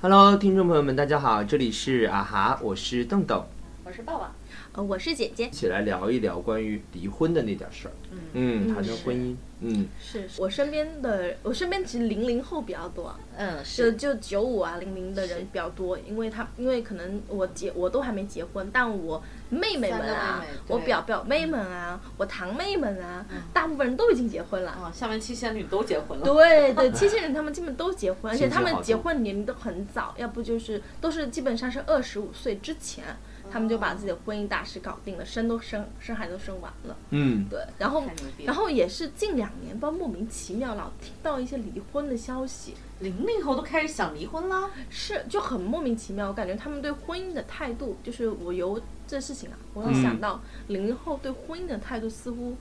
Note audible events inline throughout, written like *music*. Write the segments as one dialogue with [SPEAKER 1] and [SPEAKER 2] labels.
[SPEAKER 1] Hello，听众朋友们，大家好，这里是啊哈，我是邓邓，
[SPEAKER 2] 我是爸爸，
[SPEAKER 3] 呃，我是姐姐
[SPEAKER 1] 一，起来聊一聊关于离婚的那点事儿。嗯，谈谈婚姻。嗯，
[SPEAKER 3] 是我身边的，我身边其实零零后比较多啊，
[SPEAKER 2] 嗯，，
[SPEAKER 3] 就是就九五啊零零的人比较多，因为他因为可能我结我都还没结婚，但我妹妹们
[SPEAKER 2] 三个
[SPEAKER 3] 啊，
[SPEAKER 2] 妹妹对嗯
[SPEAKER 3] 我表表妹们啊，我堂妹们啊，大部分人都已经结婚了。
[SPEAKER 2] 啊，下面七仙女都结婚了，
[SPEAKER 3] 对对，这些人他们基本都结婚，而且
[SPEAKER 1] 兴趣
[SPEAKER 3] 他们
[SPEAKER 1] 好
[SPEAKER 3] 结
[SPEAKER 1] 重
[SPEAKER 3] 婚年龄都很早，要不就是都是基本上是二十五岁之前，
[SPEAKER 2] 哦
[SPEAKER 3] 他们就把自己的婚姻大事搞定了，生都生生孩子都生完了。 *laughs*
[SPEAKER 1] 嗯，
[SPEAKER 3] 对，然后
[SPEAKER 2] 太牛逼了
[SPEAKER 3] 然后也是近两年吧，莫名其妙老听到一些离婚的消息，
[SPEAKER 2] 零零后都开始想离婚啦，
[SPEAKER 3] 是就很莫名其妙。我感觉他们对婚姻的态度，就是我由这事情啊，我又
[SPEAKER 1] 嗯
[SPEAKER 3] 想到零零后对婚姻的态度似乎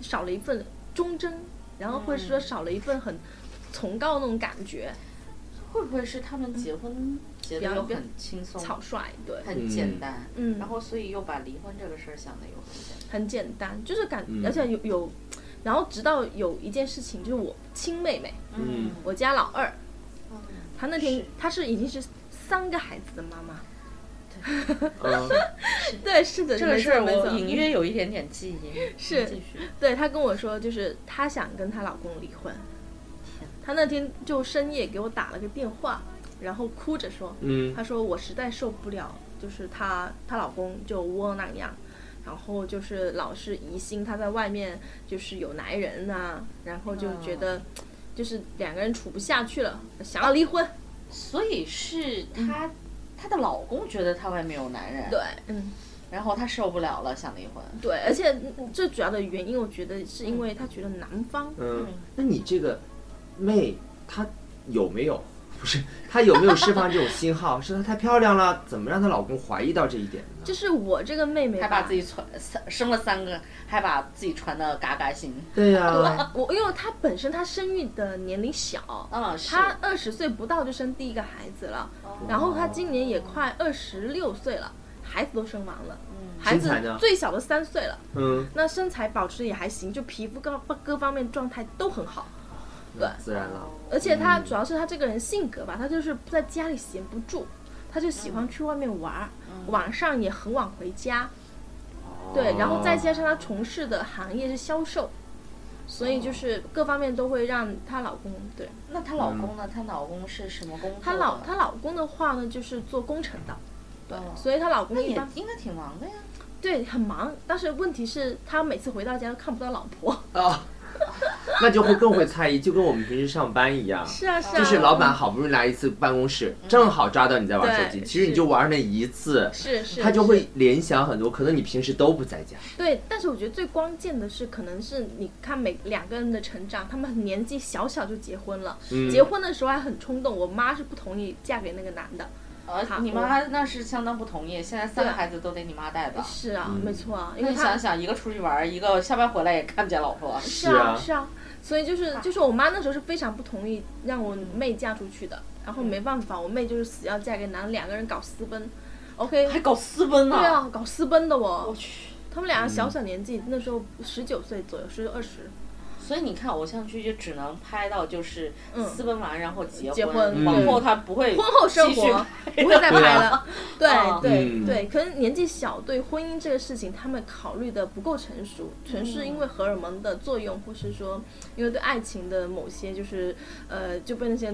[SPEAKER 3] 少了一份忠贞，然后或者
[SPEAKER 2] 嗯
[SPEAKER 3] 说少了一份很崇高那种感觉，
[SPEAKER 2] 会不会是他们结婚结的又
[SPEAKER 3] 比较
[SPEAKER 2] 很轻松、
[SPEAKER 3] 草率，对，
[SPEAKER 2] 很简单，
[SPEAKER 3] 嗯
[SPEAKER 2] 然后所以又把离婚这个事儿想的又很简单，
[SPEAKER 3] 很简单，就是感，
[SPEAKER 1] 嗯
[SPEAKER 3] 而且有有，然后直到有一件事情，就是我亲妹妹，
[SPEAKER 1] 嗯
[SPEAKER 3] 我家老二，
[SPEAKER 2] 嗯
[SPEAKER 3] 她那天
[SPEAKER 2] 是
[SPEAKER 3] 她是已经是三个孩子的妈妈。
[SPEAKER 1] 呃，
[SPEAKER 3] 对，是的，
[SPEAKER 2] 这个
[SPEAKER 3] 没
[SPEAKER 2] 事
[SPEAKER 3] 错
[SPEAKER 2] 儿
[SPEAKER 3] 没
[SPEAKER 2] 我
[SPEAKER 3] 错
[SPEAKER 2] 隐约有一点点记忆，
[SPEAKER 3] 是
[SPEAKER 2] 嗯继续，
[SPEAKER 3] 对她跟我说，就是她想跟她老公离婚。她那天就深夜给我打了个电话，然后哭着说，
[SPEAKER 1] 嗯
[SPEAKER 3] 她说我实在受不了，就是她她老公就窝囊样，然后就是老是疑心她在外面就是有男人呐、然后就觉
[SPEAKER 2] 嗯
[SPEAKER 3] 得就是两个人处不下去了，想要离婚。
[SPEAKER 2] 所以是她，她的老公觉得她外面有男人，
[SPEAKER 3] 对，嗯。
[SPEAKER 2] 然后她受不了了，想离婚，
[SPEAKER 3] 对，而且最主要的原因，我觉得是因为她觉得男方
[SPEAKER 1] 嗯，那你这个妹，她有没有？ *laughs* 不是，她有没有释放这种信
[SPEAKER 3] *laughs*
[SPEAKER 1] 号？是她太漂亮了，怎么让她老公怀疑到这一点呢？
[SPEAKER 3] 就是我这个妹妹
[SPEAKER 2] 还
[SPEAKER 3] 吧
[SPEAKER 2] 把自己传三生了三个，还把自己传的嘎嘎新，
[SPEAKER 1] 对呀、
[SPEAKER 3] 我因为她本身她生育的年龄小，
[SPEAKER 2] 嗯，是
[SPEAKER 3] 她二十岁不到就生第一个孩子了，然后她今年也快二十六岁了，孩子都生完了，孩子
[SPEAKER 1] 身材呢
[SPEAKER 3] 最小的三岁了，
[SPEAKER 1] 嗯，
[SPEAKER 3] 那身材保持得也还行，就皮肤各各方面状态都很好。对，
[SPEAKER 1] 自然了。
[SPEAKER 3] 而且她主要是她这个人性格吧，她就是在家里闲不住，她就喜欢去外面玩儿，晚上也很晚回家。对，然后再加上她从事的行业是销售，所以就是各方面都会让她老公对
[SPEAKER 2] 那她老公呢？她老公是什么工作的？
[SPEAKER 3] 嗯她
[SPEAKER 1] 哦
[SPEAKER 3] 老她老公的话呢，就是做工程的，
[SPEAKER 2] 对
[SPEAKER 3] 所以她老
[SPEAKER 2] 那
[SPEAKER 3] 公一
[SPEAKER 2] 也
[SPEAKER 3] 般
[SPEAKER 2] 应该挺忙的呀。
[SPEAKER 3] 对很忙，但是问题是她每次回到家都看不到老婆。 *laughs*
[SPEAKER 1] 啊， *laughs* 那就会更会猜疑，就跟我们平时上班一样。
[SPEAKER 3] 是啊是啊，
[SPEAKER 1] 就是老板好不容易来一次办公室，正好抓到你在玩手机，
[SPEAKER 3] 对
[SPEAKER 1] 其实你就玩那一次，
[SPEAKER 3] 是是，
[SPEAKER 1] 他就是会联想很多，可能你平时都不在家。
[SPEAKER 3] 对，但是我觉得最关键的是，可能是你看每两个人的成长，他们年纪小小就结婚了，
[SPEAKER 1] 嗯
[SPEAKER 3] 结婚的时候还很冲动。我妈是不同意嫁给那个男的，
[SPEAKER 2] 呃，
[SPEAKER 3] 好
[SPEAKER 2] 你妈那是相当不同意，现在三个
[SPEAKER 3] 对
[SPEAKER 2] 孩子都得你妈带吧？
[SPEAKER 3] 是啊，
[SPEAKER 1] 嗯
[SPEAKER 3] 没错啊，因
[SPEAKER 2] 那
[SPEAKER 3] 为
[SPEAKER 2] 你想
[SPEAKER 3] 她
[SPEAKER 2] 想，一个出去玩儿，一个下班回来也看不见老婆。
[SPEAKER 3] 是
[SPEAKER 1] 是
[SPEAKER 3] 啊
[SPEAKER 1] 啊
[SPEAKER 3] 是啊，所以就是就是我妈那时候是非常不同意让我妹嫁出去的，然后没办法，我妹就是死要嫁给男的，两个人搞私奔，OK，
[SPEAKER 2] 还搞私奔呢、
[SPEAKER 3] 对啊，搞私奔的我，嗯
[SPEAKER 2] 去！
[SPEAKER 3] 他们俩小小年纪，那时候十九岁左右，十九二十，
[SPEAKER 2] 所以你看，偶像剧就只能拍到就是私奔完然后结
[SPEAKER 3] 嗯结婚
[SPEAKER 2] 往
[SPEAKER 1] 对
[SPEAKER 2] 后他不会
[SPEAKER 3] 婚后生
[SPEAKER 2] 继续
[SPEAKER 3] 活
[SPEAKER 1] *laughs*
[SPEAKER 3] 不会再
[SPEAKER 1] 对
[SPEAKER 3] 拍
[SPEAKER 1] 啊
[SPEAKER 3] 了。对
[SPEAKER 2] 嗯
[SPEAKER 3] 对
[SPEAKER 1] 嗯
[SPEAKER 3] 对，可能年纪小，对婚姻这个事情，他们考虑的不够成熟，纯是因为荷尔蒙的作用，或是说因为对爱情的某些就是呃，就被那些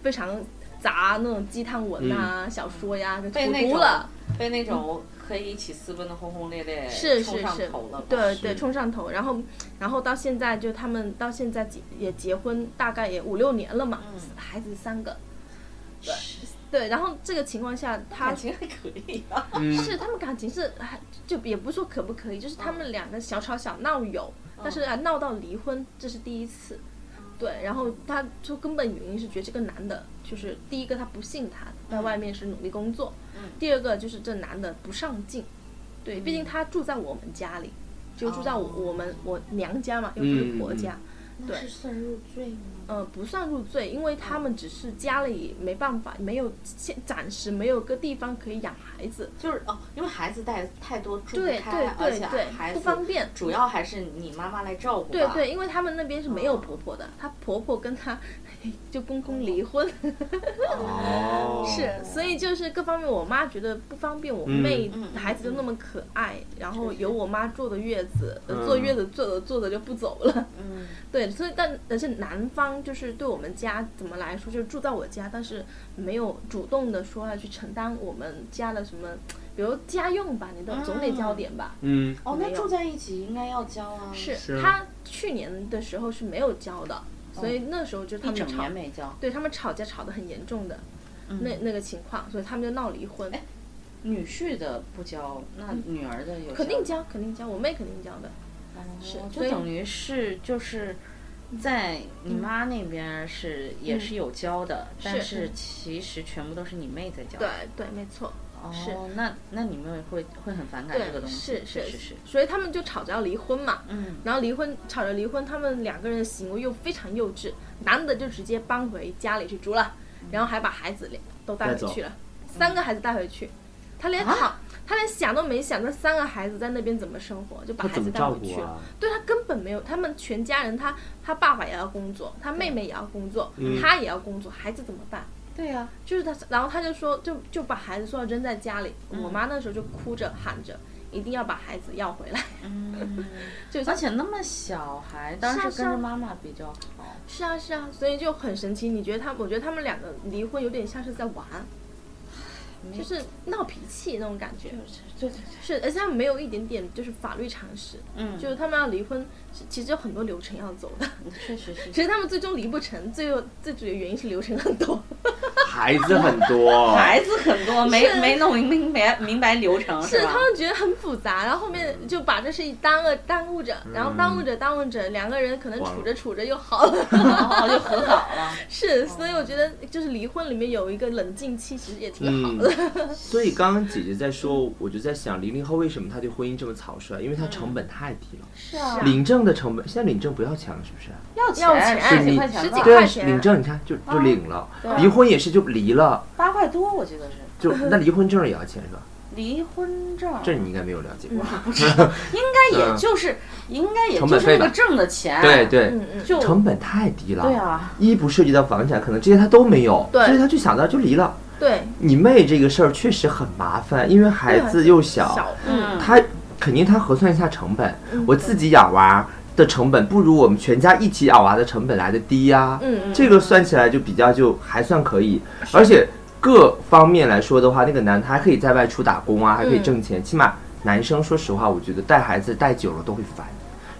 [SPEAKER 3] 非常杂那种鸡汤文啊、
[SPEAKER 1] 嗯
[SPEAKER 3] 小说呀给
[SPEAKER 2] *laughs* 被那
[SPEAKER 3] 荼毒
[SPEAKER 2] 种
[SPEAKER 3] 了。
[SPEAKER 2] 被那种可以一起私奔的轰轰烈烈
[SPEAKER 3] 是
[SPEAKER 2] 冲
[SPEAKER 3] 是
[SPEAKER 2] 上
[SPEAKER 3] 是
[SPEAKER 2] 头了吧， *laughs*
[SPEAKER 3] 对
[SPEAKER 1] 是
[SPEAKER 3] 对，冲上头，然后然后到现在就他们到现在结也结婚，大概也五六年了嘛，
[SPEAKER 2] 嗯
[SPEAKER 3] 孩子三个，对对，然后这个情况下，他
[SPEAKER 2] 感情还可以啊。
[SPEAKER 3] 是他们感情是还就也不是说可不可以，就是他们两个小吵小闹有，但是啊闹到离婚，这是第一次。对，然后他就根本原因是觉得这个男的，就是第一个他不信他在外面是努力工作，第二个就是这男的不上进，对，哦毕竟他住在我们家里，就住在我、我们我娘家嘛，又不是婆家，
[SPEAKER 2] 那是算入赘吗？
[SPEAKER 3] 嗯，不算入赘，因为他们只是家里没办法，没有现暂时没有个地方可以养孩子，
[SPEAKER 2] 就是哦，因为孩子带太多住不
[SPEAKER 3] 对对
[SPEAKER 2] 开，而
[SPEAKER 3] 对
[SPEAKER 2] 且
[SPEAKER 3] 对，
[SPEAKER 2] 孩
[SPEAKER 3] 不
[SPEAKER 2] 子
[SPEAKER 3] 方便。
[SPEAKER 2] 主要还是你妈妈来照顾吧。
[SPEAKER 3] 对对，因为他们那边是没有
[SPEAKER 2] 哦
[SPEAKER 3] 婆婆的，她婆婆跟她 *laughs* 就公
[SPEAKER 2] 嗯
[SPEAKER 3] 公离婚，
[SPEAKER 1] 哦，
[SPEAKER 3] 是， *laughs* 所以就是各方面，我妈觉得不方便，我
[SPEAKER 1] 嗯
[SPEAKER 3] 妹
[SPEAKER 2] 嗯嗯
[SPEAKER 3] 孩子都那么可爱，然后
[SPEAKER 2] 是是
[SPEAKER 3] 有我妈坐的月子，呃
[SPEAKER 1] 嗯
[SPEAKER 3] 坐月子坐着坐着就不走了， *laughs*
[SPEAKER 2] 嗯，
[SPEAKER 3] 对，所以但但是男方就是对我们家怎么来说，就是住在我家，但是没有主动的说要去承担我们家的什么，比如家用吧，你都总得交点吧。
[SPEAKER 1] 嗯，
[SPEAKER 2] 哦，
[SPEAKER 3] 没
[SPEAKER 2] 那
[SPEAKER 3] 有
[SPEAKER 2] 住在一起应该要交啊，
[SPEAKER 3] 是
[SPEAKER 1] 是啊
[SPEAKER 3] 他去年的时候是没有交的，所以那时候就他
[SPEAKER 2] 一
[SPEAKER 3] 们
[SPEAKER 2] 整
[SPEAKER 3] 吵
[SPEAKER 2] 年，没交。
[SPEAKER 3] 对他们吵架吵得很严重的，那那个情况，所以他们就闹离婚。
[SPEAKER 2] 哎女婿的不交，那女儿的有
[SPEAKER 3] 嗯肯定
[SPEAKER 2] 交，
[SPEAKER 3] 交，肯定交，我妹肯定交的。
[SPEAKER 2] 哦
[SPEAKER 3] 是所
[SPEAKER 2] 就
[SPEAKER 3] 以嗯
[SPEAKER 2] 等于是就是。在你妈那边是也是有交的，但
[SPEAKER 3] 是嗯
[SPEAKER 2] 是其实全部都是你妹在交。
[SPEAKER 3] 对，对，没错，是
[SPEAKER 2] 哦，那那你们会会很反感这个
[SPEAKER 3] 对，
[SPEAKER 2] 东西，
[SPEAKER 3] 是
[SPEAKER 2] 是是，
[SPEAKER 3] 所以他们就吵着要离婚嘛。
[SPEAKER 2] 嗯，
[SPEAKER 3] 然后离婚，吵着离婚，他们两个人的行为又非常幼稚，男的就直接搬回家里去住了，然后还把孩子连都带回去了，
[SPEAKER 1] 嗯
[SPEAKER 3] 三个孩子带回去，他连考、他连想都没想，那三个孩子在那边怎么生活，就把
[SPEAKER 1] 他
[SPEAKER 3] 孩
[SPEAKER 1] 怎
[SPEAKER 3] 子
[SPEAKER 1] 么
[SPEAKER 3] 带
[SPEAKER 1] 照
[SPEAKER 3] 回
[SPEAKER 1] 顾
[SPEAKER 3] 去了。
[SPEAKER 1] 啊？
[SPEAKER 3] 对他根本没有，他们全家人，他他爸爸也要工作，他妹妹也要工作，
[SPEAKER 1] 嗯
[SPEAKER 3] 他也要工作，孩子怎么办？
[SPEAKER 2] 对呀、
[SPEAKER 3] 就是他，然后他就说，就就把孩子说要扔在家里，
[SPEAKER 1] 嗯
[SPEAKER 3] 我妈那时候就哭着喊着，一定要把孩子要回来，
[SPEAKER 2] 嗯， *laughs*
[SPEAKER 3] 就
[SPEAKER 2] 而且那么小还当时跟着妈妈比较好，
[SPEAKER 3] 是啊是啊，所以就很神奇。你觉得他们，我觉得他们两个离婚有点像是在玩，就是闹脾气那种感觉。
[SPEAKER 2] 对对对，
[SPEAKER 3] 是，而且他们没有一点点就是法律常识，
[SPEAKER 2] 嗯，
[SPEAKER 3] 就是他们要离婚，是其实有很多流程要走的。
[SPEAKER 2] 确实是，
[SPEAKER 3] 其实他们最终离不成，最后最主要原因是流程很
[SPEAKER 2] *laughs*
[SPEAKER 3] 多。
[SPEAKER 1] 孩子很多，
[SPEAKER 2] *laughs* 孩子很多，没
[SPEAKER 3] 是
[SPEAKER 2] 没弄明白明白流程
[SPEAKER 3] 是
[SPEAKER 2] 吧嗯
[SPEAKER 3] 他？们觉得很复杂，然后后面就把这事一耽误耽误着，然后耽误着耽误着，两个人可能
[SPEAKER 1] 完了
[SPEAKER 3] 处着处着又好了。
[SPEAKER 2] 然后哦就和好了，
[SPEAKER 3] 是，所以我觉得就是离婚里面有一个冷静期，其实也挺好
[SPEAKER 1] 嗯
[SPEAKER 3] 的。，
[SPEAKER 1] 所以刚刚姐姐在说，我就在想，零零后为什么他对婚姻这么草率？因为他成本太低了。
[SPEAKER 2] 是啊
[SPEAKER 3] 是啊
[SPEAKER 1] 领证的成本，现在领证不要钱了，是不是？
[SPEAKER 2] *laughs* 要
[SPEAKER 3] 要钱
[SPEAKER 2] 十几
[SPEAKER 1] 你
[SPEAKER 2] 块钱
[SPEAKER 3] 十
[SPEAKER 2] 吧，
[SPEAKER 3] 几
[SPEAKER 1] 对
[SPEAKER 3] 块
[SPEAKER 1] 啊，
[SPEAKER 3] 钱嗯
[SPEAKER 1] 领证你看就就领了
[SPEAKER 2] 对啊，
[SPEAKER 1] 离婚也是就离了，
[SPEAKER 2] 八块多，我记得是
[SPEAKER 1] 就那离婚证也要钱是吧？
[SPEAKER 2] 离婚证，
[SPEAKER 1] 这你应该没有了解过。
[SPEAKER 2] 不知道，应该也就是应该也
[SPEAKER 1] 成
[SPEAKER 2] 就
[SPEAKER 1] 本
[SPEAKER 2] 是
[SPEAKER 1] 费
[SPEAKER 2] 那个
[SPEAKER 1] 吧
[SPEAKER 2] 挣的钱，
[SPEAKER 1] 对，对，
[SPEAKER 3] 嗯嗯，
[SPEAKER 2] 就
[SPEAKER 1] 成本太低了。
[SPEAKER 2] 对啊，
[SPEAKER 1] 一不涉及到房产，可能这些他都没有，
[SPEAKER 3] 对
[SPEAKER 1] 所以他就想到就离了。
[SPEAKER 3] 对，
[SPEAKER 1] 你妹这个事儿确实很麻烦，因为孩子又小，
[SPEAKER 3] 小，
[SPEAKER 2] 嗯
[SPEAKER 1] 他肯定他核算一下成本
[SPEAKER 3] 啊嗯，
[SPEAKER 1] 我自己养娃的成本不如我们全家一起养娃的成本来的低呀。
[SPEAKER 3] 嗯
[SPEAKER 1] 这个算起来就比较就还算可以，而且各方面来说的话，那个男的还可以在外出打工啊，还
[SPEAKER 2] 嗯
[SPEAKER 1] 可以挣钱。起码男生说实话，我觉得带孩子带久了都会烦。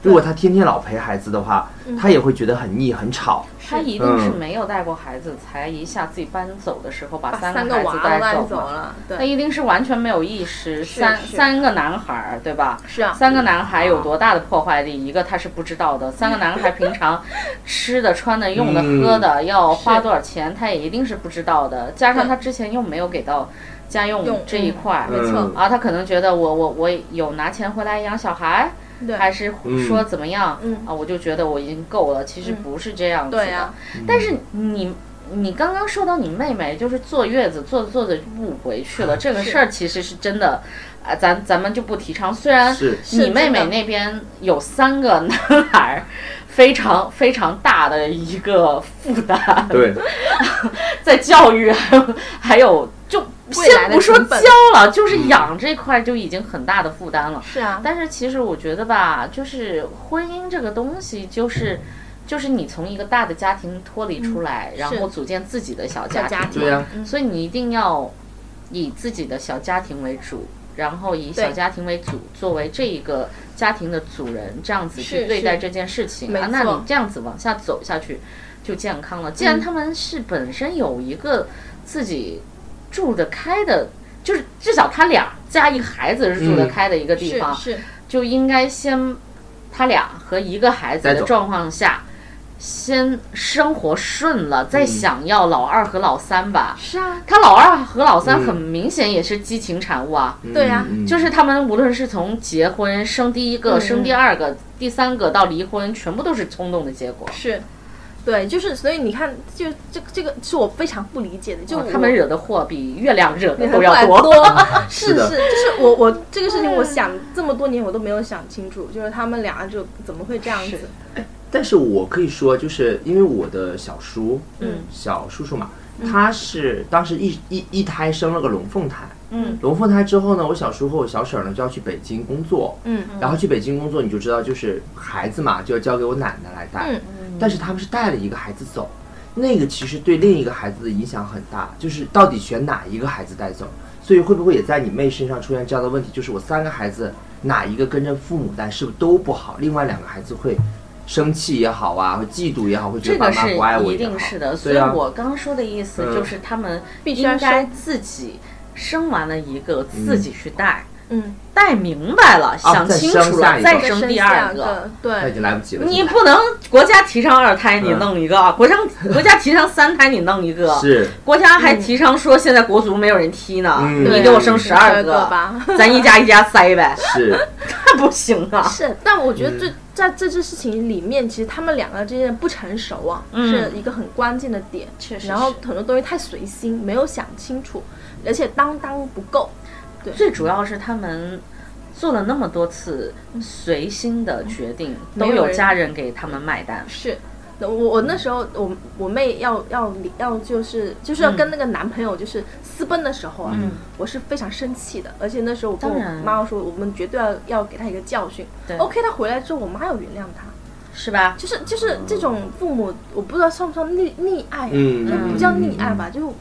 [SPEAKER 1] 如果他天天老陪孩子的话，
[SPEAKER 2] 嗯
[SPEAKER 1] 他也会觉得很腻很吵。
[SPEAKER 2] 他一定是
[SPEAKER 1] 嗯
[SPEAKER 2] 没有带过孩子，才一下自己搬走的时候把
[SPEAKER 3] 把
[SPEAKER 2] 三
[SPEAKER 3] 三
[SPEAKER 2] 个
[SPEAKER 3] 个
[SPEAKER 2] 孩
[SPEAKER 3] 娃
[SPEAKER 2] 子
[SPEAKER 3] 娃
[SPEAKER 2] 带
[SPEAKER 3] 带
[SPEAKER 2] 走
[SPEAKER 3] 走
[SPEAKER 2] 了。
[SPEAKER 3] 了，
[SPEAKER 2] 他
[SPEAKER 3] 对，
[SPEAKER 2] 一定是完全没有意识，
[SPEAKER 3] 是
[SPEAKER 2] 三
[SPEAKER 3] 是
[SPEAKER 2] 三个男孩儿，对吧？
[SPEAKER 3] 是啊，
[SPEAKER 2] 三个男孩有多大的破坏力？一个他是不知道
[SPEAKER 3] *laughs*
[SPEAKER 2] 的，三个男孩平常吃的、穿的、用的、
[SPEAKER 1] 嗯
[SPEAKER 2] 喝的，要
[SPEAKER 3] 是
[SPEAKER 2] 花多少钱，他也一定是不知道的。加上
[SPEAKER 3] 对
[SPEAKER 2] 他之前又没有给到家
[SPEAKER 3] 用
[SPEAKER 2] 用这一
[SPEAKER 3] 嗯
[SPEAKER 2] 块儿
[SPEAKER 3] 没错
[SPEAKER 1] 嗯，
[SPEAKER 2] 啊，他可能觉得我我我有拿钱回来养小孩，
[SPEAKER 3] 对，
[SPEAKER 2] 还是
[SPEAKER 1] 嗯
[SPEAKER 2] 说怎么样、
[SPEAKER 3] 嗯
[SPEAKER 2] 啊？我就觉得我已经够了，其实
[SPEAKER 3] 嗯
[SPEAKER 2] 不是这样子的。
[SPEAKER 3] 对啊
[SPEAKER 2] 但是你你刚刚说到你妹妹就是坐月子坐着坐着就不回去了，这个
[SPEAKER 3] 啊是
[SPEAKER 2] 事儿其实是真的，啊、咱咱们就不提倡。虽然
[SPEAKER 1] 是
[SPEAKER 3] 是
[SPEAKER 2] 你妹
[SPEAKER 3] 真的
[SPEAKER 2] 妹那边有三个男孩儿，非常非常大的一个负担， *laughs*
[SPEAKER 1] 对，
[SPEAKER 2] 在教育还有还有就
[SPEAKER 3] 未来
[SPEAKER 2] 先
[SPEAKER 3] 的
[SPEAKER 2] 不说
[SPEAKER 3] 成本
[SPEAKER 2] 教了，就是养这块就已经很大的负担了。
[SPEAKER 3] 是啊，
[SPEAKER 2] 但是其实我觉得吧，就是婚姻这个东西，就是就是你从一个大的家庭脱离出来，然后组建自己的小家
[SPEAKER 3] 嗯小家庭
[SPEAKER 1] 对呀、
[SPEAKER 3] 嗯
[SPEAKER 2] 所以你一定要以自己的小家庭为主。然后以
[SPEAKER 3] 对
[SPEAKER 2] 小家庭为主，作为这一个家庭的主人，这样子
[SPEAKER 3] 是
[SPEAKER 2] 去对待
[SPEAKER 3] 是
[SPEAKER 2] 这件事情
[SPEAKER 3] 没
[SPEAKER 2] 啊，那你
[SPEAKER 3] 错嗯
[SPEAKER 2] 这样子往下走下去就健康了。既然他们是本身有一个自己住得开的，就是至少他俩加一个孩子是住得
[SPEAKER 1] 嗯
[SPEAKER 2] 开的一个地
[SPEAKER 3] 是
[SPEAKER 2] 方，
[SPEAKER 3] 是，
[SPEAKER 2] 就应该先他俩和一个孩子
[SPEAKER 1] 带
[SPEAKER 2] 的
[SPEAKER 1] 走
[SPEAKER 2] 状况下，先生活顺了，再想要老二和老三吧。
[SPEAKER 3] 是啊，
[SPEAKER 2] 他老二和老三
[SPEAKER 1] 嗯
[SPEAKER 2] 很明显也是激情产物啊，
[SPEAKER 1] 嗯
[SPEAKER 3] 对啊
[SPEAKER 1] 嗯
[SPEAKER 2] 就是他们无论是从结婚、生第一个、
[SPEAKER 3] 嗯
[SPEAKER 2] 生第二个、第三个到离婚，全部都是冲动的结果。
[SPEAKER 3] 是，对，就是所以你看，就这个这个是我非常不理解的，就
[SPEAKER 2] 哇
[SPEAKER 3] 我
[SPEAKER 2] 哦他们惹的祸比月亮惹
[SPEAKER 3] *laughs*
[SPEAKER 2] 的都
[SPEAKER 3] 过
[SPEAKER 2] 要
[SPEAKER 3] 来
[SPEAKER 2] 多。
[SPEAKER 3] *laughs*
[SPEAKER 1] *laughs*
[SPEAKER 2] 啊
[SPEAKER 3] 是
[SPEAKER 1] 是的
[SPEAKER 3] 是，就是我我这个事情，我想这么多年我都没有想清楚，就是他们俩就怎么会这样子？
[SPEAKER 1] 但是我可以说，就是因为我的小叔，
[SPEAKER 2] 嗯，
[SPEAKER 1] 小叔叔嘛，他是当时一一一胎生了个龙凤胎，
[SPEAKER 2] 嗯，
[SPEAKER 1] 龙凤胎之后呢，我小叔和我小婶儿呢就要去北京工作，
[SPEAKER 3] 嗯
[SPEAKER 1] 然后去北京工作，你就知道，就是孩子嘛，就要交给我奶奶来带。
[SPEAKER 3] 嗯
[SPEAKER 1] 但是他们是带了一个孩子走，那个其实对另一个孩子的影响很大，就是到底选哪一个孩子带走。所以会不会也在你妹身上出现这样的问题？就是我三个孩子，哪一个跟着父母带，是不是都不好？另外两个孩子会生气也好啊，会嫉妒也好，会觉
[SPEAKER 2] 这
[SPEAKER 1] 得爸
[SPEAKER 2] 个
[SPEAKER 1] 妈
[SPEAKER 2] 是
[SPEAKER 1] 不爱我
[SPEAKER 2] 一
[SPEAKER 1] 也好
[SPEAKER 2] 定是的，所
[SPEAKER 1] 对
[SPEAKER 2] 以
[SPEAKER 1] 啊，
[SPEAKER 2] 我刚刚说的意思
[SPEAKER 1] 嗯
[SPEAKER 2] 就是他们
[SPEAKER 3] 必须
[SPEAKER 2] 应
[SPEAKER 3] 要
[SPEAKER 2] 该
[SPEAKER 3] 生
[SPEAKER 2] 自己生完了一个自己去带，
[SPEAKER 3] 嗯，
[SPEAKER 2] 带明白了，想
[SPEAKER 1] 啊再
[SPEAKER 2] 清
[SPEAKER 1] 生
[SPEAKER 2] 楚
[SPEAKER 1] 下
[SPEAKER 2] 了
[SPEAKER 1] 一
[SPEAKER 2] 再
[SPEAKER 1] 个
[SPEAKER 2] 生第
[SPEAKER 3] 二
[SPEAKER 2] 二个。，
[SPEAKER 1] 那
[SPEAKER 3] 对
[SPEAKER 1] 啊已经来不及了。
[SPEAKER 2] 你
[SPEAKER 1] 现在
[SPEAKER 2] 不能国家提倡二胎，你
[SPEAKER 1] 嗯
[SPEAKER 2] 弄一个；啊，国家国家提倡三胎，你弄一个。
[SPEAKER 1] *laughs* 是
[SPEAKER 2] 国家还提倡说现在国足没有人踢呢，
[SPEAKER 1] 嗯
[SPEAKER 2] 你
[SPEAKER 1] 对
[SPEAKER 2] 给我生十二
[SPEAKER 3] 个吧。
[SPEAKER 2] 咱一家一家塞 *laughs* 呗，
[SPEAKER 1] 是，
[SPEAKER 2] 那不行啊。
[SPEAKER 3] 是，但我觉得这在这件事情里面，其实他们两个之间的不成熟啊，是一个很关键的点。
[SPEAKER 2] 嗯确
[SPEAKER 3] 然后很多东西太随心，没有想清楚，而且担当不够。
[SPEAKER 2] 最主要是他们做了那么多次随心的决定，
[SPEAKER 3] 没
[SPEAKER 2] 都
[SPEAKER 3] 有
[SPEAKER 2] 嗯
[SPEAKER 3] 人
[SPEAKER 2] 有家人给他们买单。
[SPEAKER 3] 是，那我我那时候我我妹要要离要就是就是要
[SPEAKER 2] 嗯
[SPEAKER 3] 跟那个男朋友就是私奔的时候啊，
[SPEAKER 2] 嗯
[SPEAKER 3] 我是非常生气的，而且那时候我跟
[SPEAKER 2] 当
[SPEAKER 3] 我
[SPEAKER 2] 然
[SPEAKER 3] 妈说，我们绝对要要给他一个教训。
[SPEAKER 2] 对
[SPEAKER 3] OK，他回来之后，我妈有原谅他，
[SPEAKER 2] 是吧？
[SPEAKER 3] 就是就是
[SPEAKER 2] 哦
[SPEAKER 3] 这种父母，我不知道算不算溺溺爱、啊，
[SPEAKER 1] 嗯
[SPEAKER 3] 就不叫溺爱吧，就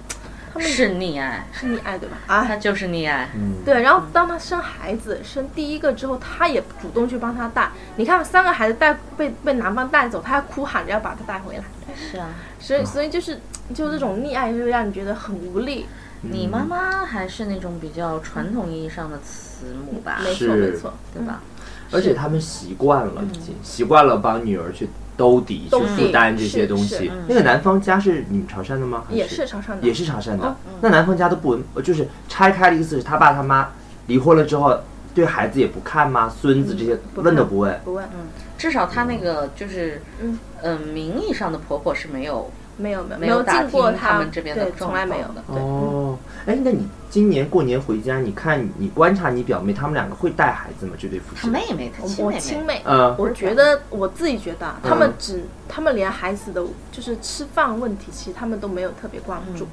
[SPEAKER 3] 他们
[SPEAKER 2] 是溺爱，
[SPEAKER 3] 是溺爱对吧？啊，
[SPEAKER 2] 他就是溺爱。
[SPEAKER 1] 嗯
[SPEAKER 3] 对，然后当他生孩子，生第一个之后，他也主动去帮他带。你看，三个孩子带被被男方带走，他还哭喊着要把他带回来，
[SPEAKER 2] 是啊，
[SPEAKER 3] 所以所以就是就这种溺爱，就会让你觉得很无力。
[SPEAKER 2] 你妈妈还是那种比较传统意义上的慈母吧，
[SPEAKER 3] 嗯没错
[SPEAKER 1] 是
[SPEAKER 3] 没错，
[SPEAKER 2] 对吧？
[SPEAKER 1] 而且他们习惯了，已经习惯了帮女儿去兜底、去
[SPEAKER 3] 嗯兜底
[SPEAKER 1] 负担这些东
[SPEAKER 3] 是
[SPEAKER 1] 西
[SPEAKER 3] 是。
[SPEAKER 1] 那个南方家是你们潮汕的吗？还
[SPEAKER 3] 也
[SPEAKER 2] 啊
[SPEAKER 3] 是潮汕的，哦
[SPEAKER 1] 也是潮汕的。那南方家都不闻，呃就是拆开的意思是他爸他妈离婚了之后，对孩子也不看吗？孙子这些
[SPEAKER 3] 嗯不看
[SPEAKER 1] 问都不问。
[SPEAKER 3] 不问，
[SPEAKER 2] 至少她那个就是，
[SPEAKER 3] 嗯
[SPEAKER 2] 呃，名义上的婆婆是没有
[SPEAKER 3] 没有没有
[SPEAKER 2] 没
[SPEAKER 3] 没
[SPEAKER 2] 有打
[SPEAKER 3] 进过
[SPEAKER 2] 听他们这边的
[SPEAKER 3] 对，
[SPEAKER 2] 状
[SPEAKER 3] 从来
[SPEAKER 2] 况
[SPEAKER 3] 没有。
[SPEAKER 2] 的。对，
[SPEAKER 1] 哦，哎，那你今年过年回家，你看你观察你表妹，他们两个会带孩子吗？这对夫
[SPEAKER 2] 她
[SPEAKER 1] 妻？
[SPEAKER 2] 妹妹，她
[SPEAKER 3] 我我
[SPEAKER 2] 亲
[SPEAKER 3] 亲
[SPEAKER 2] 妹啊
[SPEAKER 3] 妹，
[SPEAKER 1] 嗯
[SPEAKER 3] 我觉得我自己觉得啊，他
[SPEAKER 1] 嗯
[SPEAKER 3] 们只他们连孩子的就是吃饭问题，其实他们都没有特别关注。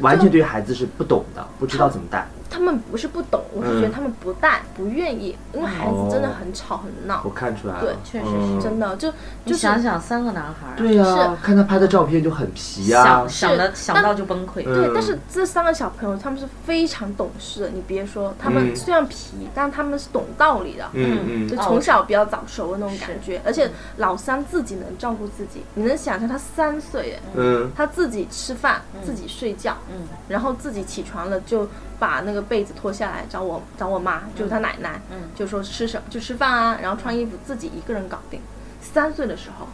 [SPEAKER 1] 完全对孩子是不懂的，不知道怎么带。
[SPEAKER 3] 他们不是不懂，我是觉得
[SPEAKER 1] 嗯
[SPEAKER 3] 他们不带、不愿意，因为孩子真的很吵很闹
[SPEAKER 1] 我，看出来了，
[SPEAKER 3] 哦对
[SPEAKER 2] 确实是
[SPEAKER 1] 嗯
[SPEAKER 3] 真的就
[SPEAKER 2] 妹，你
[SPEAKER 3] 就是
[SPEAKER 2] 想想三个男孩儿，啊
[SPEAKER 1] 对呀、看他拍的照片就很皮啊
[SPEAKER 2] 想。想的
[SPEAKER 3] 是
[SPEAKER 2] 想到就崩溃。
[SPEAKER 1] 嗯
[SPEAKER 3] 对。但是这三个小朋友他们是非常懂事的，你别说他们
[SPEAKER 1] 嗯
[SPEAKER 3] 虽然皮，但他们是懂道理的。
[SPEAKER 1] 嗯
[SPEAKER 3] 就
[SPEAKER 2] 哦
[SPEAKER 1] 嗯，
[SPEAKER 3] 从小比较早熟的那种感觉，而且老三自己能照顾自己，你能想象他三岁耶，
[SPEAKER 1] 嗯，
[SPEAKER 3] 他自己吃饭、自己睡觉，
[SPEAKER 2] 嗯
[SPEAKER 3] 然后自己起床了就把那个被子脱下来找我找我妈，就是他奶奶，
[SPEAKER 2] 嗯
[SPEAKER 3] 就说吃什么就吃饭啊，然后穿衣服自己一个人搞定。三岁的时候，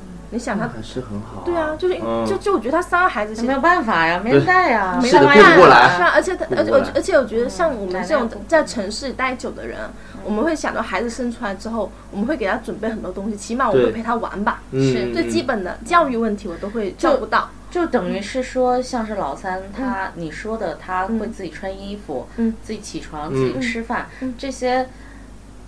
[SPEAKER 2] 嗯
[SPEAKER 3] 你想
[SPEAKER 1] 那
[SPEAKER 3] 他，
[SPEAKER 1] 还是很好、
[SPEAKER 3] 对啊，就是、
[SPEAKER 1] 嗯
[SPEAKER 3] 就就我觉得他三个孩子
[SPEAKER 2] 那
[SPEAKER 3] 其实
[SPEAKER 2] 没有办法呀，没人带呀，
[SPEAKER 1] 对
[SPEAKER 3] 没
[SPEAKER 1] 是的
[SPEAKER 3] 办
[SPEAKER 2] 人
[SPEAKER 3] 法
[SPEAKER 2] 带
[SPEAKER 1] 顾不过
[SPEAKER 2] 呀
[SPEAKER 1] 来
[SPEAKER 3] 是啊，而且他
[SPEAKER 1] 顾不
[SPEAKER 3] 而且
[SPEAKER 1] 过
[SPEAKER 3] 我
[SPEAKER 1] 来
[SPEAKER 3] 觉而且我觉得像我们
[SPEAKER 2] 奶奶
[SPEAKER 3] 这种
[SPEAKER 2] 顾不
[SPEAKER 3] 在城市里待久的人，
[SPEAKER 2] 嗯
[SPEAKER 3] 我们会想到孩子生出来之后，我们会给他准备很多东西，起码我
[SPEAKER 1] 对
[SPEAKER 3] 会陪他玩吧，
[SPEAKER 1] 嗯
[SPEAKER 3] 最基本的教育问题我都会照顾到，
[SPEAKER 2] 就等
[SPEAKER 3] 嗯
[SPEAKER 2] 于是说，像是老三他你说的，他会自己穿衣服，
[SPEAKER 3] 嗯
[SPEAKER 2] 自己起床，自
[SPEAKER 1] 嗯
[SPEAKER 2] 己吃饭，这些。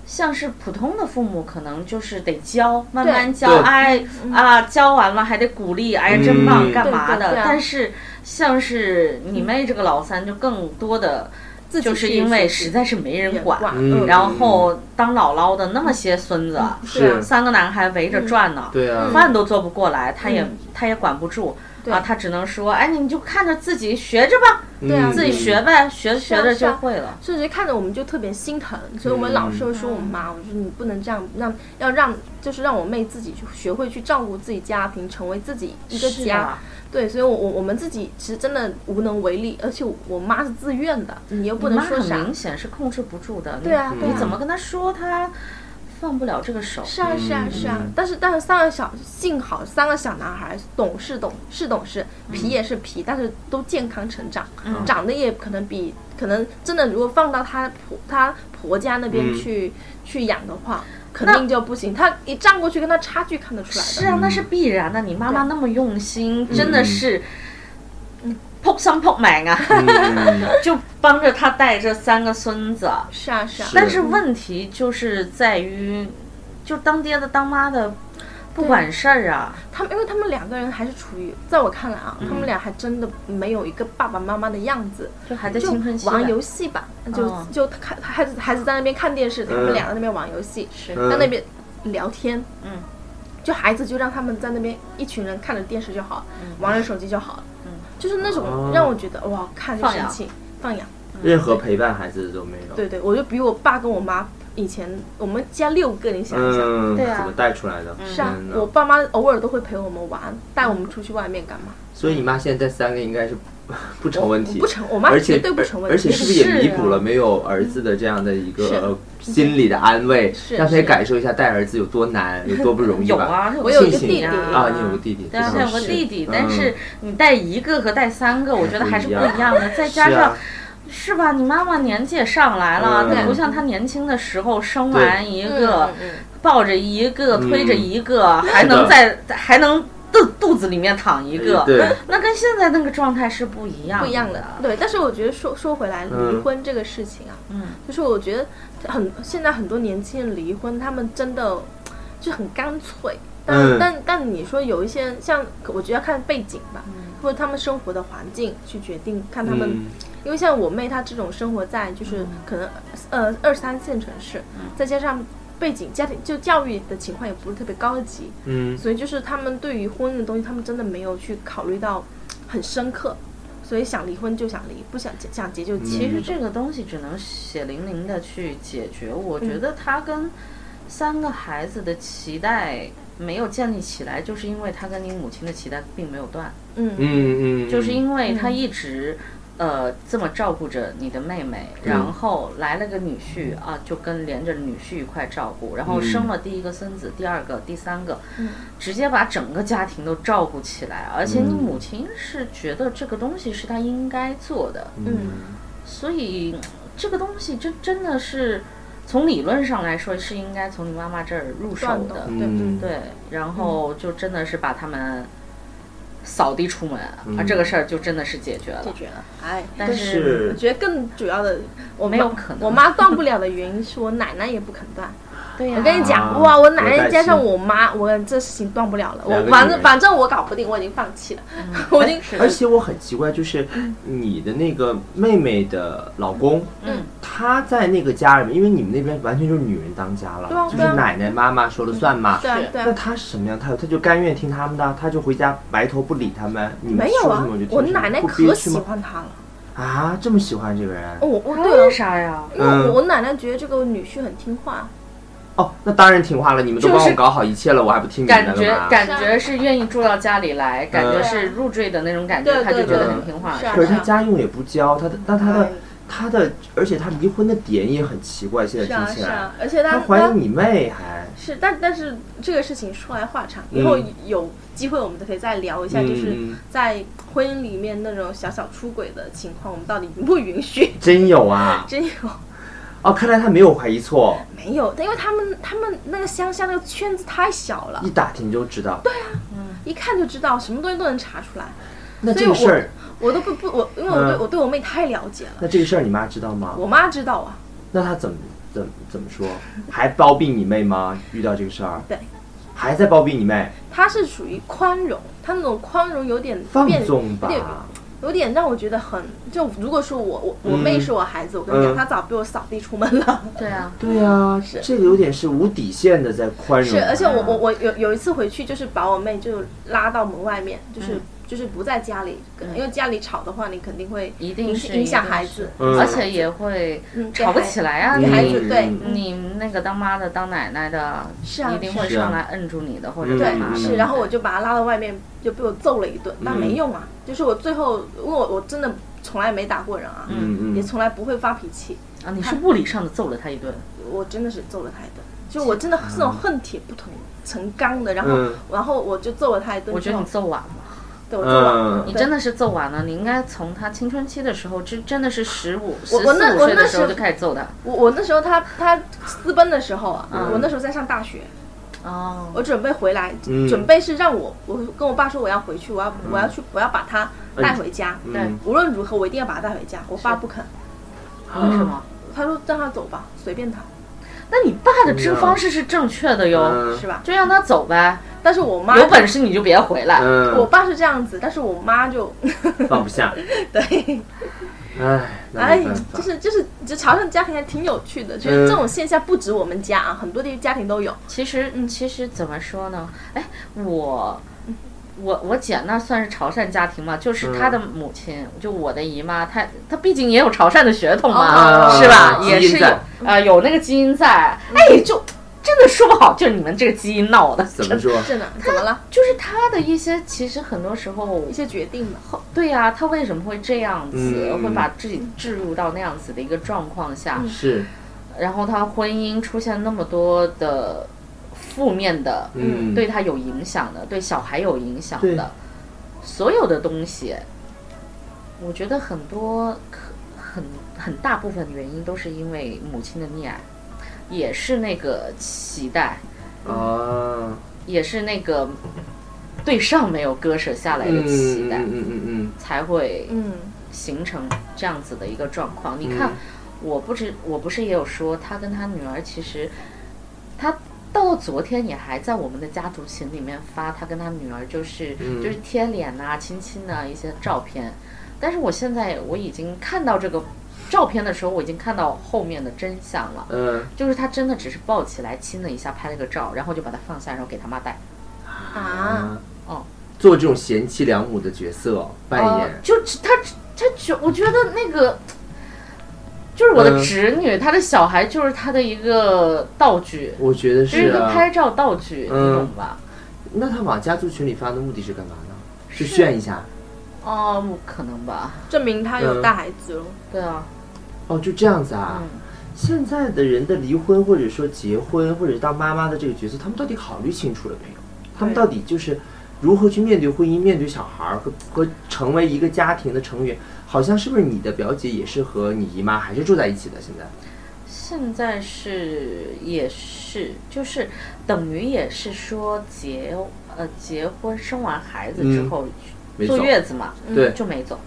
[SPEAKER 2] 像是普通的父母，可能就是得教，慢慢教，
[SPEAKER 1] 对
[SPEAKER 2] 哎啊，教完了还得鼓励，哎呀，真棒，
[SPEAKER 1] 嗯
[SPEAKER 2] 干嘛
[SPEAKER 3] 嗯对对
[SPEAKER 2] 的？
[SPEAKER 3] 对啊嗯
[SPEAKER 2] 但是像是你妹这个老三，就更多的
[SPEAKER 3] 自己
[SPEAKER 2] 就是因为实在是没人管，
[SPEAKER 1] 嗯
[SPEAKER 2] 然后当姥姥的那么些孙子，
[SPEAKER 3] 嗯
[SPEAKER 1] 是
[SPEAKER 3] 对啊
[SPEAKER 2] 三个男孩围着转呢，
[SPEAKER 1] 对啊，
[SPEAKER 2] 饭都做不过来，他也
[SPEAKER 3] 嗯
[SPEAKER 2] 他也管不住
[SPEAKER 3] 对
[SPEAKER 2] 啊，他只能说，哎，你就看着自己学着吧，
[SPEAKER 1] 对
[SPEAKER 3] 啊
[SPEAKER 2] 自己学呗，学学着就会了。
[SPEAKER 3] 甚至看着我们就特别心疼，所以我
[SPEAKER 2] 嗯
[SPEAKER 3] 们老是会说我妈，我说你不能这样，让要让就是让我妹自己去学会去照顾自己家庭，成为自己一个
[SPEAKER 2] 是
[SPEAKER 3] 家。
[SPEAKER 2] 啊
[SPEAKER 3] 对，所以我我我们自己其实真的无能为力，而且我妈是自愿的，你又不
[SPEAKER 2] 你妈
[SPEAKER 3] 能说
[SPEAKER 2] 很
[SPEAKER 3] 啥。
[SPEAKER 2] 明显是控制不住的，
[SPEAKER 3] 对啊
[SPEAKER 2] 你
[SPEAKER 3] 对啊
[SPEAKER 2] 你怎么跟他说他？放不了这个手。
[SPEAKER 3] 是啊，是
[SPEAKER 2] 嗯
[SPEAKER 3] 啊，是啊。但是，但是三个小，幸好三个小男孩懂事懂是懂事，皮也是皮，但是都健康成长，
[SPEAKER 2] 嗯
[SPEAKER 3] 长得也可能比可能真的，如果放到她婆她婆家那边
[SPEAKER 1] 嗯
[SPEAKER 3] 去、去养的话，肯
[SPEAKER 2] 那
[SPEAKER 3] 定就不行。她一站过去，跟她差距看得出来的。
[SPEAKER 2] 是啊，那是必然的。你妈妈那么用心，真的是，嗯扑上扑满啊， *laughs*
[SPEAKER 1] 嗯
[SPEAKER 3] *laughs*
[SPEAKER 2] 就帮着她带这三个孙子。
[SPEAKER 3] 是啊，是啊。
[SPEAKER 2] 但是问题就是在于，就当爹的当妈的不管事儿啊。
[SPEAKER 3] 他们，因为他们两个人还是处于，在我看来啊，他
[SPEAKER 2] 嗯
[SPEAKER 3] 们俩还真的没有一个爸爸妈妈的样子，
[SPEAKER 2] 就还在
[SPEAKER 3] 就
[SPEAKER 2] 青春期
[SPEAKER 3] 玩
[SPEAKER 2] 的
[SPEAKER 3] 游戏吧，就、
[SPEAKER 2] 嗯
[SPEAKER 3] 就看孩子孩子在那边看电视，他们俩在那边玩游戏，
[SPEAKER 2] 是
[SPEAKER 1] 嗯
[SPEAKER 3] 在那边聊天，
[SPEAKER 2] 嗯，
[SPEAKER 3] 就孩子就让他们在那边一群人看着电视就好，玩着手机就好了，
[SPEAKER 2] 嗯，
[SPEAKER 3] 就是那
[SPEAKER 1] 哦
[SPEAKER 3] 种让我觉得哇，看着
[SPEAKER 2] 放
[SPEAKER 3] 生
[SPEAKER 2] 养嗯
[SPEAKER 3] 气，放养，
[SPEAKER 1] 任何陪伴孩子的都没有。
[SPEAKER 3] 对对，我就比我爸跟我妈以前我们家六个，你想一想。
[SPEAKER 1] 嗯，
[SPEAKER 2] 对啊
[SPEAKER 1] 怎么带出来的？
[SPEAKER 3] 是啊
[SPEAKER 1] 天，哪
[SPEAKER 3] 我爸妈偶尔都会陪我们玩，带我们出去外面干嘛？
[SPEAKER 1] 所以你妈现在三个应该是不不成问题，
[SPEAKER 3] 不成，我妈
[SPEAKER 1] 而
[SPEAKER 3] 绝
[SPEAKER 1] 且
[SPEAKER 3] 对不成问
[SPEAKER 1] 而
[SPEAKER 3] 题。
[SPEAKER 1] 且是不是也弥
[SPEAKER 2] 是啊
[SPEAKER 1] 补了没有儿子的这样的一
[SPEAKER 3] 是
[SPEAKER 1] 个呃心理的安慰，
[SPEAKER 3] 是
[SPEAKER 1] 让他也
[SPEAKER 3] 是
[SPEAKER 1] 感受一下带儿子有多难，有
[SPEAKER 3] *laughs*
[SPEAKER 1] 多不容易
[SPEAKER 2] 有
[SPEAKER 1] 吧？
[SPEAKER 2] 啊，
[SPEAKER 3] 我有一个
[SPEAKER 1] 庆幸
[SPEAKER 3] 弟弟
[SPEAKER 1] 啊，你有个弟弟，
[SPEAKER 2] 对啊，
[SPEAKER 1] 这
[SPEAKER 2] 他
[SPEAKER 1] 倒
[SPEAKER 2] 有个
[SPEAKER 1] 是
[SPEAKER 2] 弟弟，
[SPEAKER 1] 嗯
[SPEAKER 2] 但是你带一个和带三个，我觉得还是不一样的。再
[SPEAKER 1] 是
[SPEAKER 2] 加上
[SPEAKER 1] 啊，
[SPEAKER 2] 是吧，你妈妈年纪也上来了，
[SPEAKER 1] 嗯
[SPEAKER 2] 她不像她年轻的时候生完一
[SPEAKER 3] 嗯
[SPEAKER 2] 个
[SPEAKER 3] 嗯，嗯
[SPEAKER 2] 抱着一个，
[SPEAKER 1] 嗯
[SPEAKER 2] 推着一个，还
[SPEAKER 1] 是的
[SPEAKER 2] 能在还能肚肚子里面躺一个，
[SPEAKER 1] 哎对，
[SPEAKER 2] 那跟现在那个状态是不一样
[SPEAKER 3] 不一样的啊
[SPEAKER 2] 的。。
[SPEAKER 3] 对，但是我觉得说说回来，离
[SPEAKER 1] 嗯
[SPEAKER 3] 婚这个事情啊，
[SPEAKER 2] 嗯，
[SPEAKER 3] 就是我觉得很现在很多年轻人离婚，他们真的就很干脆。但、
[SPEAKER 1] 嗯
[SPEAKER 3] 但但你说有一些人像，我觉得要看背景吧，或者他们生活的环境去决定，看他们，
[SPEAKER 1] 嗯
[SPEAKER 3] 因为像我妹她这种生活在就是可能、呃二三线城市，再加上背景家庭就教育的情况也不是特别高级，
[SPEAKER 1] 嗯，
[SPEAKER 3] 所以就是他们对于婚姻的东西，他们真的没有去考虑到很深刻，所以想离婚就想离，不想结想结就结。
[SPEAKER 2] 其
[SPEAKER 1] 嗯
[SPEAKER 2] 实这个东西只能血淋淋的去解决，我觉
[SPEAKER 1] 嗯
[SPEAKER 2] 得他跟三个孩子的脐带没有建立起来，就是因为他跟你母亲的脐带并没有断，
[SPEAKER 3] 嗯
[SPEAKER 1] 嗯嗯，
[SPEAKER 2] 就是因为他一直。呃，这么照顾着你的妹妹，
[SPEAKER 1] 嗯
[SPEAKER 2] 然后来了个女婿啊，就跟连着女婿一块照顾，然
[SPEAKER 1] 嗯
[SPEAKER 2] 后生了第一个孙子，第二个、第三个，直接把整个家庭都照顾起来。而且你
[SPEAKER 1] 嗯
[SPEAKER 2] 母亲是觉得这个东西是她应该做的，
[SPEAKER 1] 嗯
[SPEAKER 2] 所以嗯这个东西真真的是从理论上来说是应该从你妈妈这儿入手
[SPEAKER 3] 断
[SPEAKER 2] 的
[SPEAKER 3] 的，，对
[SPEAKER 1] 嗯
[SPEAKER 3] 嗯，
[SPEAKER 2] 对，然后就真的是把他们扫地出门、啊，
[SPEAKER 1] 嗯
[SPEAKER 2] 这个事儿就真的是解决了。
[SPEAKER 3] 解决了。哎，
[SPEAKER 2] 但是
[SPEAKER 3] 我
[SPEAKER 1] 是
[SPEAKER 3] 觉得更主要的，我
[SPEAKER 2] 没
[SPEAKER 3] 妈
[SPEAKER 2] 有可能哎
[SPEAKER 3] 我妈断不了的原因是我奶奶也不肯断。
[SPEAKER 2] 对呀、
[SPEAKER 3] 我跟你
[SPEAKER 1] 啊
[SPEAKER 3] 讲，哇，我奶
[SPEAKER 1] 多担
[SPEAKER 3] 奶
[SPEAKER 1] 心
[SPEAKER 3] 加上我妈，我这事情断不了了。
[SPEAKER 1] 两
[SPEAKER 3] 我
[SPEAKER 1] 个
[SPEAKER 3] 反
[SPEAKER 1] 女
[SPEAKER 3] 正
[SPEAKER 1] 人
[SPEAKER 3] 反正我搞不定，我已经放弃了， *laughs* 我已经
[SPEAKER 2] 嗯哎是的
[SPEAKER 1] 哎而且我很奇怪，就是你的那个妹妹的老公，
[SPEAKER 2] 嗯，
[SPEAKER 1] 他在那个家里面，因为你们那边完全就是女人当家了，
[SPEAKER 3] 对啊
[SPEAKER 1] 就
[SPEAKER 3] 对啊
[SPEAKER 1] 是奶奶妈妈说了算嘛。
[SPEAKER 3] 对啊
[SPEAKER 2] 是
[SPEAKER 3] 对
[SPEAKER 1] 那
[SPEAKER 3] 啊。
[SPEAKER 1] 他什么样态度？他就甘愿听他们的，他就回家埋头不理他们。你们
[SPEAKER 3] 没有
[SPEAKER 1] 说
[SPEAKER 3] 啊
[SPEAKER 1] 什么就，听
[SPEAKER 3] 我
[SPEAKER 1] 什么
[SPEAKER 3] 奶奶
[SPEAKER 1] 不憋
[SPEAKER 3] 可
[SPEAKER 1] 屈
[SPEAKER 3] 喜
[SPEAKER 1] 吗？
[SPEAKER 3] 欢他了。
[SPEAKER 1] 啊，这么喜欢这个人
[SPEAKER 3] 哦，？我我
[SPEAKER 2] 他
[SPEAKER 3] 对
[SPEAKER 2] 为
[SPEAKER 3] 啊，
[SPEAKER 2] 啥呀？
[SPEAKER 3] 因为我
[SPEAKER 1] 嗯
[SPEAKER 3] 我奶奶觉得这个女婿很听话，
[SPEAKER 1] 哦，那当然听话了，你们都
[SPEAKER 2] 就是
[SPEAKER 1] 帮我搞好一切了，我还不听你们
[SPEAKER 2] 感
[SPEAKER 1] 的
[SPEAKER 2] 觉
[SPEAKER 1] 干嘛？
[SPEAKER 2] 感觉是愿意住到家里来，感觉是入赘的那种感觉，
[SPEAKER 3] 对
[SPEAKER 2] 他就觉
[SPEAKER 1] 对
[SPEAKER 2] 得
[SPEAKER 1] 对
[SPEAKER 2] 很听话。
[SPEAKER 3] 是啊
[SPEAKER 1] 可是他家用也不交，他的那他的
[SPEAKER 3] 哎
[SPEAKER 1] 他的，而且他离婚的点也很奇怪，现
[SPEAKER 3] 是
[SPEAKER 1] 在
[SPEAKER 3] 啊
[SPEAKER 1] 听起
[SPEAKER 3] 是
[SPEAKER 1] 来，
[SPEAKER 3] 啊，而且
[SPEAKER 1] 他
[SPEAKER 3] 他
[SPEAKER 1] 怀疑你妹还，
[SPEAKER 3] 是，但但是这个事情说来话长，以
[SPEAKER 1] 嗯
[SPEAKER 3] 后有机会我们都可以再聊一下，就是
[SPEAKER 1] 嗯，
[SPEAKER 3] 在婚姻里面那种小小出轨的情况，我们到底允不允许？
[SPEAKER 1] 真有啊！
[SPEAKER 3] 真有
[SPEAKER 1] 哦，看来他没有怀疑错，
[SPEAKER 3] *laughs* 没有？因为他们他们那个乡下那个圈子太小了
[SPEAKER 1] 一，打听就知道。
[SPEAKER 3] 一看就知道什么东西都能查出来。
[SPEAKER 1] 那
[SPEAKER 3] 所
[SPEAKER 1] 这
[SPEAKER 3] 以
[SPEAKER 1] 个
[SPEAKER 3] 我
[SPEAKER 1] 事儿，
[SPEAKER 3] 我都不不我，因为我对、
[SPEAKER 1] 嗯
[SPEAKER 3] 我对我妹太了解了，
[SPEAKER 1] 那这个事儿你妈知道吗？
[SPEAKER 3] 我妈知道啊，
[SPEAKER 1] 那她怎么怎么怎么说？还包庇你妹吗？遇到这个事儿，
[SPEAKER 3] 对，
[SPEAKER 1] 还在包庇你妹，
[SPEAKER 3] 她是属于宽容，她那种宽容有点
[SPEAKER 1] 放
[SPEAKER 3] 变
[SPEAKER 1] 纵
[SPEAKER 3] 有点
[SPEAKER 1] 吧。
[SPEAKER 3] 有点让我觉得很，就如果说我我我妹
[SPEAKER 1] 嗯
[SPEAKER 3] 是我孩子，我跟你讲，
[SPEAKER 1] 嗯
[SPEAKER 3] 她早被我扫地出门了。
[SPEAKER 2] 对啊，
[SPEAKER 1] 对啊，这个有点是无底线的在宽容她。
[SPEAKER 3] 是，而且我我
[SPEAKER 2] 嗯
[SPEAKER 3] 我有有一次回去，就是把我妹就拉到门外面，就是、
[SPEAKER 2] 嗯
[SPEAKER 3] 就是不在家里，因为家里吵的话，你肯定会
[SPEAKER 2] 一定
[SPEAKER 3] 影
[SPEAKER 2] 是
[SPEAKER 3] 影响
[SPEAKER 2] 一定
[SPEAKER 3] 孩
[SPEAKER 2] 是
[SPEAKER 3] 子，
[SPEAKER 1] 嗯
[SPEAKER 2] 而且也会
[SPEAKER 3] 嗯
[SPEAKER 2] 吵不起。来啊，
[SPEAKER 3] 给
[SPEAKER 2] 你
[SPEAKER 3] 孩子对
[SPEAKER 1] 嗯
[SPEAKER 2] 你那个当妈的、当奶奶的，
[SPEAKER 3] 是啊
[SPEAKER 2] 一定会
[SPEAKER 1] 是啊
[SPEAKER 2] 上来摁住你的，或者
[SPEAKER 1] 嗯
[SPEAKER 3] 给孩
[SPEAKER 2] 干
[SPEAKER 3] 子
[SPEAKER 2] 嘛的。
[SPEAKER 1] 嗯
[SPEAKER 3] 对，是，然后我就把她拉到外面，就被我揍了一顿，但没用啊。就是我最后，因为我我真的从来没打过人啊，
[SPEAKER 1] 嗯
[SPEAKER 3] 也
[SPEAKER 1] 嗯，
[SPEAKER 3] 从来不会发脾气，
[SPEAKER 2] 啊，你是物理上的揍了他一顿，
[SPEAKER 3] 我真的是揍了她一顿。就我真的是那种恨铁不成成钢的，然后、
[SPEAKER 1] 嗯
[SPEAKER 3] 然后我就揍了他一顿
[SPEAKER 2] 我觉
[SPEAKER 3] 之
[SPEAKER 2] 得
[SPEAKER 3] 后
[SPEAKER 2] 你，揍完了，
[SPEAKER 3] 对我揍了
[SPEAKER 1] 嗯，
[SPEAKER 2] 你
[SPEAKER 3] 对
[SPEAKER 2] 真的是揍完了。你应该从他青春期的时候，真真的是十五、十四
[SPEAKER 3] 我我那
[SPEAKER 2] 五
[SPEAKER 3] 我
[SPEAKER 2] 岁
[SPEAKER 3] 那
[SPEAKER 2] 的时候
[SPEAKER 3] 是
[SPEAKER 2] 就开始揍他。
[SPEAKER 3] 我我那时候他他私奔的时候啊，
[SPEAKER 2] 嗯
[SPEAKER 3] 我那时候在上大学，
[SPEAKER 2] 哦，
[SPEAKER 3] 我准备回来，
[SPEAKER 1] 嗯
[SPEAKER 3] 准备是让我我跟我爸说我要回去，我要我要去我要把他带回家，
[SPEAKER 1] 嗯
[SPEAKER 3] 无论如何我一定要把他带回家。我爸不肯，
[SPEAKER 2] 啊为什么？
[SPEAKER 3] 他说让他走吧，随便他，
[SPEAKER 2] 那你爸的这个方式是正确的哟，
[SPEAKER 1] 嗯
[SPEAKER 3] 是吧？
[SPEAKER 2] 就让他走呗，
[SPEAKER 3] 但是我妈
[SPEAKER 2] 有本事你就别回来。
[SPEAKER 3] 我
[SPEAKER 1] 嗯，
[SPEAKER 3] 爸是这样子，但是我妈
[SPEAKER 1] *laughs*
[SPEAKER 3] 就
[SPEAKER 1] 放不
[SPEAKER 2] *laughs*
[SPEAKER 1] 下，
[SPEAKER 3] 对，
[SPEAKER 1] 唉，那
[SPEAKER 3] 哎
[SPEAKER 1] 没办，
[SPEAKER 3] 就
[SPEAKER 1] 法，
[SPEAKER 3] 是就是，就潮汕家庭还挺有趣的，就是
[SPEAKER 1] 嗯
[SPEAKER 3] 这种现象不止我们家啊，很多地家庭都有。
[SPEAKER 2] 其实，嗯，其实怎么说呢？哎，我，我我姐那算是潮汕家庭嘛，就是她的母亲，就我的姨妈，她她毕竟也有潮汕的血统嘛，
[SPEAKER 1] 哦
[SPEAKER 2] 是吧？
[SPEAKER 1] 基因
[SPEAKER 2] 也是有
[SPEAKER 1] 在
[SPEAKER 2] 啊、有那个基因在。哎，就真的说不好，就是你们这个基因闹的，
[SPEAKER 1] 怎
[SPEAKER 2] 真
[SPEAKER 1] 么
[SPEAKER 2] 的
[SPEAKER 1] 说？
[SPEAKER 3] 真的，怎么了？
[SPEAKER 2] 就是她的一些，其实很多时候
[SPEAKER 3] 一些决定嘛，
[SPEAKER 2] 后对呀、她为什么会这样子，
[SPEAKER 1] 嗯
[SPEAKER 2] 会把自己置入到那样子的一个状况下？
[SPEAKER 1] 是，
[SPEAKER 2] 然后她婚姻出现那么多的负面的，
[SPEAKER 1] 嗯，
[SPEAKER 2] 对他有影响的，对小孩有影响
[SPEAKER 1] 对
[SPEAKER 2] 的，所有的东西，我觉得很多可很很大部分原因都是因为母亲的溺爱，也是那个期待，
[SPEAKER 1] 啊，
[SPEAKER 2] 也是那个对上没有割舍下来的
[SPEAKER 1] 嗯
[SPEAKER 2] 期
[SPEAKER 1] 嗯
[SPEAKER 2] 待，
[SPEAKER 1] 嗯嗯嗯
[SPEAKER 2] 才会
[SPEAKER 3] 嗯
[SPEAKER 2] 形成这样子的一个状况。你看
[SPEAKER 1] 嗯，
[SPEAKER 2] 我不知我不是也有说，他跟他女儿其实，他到昨天也还在我们的家族群里面发他跟他女儿就是、
[SPEAKER 1] 嗯
[SPEAKER 2] 就是贴脸呐、亲亲呐、一些照片，但是我现在我已经看到这个照片的时候，我已经看到后面的真相了，
[SPEAKER 1] 嗯
[SPEAKER 2] 就是他真的只是抱起来亲了一下，拍了个照，然后就把他放下，然后给他妈带。
[SPEAKER 3] 啊，
[SPEAKER 2] 哦，
[SPEAKER 1] 嗯做这种贤妻良母的角色哦扮
[SPEAKER 2] 呃
[SPEAKER 1] 演，，
[SPEAKER 2] 就只他他觉我觉得那个就是我的
[SPEAKER 1] 嗯
[SPEAKER 2] 侄女，她的小孩就是她的一个道具，
[SPEAKER 1] 我觉得
[SPEAKER 2] 就是
[SPEAKER 1] 是
[SPEAKER 2] 一个
[SPEAKER 1] 啊。
[SPEAKER 2] 拍照道具，
[SPEAKER 1] 嗯
[SPEAKER 2] 你懂吧？
[SPEAKER 1] 那他往家族群里发的目的是干嘛呢？是
[SPEAKER 2] 是
[SPEAKER 1] 炫一下？
[SPEAKER 2] 哦，可能吧，
[SPEAKER 3] 证明他有
[SPEAKER 1] 嗯
[SPEAKER 3] 带孩子喽。
[SPEAKER 2] 对啊，
[SPEAKER 1] 哦，就这样子啊
[SPEAKER 2] 嗯。，
[SPEAKER 1] 现在的人的离婚，或者说结婚，或者当妈妈的这个角色，他们到底考虑清楚了没有？他们
[SPEAKER 3] 对
[SPEAKER 1] 到底就是如何去面对婚姻、面对小孩儿和和成为一个家庭的成员？好像是不是你的表姐也是和你姨妈还是住在一起的？现在，
[SPEAKER 2] 现在是也是就是等于也是说结呃结婚生完孩子之
[SPEAKER 1] 嗯
[SPEAKER 2] 后、
[SPEAKER 1] 没
[SPEAKER 2] 坐
[SPEAKER 1] 错，
[SPEAKER 2] 月子嘛，嗯
[SPEAKER 1] 对，
[SPEAKER 2] 就没走。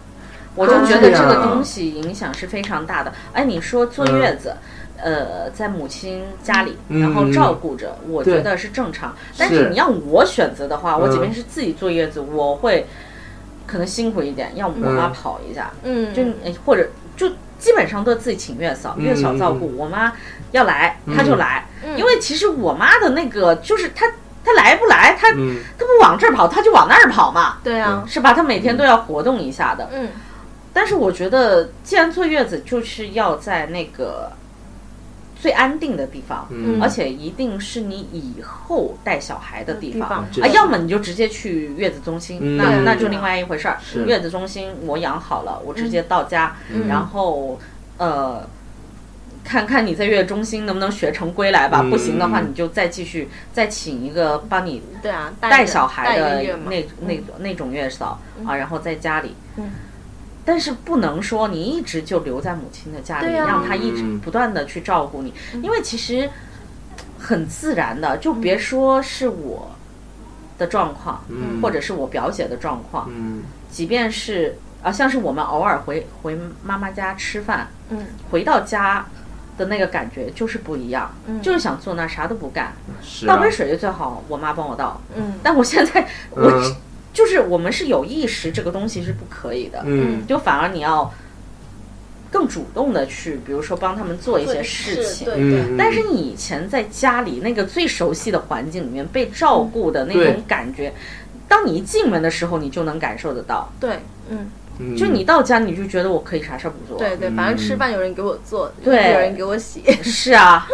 [SPEAKER 2] 我
[SPEAKER 3] 哦
[SPEAKER 2] 就觉得这
[SPEAKER 3] 啊
[SPEAKER 2] 个东西影响是非常大的。哎，你说坐月子，呃，在母亲家里，
[SPEAKER 1] 嗯
[SPEAKER 2] 然后照顾着，我
[SPEAKER 1] 对嗯
[SPEAKER 2] 觉得是正常。但是你要我选择的话，我即便是自己坐月子，我会可能辛苦一点，要我妈
[SPEAKER 1] 嗯
[SPEAKER 2] 跑一下，
[SPEAKER 3] 嗯，
[SPEAKER 2] 就哎或者就基本上都自己请月嫂，
[SPEAKER 1] 嗯
[SPEAKER 2] 月嫂照顾。我妈要来，她就来，
[SPEAKER 3] 嗯
[SPEAKER 2] 因为其实我妈的那个就是她。她来不来，她
[SPEAKER 1] 嗯，
[SPEAKER 2] 她不往这儿跑，她就往那儿跑嘛，
[SPEAKER 3] 对啊，
[SPEAKER 2] 是吧？她每天都要活动一下的。
[SPEAKER 3] 嗯，
[SPEAKER 2] 但是我觉得，既然坐月子，就是要在那个最安定的地方，
[SPEAKER 1] 嗯
[SPEAKER 2] 而且一定是你以后带小孩的地
[SPEAKER 3] 地方
[SPEAKER 2] 方。
[SPEAKER 1] 这
[SPEAKER 2] 啊，
[SPEAKER 1] 是
[SPEAKER 2] 要么你就直接去月子中心，
[SPEAKER 1] 嗯
[SPEAKER 2] 那
[SPEAKER 1] 对
[SPEAKER 2] 那就另外一回事儿
[SPEAKER 1] 是。
[SPEAKER 2] 月子中心我养好了，我直
[SPEAKER 3] 嗯
[SPEAKER 2] 接到家，
[SPEAKER 1] 嗯
[SPEAKER 2] 然后呃，看看你在月子中心能不能学成归来吧。
[SPEAKER 1] 嗯
[SPEAKER 2] 不行的话，
[SPEAKER 1] 嗯
[SPEAKER 2] 你就再继续再请一个帮你
[SPEAKER 3] 对啊，
[SPEAKER 2] 带
[SPEAKER 3] 带
[SPEAKER 2] 小孩的
[SPEAKER 3] 带一个月嘛
[SPEAKER 2] 那那种那种月嫂啊，然后在家里。
[SPEAKER 3] 嗯
[SPEAKER 2] 但是不能说你一直就留在母亲的家里，
[SPEAKER 3] 对啊嗯
[SPEAKER 2] 让她一直
[SPEAKER 1] 嗯
[SPEAKER 2] 不断的去照顾你，因为其实很自然的，就别说是我的状况，
[SPEAKER 1] 嗯
[SPEAKER 2] 或者是我表姐的状况，
[SPEAKER 1] 嗯
[SPEAKER 2] 即便是啊，像是我们偶尔回回妈妈家吃饭，
[SPEAKER 3] 嗯，
[SPEAKER 2] 回到家的那个感觉就是不一样，
[SPEAKER 3] 嗯
[SPEAKER 2] 就是想坐那儿啥都不干，
[SPEAKER 1] 是啊
[SPEAKER 2] 倒杯水就最好，我妈帮我倒，
[SPEAKER 3] 嗯
[SPEAKER 2] 但我现在我、
[SPEAKER 1] 嗯
[SPEAKER 2] 就是我们是有意识，这个东西是不可以的，
[SPEAKER 1] 嗯
[SPEAKER 2] 就反而你要更主动的去，比如说帮他们做一些事
[SPEAKER 3] 是
[SPEAKER 2] 情。
[SPEAKER 3] 对对，
[SPEAKER 1] 嗯，
[SPEAKER 2] 但是你以前在家里那个最熟悉的环境里面被照顾的那
[SPEAKER 1] 对
[SPEAKER 2] 种感觉，当你一进门的时候，你就能感受得到。
[SPEAKER 3] 对，嗯，
[SPEAKER 1] 嗯
[SPEAKER 2] 就你到家，你就觉得我可以啥事儿不做。
[SPEAKER 3] 对，对，反正吃饭有人给我做，
[SPEAKER 2] 嗯对
[SPEAKER 3] 有人给我洗，
[SPEAKER 2] *laughs* 是啊，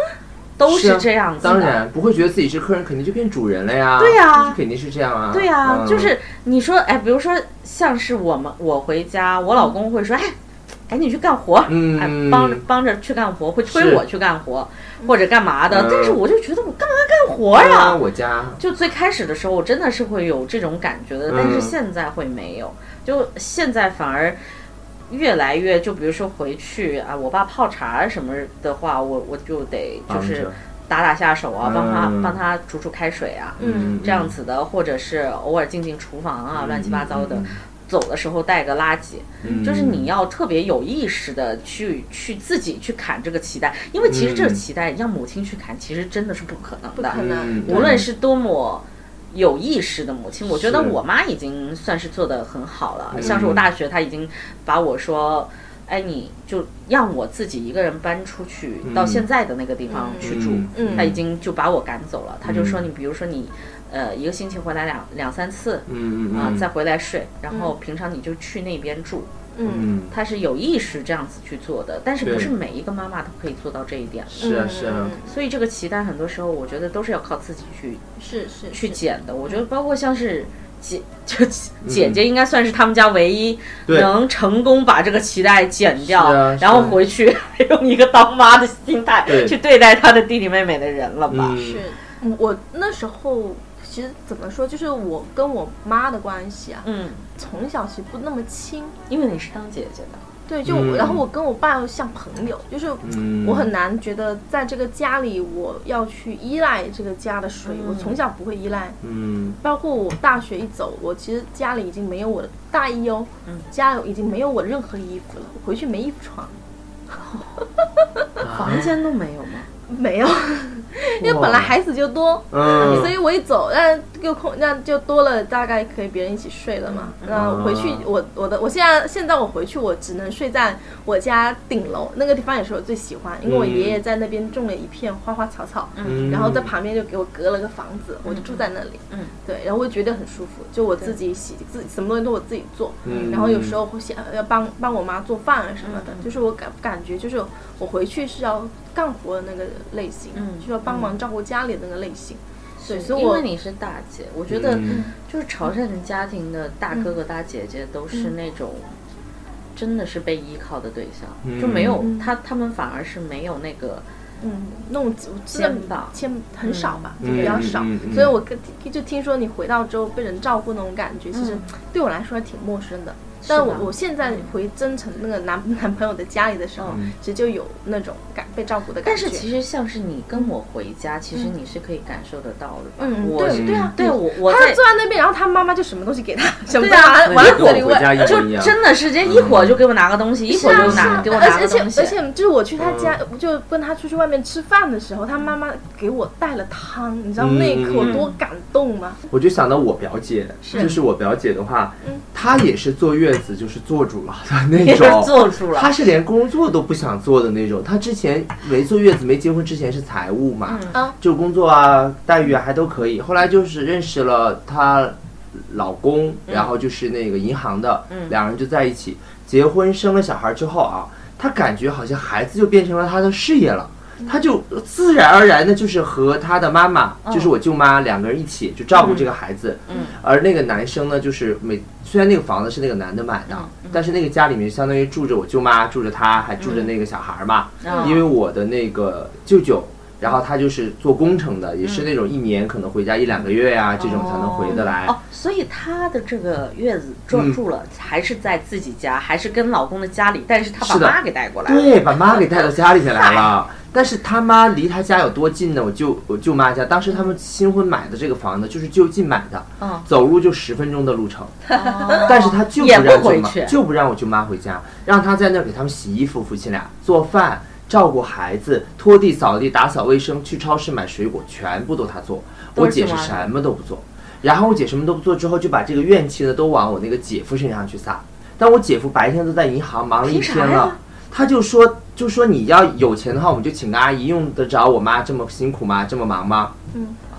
[SPEAKER 2] 都
[SPEAKER 1] 是啊
[SPEAKER 2] 是这样子的。
[SPEAKER 1] 当然不会觉得自己是客人，肯定就变主人了呀。
[SPEAKER 2] 对呀
[SPEAKER 1] 这肯定是这样啊。
[SPEAKER 2] 对啊，
[SPEAKER 1] 嗯
[SPEAKER 2] 就是你说，哎，比如说像是我们，我回家，我老公会说，哎，赶紧去干活，
[SPEAKER 1] 嗯
[SPEAKER 2] 哎，帮着帮着去干活，会
[SPEAKER 1] 是
[SPEAKER 2] 催我去干活或者干嘛的
[SPEAKER 1] 嗯。
[SPEAKER 2] 但是我就觉得我干嘛干活
[SPEAKER 1] 对
[SPEAKER 2] 呀、
[SPEAKER 1] 啊，我家
[SPEAKER 2] 就最开始的时候，我真的是会有这种感觉的，但
[SPEAKER 1] 嗯
[SPEAKER 2] 是现在会没有，就现在反而越来越，就比如说回去啊，我爸泡茶什么的话，我我就得就
[SPEAKER 1] 帮
[SPEAKER 2] 是
[SPEAKER 1] 着，
[SPEAKER 2] 打打下手啊，帮他
[SPEAKER 1] 嗯
[SPEAKER 2] 帮他煮煮开水啊，
[SPEAKER 3] 嗯
[SPEAKER 2] 这样子的，或者是偶尔进进厨房啊，乱七八糟的。走的时候带个垃圾，
[SPEAKER 1] 嗯，
[SPEAKER 2] 就是你要特别有意识的去去自己去砍这个脐带，因为其实这个
[SPEAKER 1] 嗯
[SPEAKER 2] 脐带让母亲去砍，其实真的是不可能
[SPEAKER 3] 不
[SPEAKER 2] 的。
[SPEAKER 3] 可能
[SPEAKER 1] 嗯，
[SPEAKER 2] 无论是多么有意识的母亲，我觉得
[SPEAKER 1] 是
[SPEAKER 2] 我妈已经算是做得很好了。
[SPEAKER 1] 嗯
[SPEAKER 2] 像是我大学，她已经把我说，哎，你就让我自己一个人搬出去，
[SPEAKER 1] 嗯
[SPEAKER 2] 到现在的那个地方去住。
[SPEAKER 3] 嗯
[SPEAKER 2] 她已经就把我赶走了，她就
[SPEAKER 1] 嗯
[SPEAKER 2] 说你，比如说你，呃，一个星期回来两两三次
[SPEAKER 1] 嗯嗯
[SPEAKER 2] 啊、
[SPEAKER 1] 嗯，
[SPEAKER 2] 再回来睡，然后平常你就去那边住。
[SPEAKER 3] 嗯，
[SPEAKER 1] 嗯
[SPEAKER 2] 她是有意识这样子去做的，但是
[SPEAKER 1] 对
[SPEAKER 2] 不是每一个妈妈都可以做到这一点。
[SPEAKER 1] 是啊是啊，
[SPEAKER 2] 所以这个脐带很多时候，我觉得都是要靠自己去
[SPEAKER 3] *laughs* 是是
[SPEAKER 2] 去捡的。我觉得包括像是姐， *laughs* 就姐姐应该算是他们家唯一
[SPEAKER 1] 嗯对
[SPEAKER 2] 能成功把这个脐带剪掉，
[SPEAKER 1] 是啊是啊
[SPEAKER 2] 然后回去 *laughs* 用一个当妈的心态
[SPEAKER 1] 对
[SPEAKER 2] 去对待他的弟弟妹妹的人了吧？
[SPEAKER 1] 嗯
[SPEAKER 3] 是，我我那时候其实怎么说，就是我跟我妈的关系啊，
[SPEAKER 2] 嗯，
[SPEAKER 3] 从小其实不那么亲，
[SPEAKER 2] 因为你是当姐姐的，
[SPEAKER 3] 对，就、
[SPEAKER 1] 嗯
[SPEAKER 3] 然后我跟我爸又像朋友，就是
[SPEAKER 1] 嗯，
[SPEAKER 3] 我很难觉得在这个家里我要去依赖这个家的水，
[SPEAKER 2] 嗯
[SPEAKER 3] 我从小不会依赖，
[SPEAKER 1] 嗯
[SPEAKER 3] 包括我大学一走，我其实家里已经没有我的大一哦，
[SPEAKER 1] 嗯
[SPEAKER 3] 家里已经没有我任何衣服了，我回去没衣服穿，
[SPEAKER 1] 啊
[SPEAKER 2] 房间都没有吗？
[SPEAKER 3] 没有，因为本来孩子就多，
[SPEAKER 1] 嗯，
[SPEAKER 3] 所以我一走，那就空，那就多了，大概可以别人一起睡了嘛。那回去
[SPEAKER 1] 啊，
[SPEAKER 3] 我我的我现在现在我回去，我只能睡在我家顶楼那个地方，也是我最喜欢，因为我
[SPEAKER 1] 嗯
[SPEAKER 3] 爷爷在那边种了一片花花草草，
[SPEAKER 1] 嗯
[SPEAKER 3] 然后在旁边就给我隔了个房子，我就住在那里。
[SPEAKER 2] 嗯，
[SPEAKER 3] 对，然后我觉得很舒服，就我自己洗，自己什么东西都我自己做，
[SPEAKER 1] 嗯
[SPEAKER 3] 然后有时候会想要帮帮我妈做饭啊什么
[SPEAKER 2] 嗯
[SPEAKER 3] 的，就是我感感觉就是我回去是要干活的那个类型，
[SPEAKER 2] 嗯
[SPEAKER 3] 就是要帮忙照顾家里的那个类型。对，所以
[SPEAKER 2] 因
[SPEAKER 3] 我
[SPEAKER 2] 为你是大姐，我觉得
[SPEAKER 1] 嗯
[SPEAKER 2] 就是潮汕人家庭的大
[SPEAKER 3] 嗯
[SPEAKER 2] 哥哥大姐姐都是那种。真的是被依靠的对象，就没有
[SPEAKER 3] 嗯
[SPEAKER 2] 他，他们反而是没有那个
[SPEAKER 3] 嗯，那种真
[SPEAKER 2] 肩
[SPEAKER 3] 的
[SPEAKER 2] 膀
[SPEAKER 3] 牵很少吧，
[SPEAKER 1] 嗯
[SPEAKER 3] 就比较少
[SPEAKER 1] 嗯嗯嗯，嗯
[SPEAKER 3] 所以我跟就听说你回到之后被人照顾那种感觉，其实
[SPEAKER 2] 嗯
[SPEAKER 3] 对我来说还挺陌生的。但
[SPEAKER 2] 吧
[SPEAKER 3] 我我现在回增城那个男男朋友的家里的时候
[SPEAKER 1] 嗯，
[SPEAKER 3] 其实就有那种感被照顾的感
[SPEAKER 2] 但
[SPEAKER 3] 觉。
[SPEAKER 2] 是其实像是你跟我回家，其实你是可以感受得到的吧？
[SPEAKER 3] 嗯，
[SPEAKER 2] 我
[SPEAKER 3] 对对啊，
[SPEAKER 2] 对
[SPEAKER 3] 你
[SPEAKER 2] 我我
[SPEAKER 3] 他
[SPEAKER 2] 在
[SPEAKER 3] 坐在那边，然后他妈妈就什么东西给他，什么
[SPEAKER 2] 对啊
[SPEAKER 3] 完了
[SPEAKER 1] 跟我
[SPEAKER 3] 里
[SPEAKER 1] 回家
[SPEAKER 3] 问。
[SPEAKER 1] 一模一
[SPEAKER 2] 就
[SPEAKER 1] 样，
[SPEAKER 2] 真的是这一会儿就给我拿个东西，一
[SPEAKER 3] 是
[SPEAKER 2] 会儿
[SPEAKER 3] 啊
[SPEAKER 2] 就是拿
[SPEAKER 3] 啊，
[SPEAKER 2] 给我拿
[SPEAKER 3] 而
[SPEAKER 2] 个
[SPEAKER 3] 且
[SPEAKER 2] 东
[SPEAKER 3] 而
[SPEAKER 2] 西嗯
[SPEAKER 3] 且而，且，就是我去他家，就跟他出去外面吃饭的时候，他妈妈给我带了汤，你知道
[SPEAKER 1] 嗯
[SPEAKER 3] 那一刻我
[SPEAKER 1] 嗯
[SPEAKER 3] 多感动吗？
[SPEAKER 1] 我就想到我表姐，就是我表姐的话，她也是坐月子就是坐住了 *laughs* 的那
[SPEAKER 2] 也 *laughs* 是
[SPEAKER 1] 种，
[SPEAKER 2] 做出
[SPEAKER 1] 她
[SPEAKER 2] 了。
[SPEAKER 1] 是连工作都不想做的那种。她之前没坐月子、没结婚之前是财务嘛，
[SPEAKER 3] 嗯啊
[SPEAKER 1] 就工作啊、待遇啊还都可以。后来就是认识了她老公，然后就是那个银行的，两人就在一起结婚，生了小孩之后啊，她感觉好像孩子就变成了她的事业了。
[SPEAKER 2] 嗯
[SPEAKER 1] 她就自然而然的，就是和她的妈妈，
[SPEAKER 2] 嗯
[SPEAKER 1] 就是我舅妈，两个人一起就照顾这个孩子。而那个男生呢，就是每虽然那个房子是那个男的买的，
[SPEAKER 2] 嗯
[SPEAKER 1] 但是那个家里面相当于住着我舅妈，住着他，还住着那个小孩嘛。
[SPEAKER 2] 嗯
[SPEAKER 1] 因为我的那个舅舅，然后他就是做工程的，也
[SPEAKER 2] 嗯
[SPEAKER 1] 是那种一年可能回家一两个月呀、啊这种才能回得来。嗯
[SPEAKER 2] 哦，所以她的这个月子住住了，还是在自己家，还是跟老公的家里，但是她把
[SPEAKER 1] 是的
[SPEAKER 2] 妈给带过来了。
[SPEAKER 1] 对，把妈给带到家里面来了。但是他妈离他家有多近呢？我舅我舅妈家，当时他们新婚买的这个房子就是就近买的，
[SPEAKER 2] 嗯
[SPEAKER 1] 走路就十分钟的路程。
[SPEAKER 2] 哦
[SPEAKER 1] 但是他就
[SPEAKER 2] 也
[SPEAKER 1] 不让
[SPEAKER 2] 不
[SPEAKER 1] 舅
[SPEAKER 2] 回
[SPEAKER 1] 妈
[SPEAKER 2] 去
[SPEAKER 1] 就不让我舅妈回家，让他在那儿给他们洗衣服，夫妻俩做饭、照顾孩子、拖地、扫地、打扫卫生、去超市买水果，全部都他做。
[SPEAKER 2] 都
[SPEAKER 1] 我
[SPEAKER 2] 是舅
[SPEAKER 1] 姐
[SPEAKER 2] 妈
[SPEAKER 1] 是什么都不做，然后我姐什么都不做之后，就把这个怨气呢都往我那个姐夫身上去撒。但我姐夫白天都在银行忙了一
[SPEAKER 2] 凭啥
[SPEAKER 1] 天
[SPEAKER 2] 呀
[SPEAKER 1] 了，他就说就说你要有钱的话，我们就请个阿姨，用得着我妈这么辛苦吗？这么忙吗？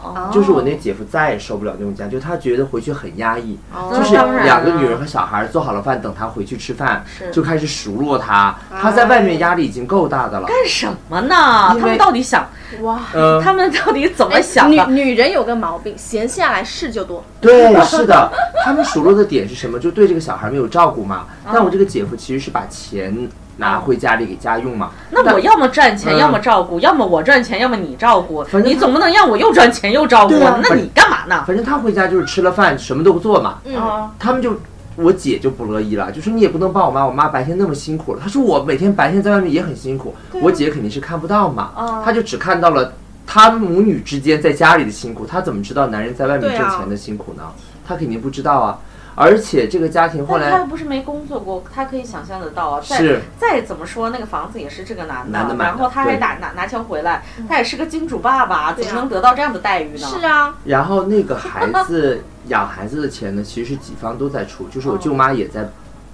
[SPEAKER 2] 哦
[SPEAKER 1] 就是我那姐夫再也受不了那种家，就他觉得回去很压抑，
[SPEAKER 3] 哦
[SPEAKER 1] 就是
[SPEAKER 2] 当然
[SPEAKER 1] 两个
[SPEAKER 2] 了
[SPEAKER 1] 女人和小孩做好了饭，等他回去吃饭，
[SPEAKER 2] 是嗯
[SPEAKER 1] 就开始数落他。他在外面压力已经够大的了，
[SPEAKER 2] 干什么呢？他
[SPEAKER 1] 因为
[SPEAKER 2] 们到底想，
[SPEAKER 3] 哇，
[SPEAKER 1] 嗯，
[SPEAKER 2] 他们到底怎么
[SPEAKER 3] 哎
[SPEAKER 2] 想的？
[SPEAKER 3] 女女人有个毛病，闲下来事就多。
[SPEAKER 1] 对，是的，
[SPEAKER 2] 嗯
[SPEAKER 1] 他们数落的点是什么？就对这个小孩没有照顾嘛。但我这个姐夫其实是把钱拿回家里给家用嘛。
[SPEAKER 2] 那我要么赚钱，
[SPEAKER 1] 嗯
[SPEAKER 2] 要么照顾，要么我赚钱，要么你照顾。
[SPEAKER 1] 正
[SPEAKER 2] 你
[SPEAKER 1] 他
[SPEAKER 2] 总不能让我又赚钱又照顾
[SPEAKER 1] 对啊，
[SPEAKER 2] 那
[SPEAKER 1] 反
[SPEAKER 2] 你干嘛呢？
[SPEAKER 1] 反正他回家就是吃了饭什么都不做嘛。
[SPEAKER 3] 嗯，
[SPEAKER 1] 他们就我姐就不乐意了，就说你也不能帮我妈，我妈白天那么辛苦了。她说我每天白天在外面也很辛苦，我姐肯定是看不到嘛，
[SPEAKER 2] 啊
[SPEAKER 1] 她就只看到了她母女之间在家里的辛苦，她怎么知道男人在外面
[SPEAKER 3] 对啊
[SPEAKER 1] 挣钱的辛苦呢？她肯定不知道啊。而且这个家庭后
[SPEAKER 2] 但他又
[SPEAKER 1] 来
[SPEAKER 2] 不是没工作过，他可以想象得到啊。再
[SPEAKER 1] 是
[SPEAKER 2] 再怎么说，那个房子也是这个男的，
[SPEAKER 1] 男的买的
[SPEAKER 2] 然后他还
[SPEAKER 1] 对
[SPEAKER 2] 打拿拿钱回来，他也是个金主爸爸，
[SPEAKER 3] 对啊
[SPEAKER 2] 怎么能得到这样的待遇呢？
[SPEAKER 3] 是啊，
[SPEAKER 1] 然后那个孩子 *laughs* 养孩子的钱呢，其实几方都在出，就是我舅妈也在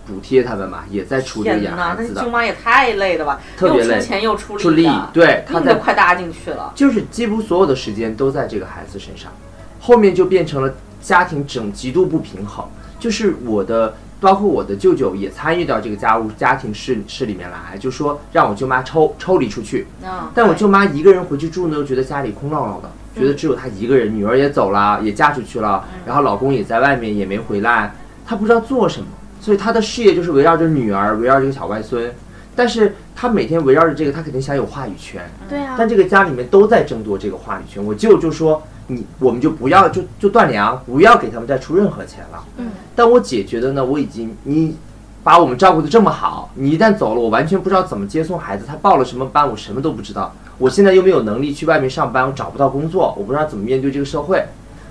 [SPEAKER 1] 补贴他们嘛，也在出这个
[SPEAKER 2] 哦天
[SPEAKER 1] 养
[SPEAKER 2] 哪，
[SPEAKER 1] 孩子
[SPEAKER 2] 那舅
[SPEAKER 1] 的，
[SPEAKER 2] 妈也太累了吧，
[SPEAKER 1] 特别
[SPEAKER 2] 又
[SPEAKER 1] 累
[SPEAKER 2] 出钱又出
[SPEAKER 1] 出力
[SPEAKER 2] 的，，
[SPEAKER 1] 对，她
[SPEAKER 2] 命
[SPEAKER 1] 在
[SPEAKER 2] 都快搭进去了。
[SPEAKER 1] 就是几乎所有的时间都在这个孩子身上，后面就变成了家庭整极度不平衡。就是我的，包括我的舅舅也参与到这个家务家庭事事里面来，就说让我舅妈抽抽离出去。
[SPEAKER 2] 嗯，
[SPEAKER 1] *laughs* 但我舅妈一个人回去住呢，又觉得家里空落落的，觉得只有她一个人，女儿也走了，也嫁出去了，然后老公也在外面也没回来，她不知道做什么，所以她的事业就是围绕着女儿，围绕这个小外孙。但是她每天围绕着这个，她肯定想有话语权。
[SPEAKER 2] 嗯
[SPEAKER 3] 对啊，
[SPEAKER 1] 但这个家里面都在争夺这个话语权。我舅就说你，我们就不要就就断粮，不要给他们再出任何钱了。
[SPEAKER 3] 嗯，
[SPEAKER 1] 但我姐觉得呢，我已经你把我们照顾的这么好，你一旦走了，我完全不知道怎么接送孩子，他报了什么班，我什么都不知道。我现在又没有能力去外面上班，我找不到工作，我不知道怎么面对这个社会，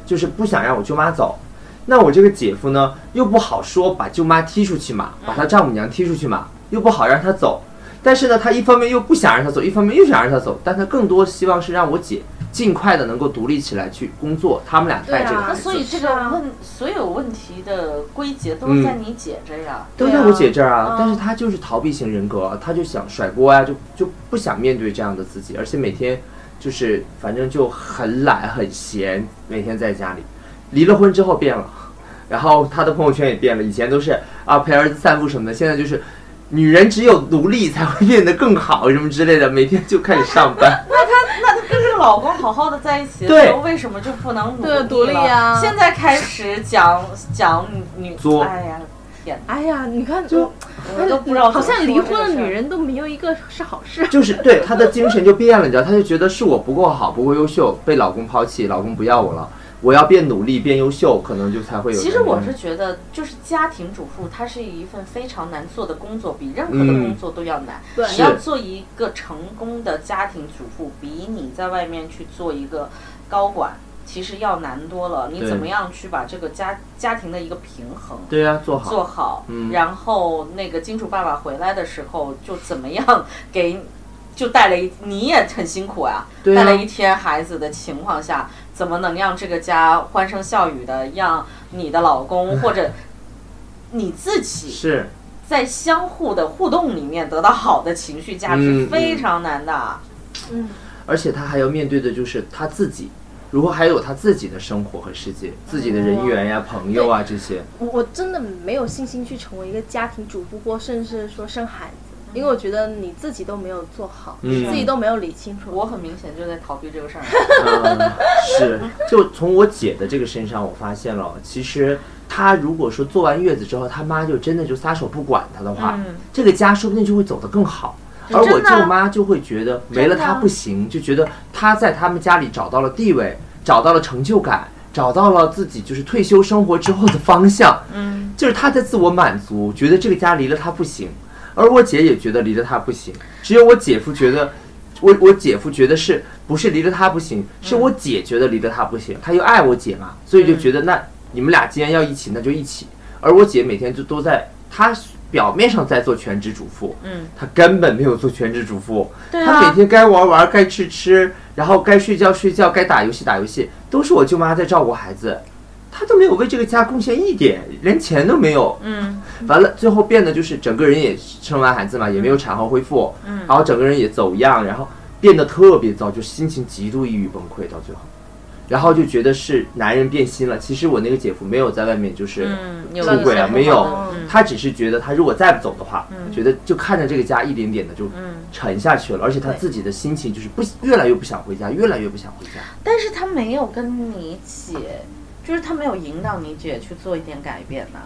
[SPEAKER 1] 就是不想让我舅妈走。那我这个姐夫呢，又不好说把舅妈踢出去嘛，把她丈母娘踢出去嘛，又不好让她走。但是呢，他一方面又不想让她走，一方面又想让她走，但他更多希望是让我姐尽快的能够独立起来去工作，他们俩带这
[SPEAKER 3] 对
[SPEAKER 1] 个
[SPEAKER 3] 啊
[SPEAKER 1] 孩
[SPEAKER 2] 那
[SPEAKER 1] 子。
[SPEAKER 2] 所以这
[SPEAKER 3] 是
[SPEAKER 2] 个
[SPEAKER 3] 啊
[SPEAKER 2] 问所有问题的归结都
[SPEAKER 1] 嗯
[SPEAKER 2] 在你姐这呀。 *laughs*
[SPEAKER 1] 都
[SPEAKER 3] 对
[SPEAKER 1] 在
[SPEAKER 3] 啊
[SPEAKER 1] 我姐这儿啊，
[SPEAKER 2] 嗯
[SPEAKER 1] 但是她就是逃避型人格，她就想甩锅啊，就就不想面对这样的自己，而且每天就是反正就很懒很闲，每天在家里。离了婚之后变了，然后她的朋友圈也变了，以前都是啊陪儿子散步什么的，现在就是女人只有努力才会变得更好什么之类的，每天就开始上班。 *laughs*
[SPEAKER 2] 那她跟这个老公好好的在一起的
[SPEAKER 1] 对
[SPEAKER 2] 时候，为什么就不能
[SPEAKER 3] 对
[SPEAKER 2] 努
[SPEAKER 3] 独立
[SPEAKER 2] 了
[SPEAKER 3] 啊
[SPEAKER 2] 现在开始讲讲女
[SPEAKER 1] 作
[SPEAKER 2] 哎呀，
[SPEAKER 3] 哎呀，你看，
[SPEAKER 1] 就
[SPEAKER 2] 我都不知道怎
[SPEAKER 3] 好
[SPEAKER 2] 么
[SPEAKER 3] 像
[SPEAKER 2] 说
[SPEAKER 3] 离
[SPEAKER 2] 这个
[SPEAKER 3] 婚
[SPEAKER 2] 事
[SPEAKER 3] 的
[SPEAKER 2] 儿
[SPEAKER 3] 女人都没有一个是好事。
[SPEAKER 1] 就是对她的精神就变了，你知道，她就觉得是我不够好，不够优秀，被老公抛弃，老公不要我了，我要变努力，变优秀，可能就才会有。
[SPEAKER 2] 其实我是觉得，就是家庭主妇，它是一份非常难做的工作，比任何的
[SPEAKER 1] 嗯
[SPEAKER 2] 工作都要难。
[SPEAKER 3] 对
[SPEAKER 2] 你
[SPEAKER 1] 是
[SPEAKER 2] 要做一个成功的家庭主妇，比你在外面去做一个高管，其实要难多了。你
[SPEAKER 1] 对
[SPEAKER 2] 怎么样去把这个家家庭的一个平衡
[SPEAKER 1] 对呀、做好
[SPEAKER 2] 做好？
[SPEAKER 1] 嗯
[SPEAKER 2] 然后那个金主爸爸回来的时候，就怎么样给，就带了一你也很辛苦啊，
[SPEAKER 1] 对
[SPEAKER 2] 带
[SPEAKER 1] 啊
[SPEAKER 2] 了一天孩子的情况下，怎么能让这个家欢声笑语的，让你的老
[SPEAKER 1] *laughs*
[SPEAKER 2] 公或者你自己
[SPEAKER 1] 是，
[SPEAKER 2] 在相互的互动里面得到好的情绪价值，
[SPEAKER 1] 嗯
[SPEAKER 2] 非
[SPEAKER 1] 嗯
[SPEAKER 2] 常难的。
[SPEAKER 3] 嗯，
[SPEAKER 1] 而且他还要面对的就是他自己，如果还有他自己的生活和世界，自己的人缘呀、朋友啊这些，
[SPEAKER 3] 我我真的没有信心去成为一个家庭主妇，或甚至说生孩子，因为我觉得你自己都没有做好，
[SPEAKER 1] 嗯
[SPEAKER 3] 自己都没有理清楚。
[SPEAKER 2] 我很明显就在逃避这个事儿。
[SPEAKER 1] 嗯，是。就从我姐的这个身上，我发现了，其实她如果说坐完月子之后，她妈就真的就撒手不管她的话，
[SPEAKER 2] 嗯
[SPEAKER 1] 这个家说不定就会走得更好。而我
[SPEAKER 2] 真的啊
[SPEAKER 1] 舅妈就会觉得没了她不行，就觉得她在他们家里找到了地位，找到了成就感，找到了自己就是退休生活之后的方向。
[SPEAKER 2] 嗯，
[SPEAKER 1] 就是他在自我满足，觉得这个家离了他不行，而我姐也觉得离了他不行，只有我姐夫觉得，我我姐夫觉得是不是离了他不行，
[SPEAKER 2] 嗯
[SPEAKER 1] 是我姐觉得离了他不行，他又爱我姐嘛，所以就觉得那你们俩既然要一起，那就一起。而我姐每天就都在，她表面上在做全职主妇，
[SPEAKER 2] 嗯，
[SPEAKER 1] 她根本没有做全职主妇，
[SPEAKER 2] 对
[SPEAKER 1] 她每
[SPEAKER 2] 啊，
[SPEAKER 1] 天该玩玩，该吃吃，然后该睡觉睡觉，该打游戏打游戏，都是我舅妈在照顾孩子，她都没有为这个家贡献一点，连钱都没有。
[SPEAKER 2] 嗯
[SPEAKER 1] 完了，最后变得就是整个人也生完孩子嘛，也没有产后恢复，
[SPEAKER 2] 嗯，
[SPEAKER 1] 然后整个人也走样，然后变得特别糟，就心情极度抑郁崩溃到最后，然后就觉得是男人变心了。其实我那个姐夫没有在外面就是
[SPEAKER 2] 嗯，有
[SPEAKER 1] 出轨啊，
[SPEAKER 2] 一些
[SPEAKER 1] 没有
[SPEAKER 2] 不好的嗯，
[SPEAKER 1] 他只是觉得他如果再不走的话，
[SPEAKER 2] 嗯
[SPEAKER 1] 觉得就看着这个家一点点的就
[SPEAKER 2] 嗯
[SPEAKER 1] 沉下去了，而且他
[SPEAKER 3] 对
[SPEAKER 1] 自己的心情就是不越来越不想回家，越来越不想回家。
[SPEAKER 2] 但是他没有跟你姐，就是他没有引导你姐去做一点改变呐、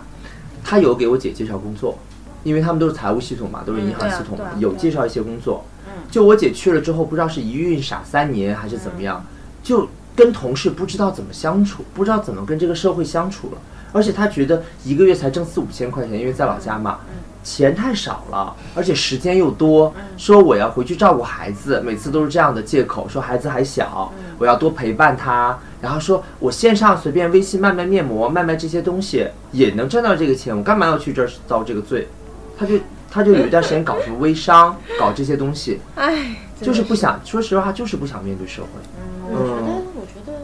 [SPEAKER 1] 他有给我姐介绍工作，因为他们都是财务系统嘛，都是银行
[SPEAKER 3] 对啊
[SPEAKER 1] 系统嘛，
[SPEAKER 3] 对啊
[SPEAKER 1] 有
[SPEAKER 3] 对啊嗯
[SPEAKER 1] 介绍一些工作。就我姐去了之后，不知道是一孕傻三年还是怎么
[SPEAKER 3] 嗯
[SPEAKER 1] 样，就跟同事不知道怎么相处，不知道怎么跟这个社会相处了。而且她觉得一个月才挣四五千块钱，因为在老家嘛，钱太少了，而且时间又多。
[SPEAKER 2] 嗯
[SPEAKER 1] 说我要回去照顾孩子，每次都是这样的借口，说孩子还小，
[SPEAKER 2] 嗯
[SPEAKER 1] 我要多陪伴他。然后说我线上随便微信卖卖面膜，卖卖这些东西也能赚到这个钱，我干嘛要去这儿遭这个罪？他就他就有一段时间搞什么微商，搞这些东西。
[SPEAKER 3] 唉，真的
[SPEAKER 1] 就是不想，说实话，就是不想面对社会。
[SPEAKER 2] 我觉得，我觉得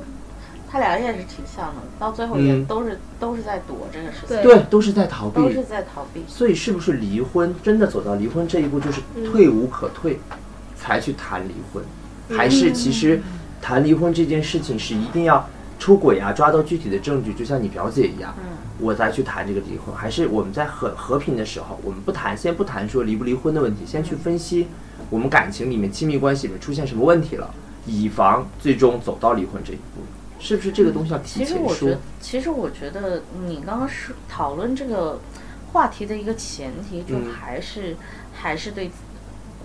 [SPEAKER 2] 他俩也是挺像的，到最后也
[SPEAKER 1] 嗯
[SPEAKER 2] 都是、都是在躲这个事情，
[SPEAKER 3] 对
[SPEAKER 1] 对，都是在逃
[SPEAKER 2] 都是
[SPEAKER 1] 避。
[SPEAKER 2] 在逃避。
[SPEAKER 1] 所以，是不是离婚真的走到离婚这一步，就是退无可退，才去谈离婚？
[SPEAKER 2] 嗯
[SPEAKER 1] 还是其实谈离婚这件事情是一定要出轨啊，抓到具体的证据，就像你表姐一样，
[SPEAKER 2] 嗯
[SPEAKER 1] 我再去谈这个离婚？还是我们在和和平的时候，我们不谈，先不谈说离不离婚的问题，先去分析我们感情里面、亲密关系里面出现什么问题了，以防最终走到离婚这一步。是不是这个东西要提
[SPEAKER 2] 嗯其实
[SPEAKER 1] 前
[SPEAKER 2] 我觉
[SPEAKER 1] 说
[SPEAKER 2] 得？，其实我觉得你刚刚是讨论这个话题的一个前提，就
[SPEAKER 1] 嗯
[SPEAKER 2] 还是、还是对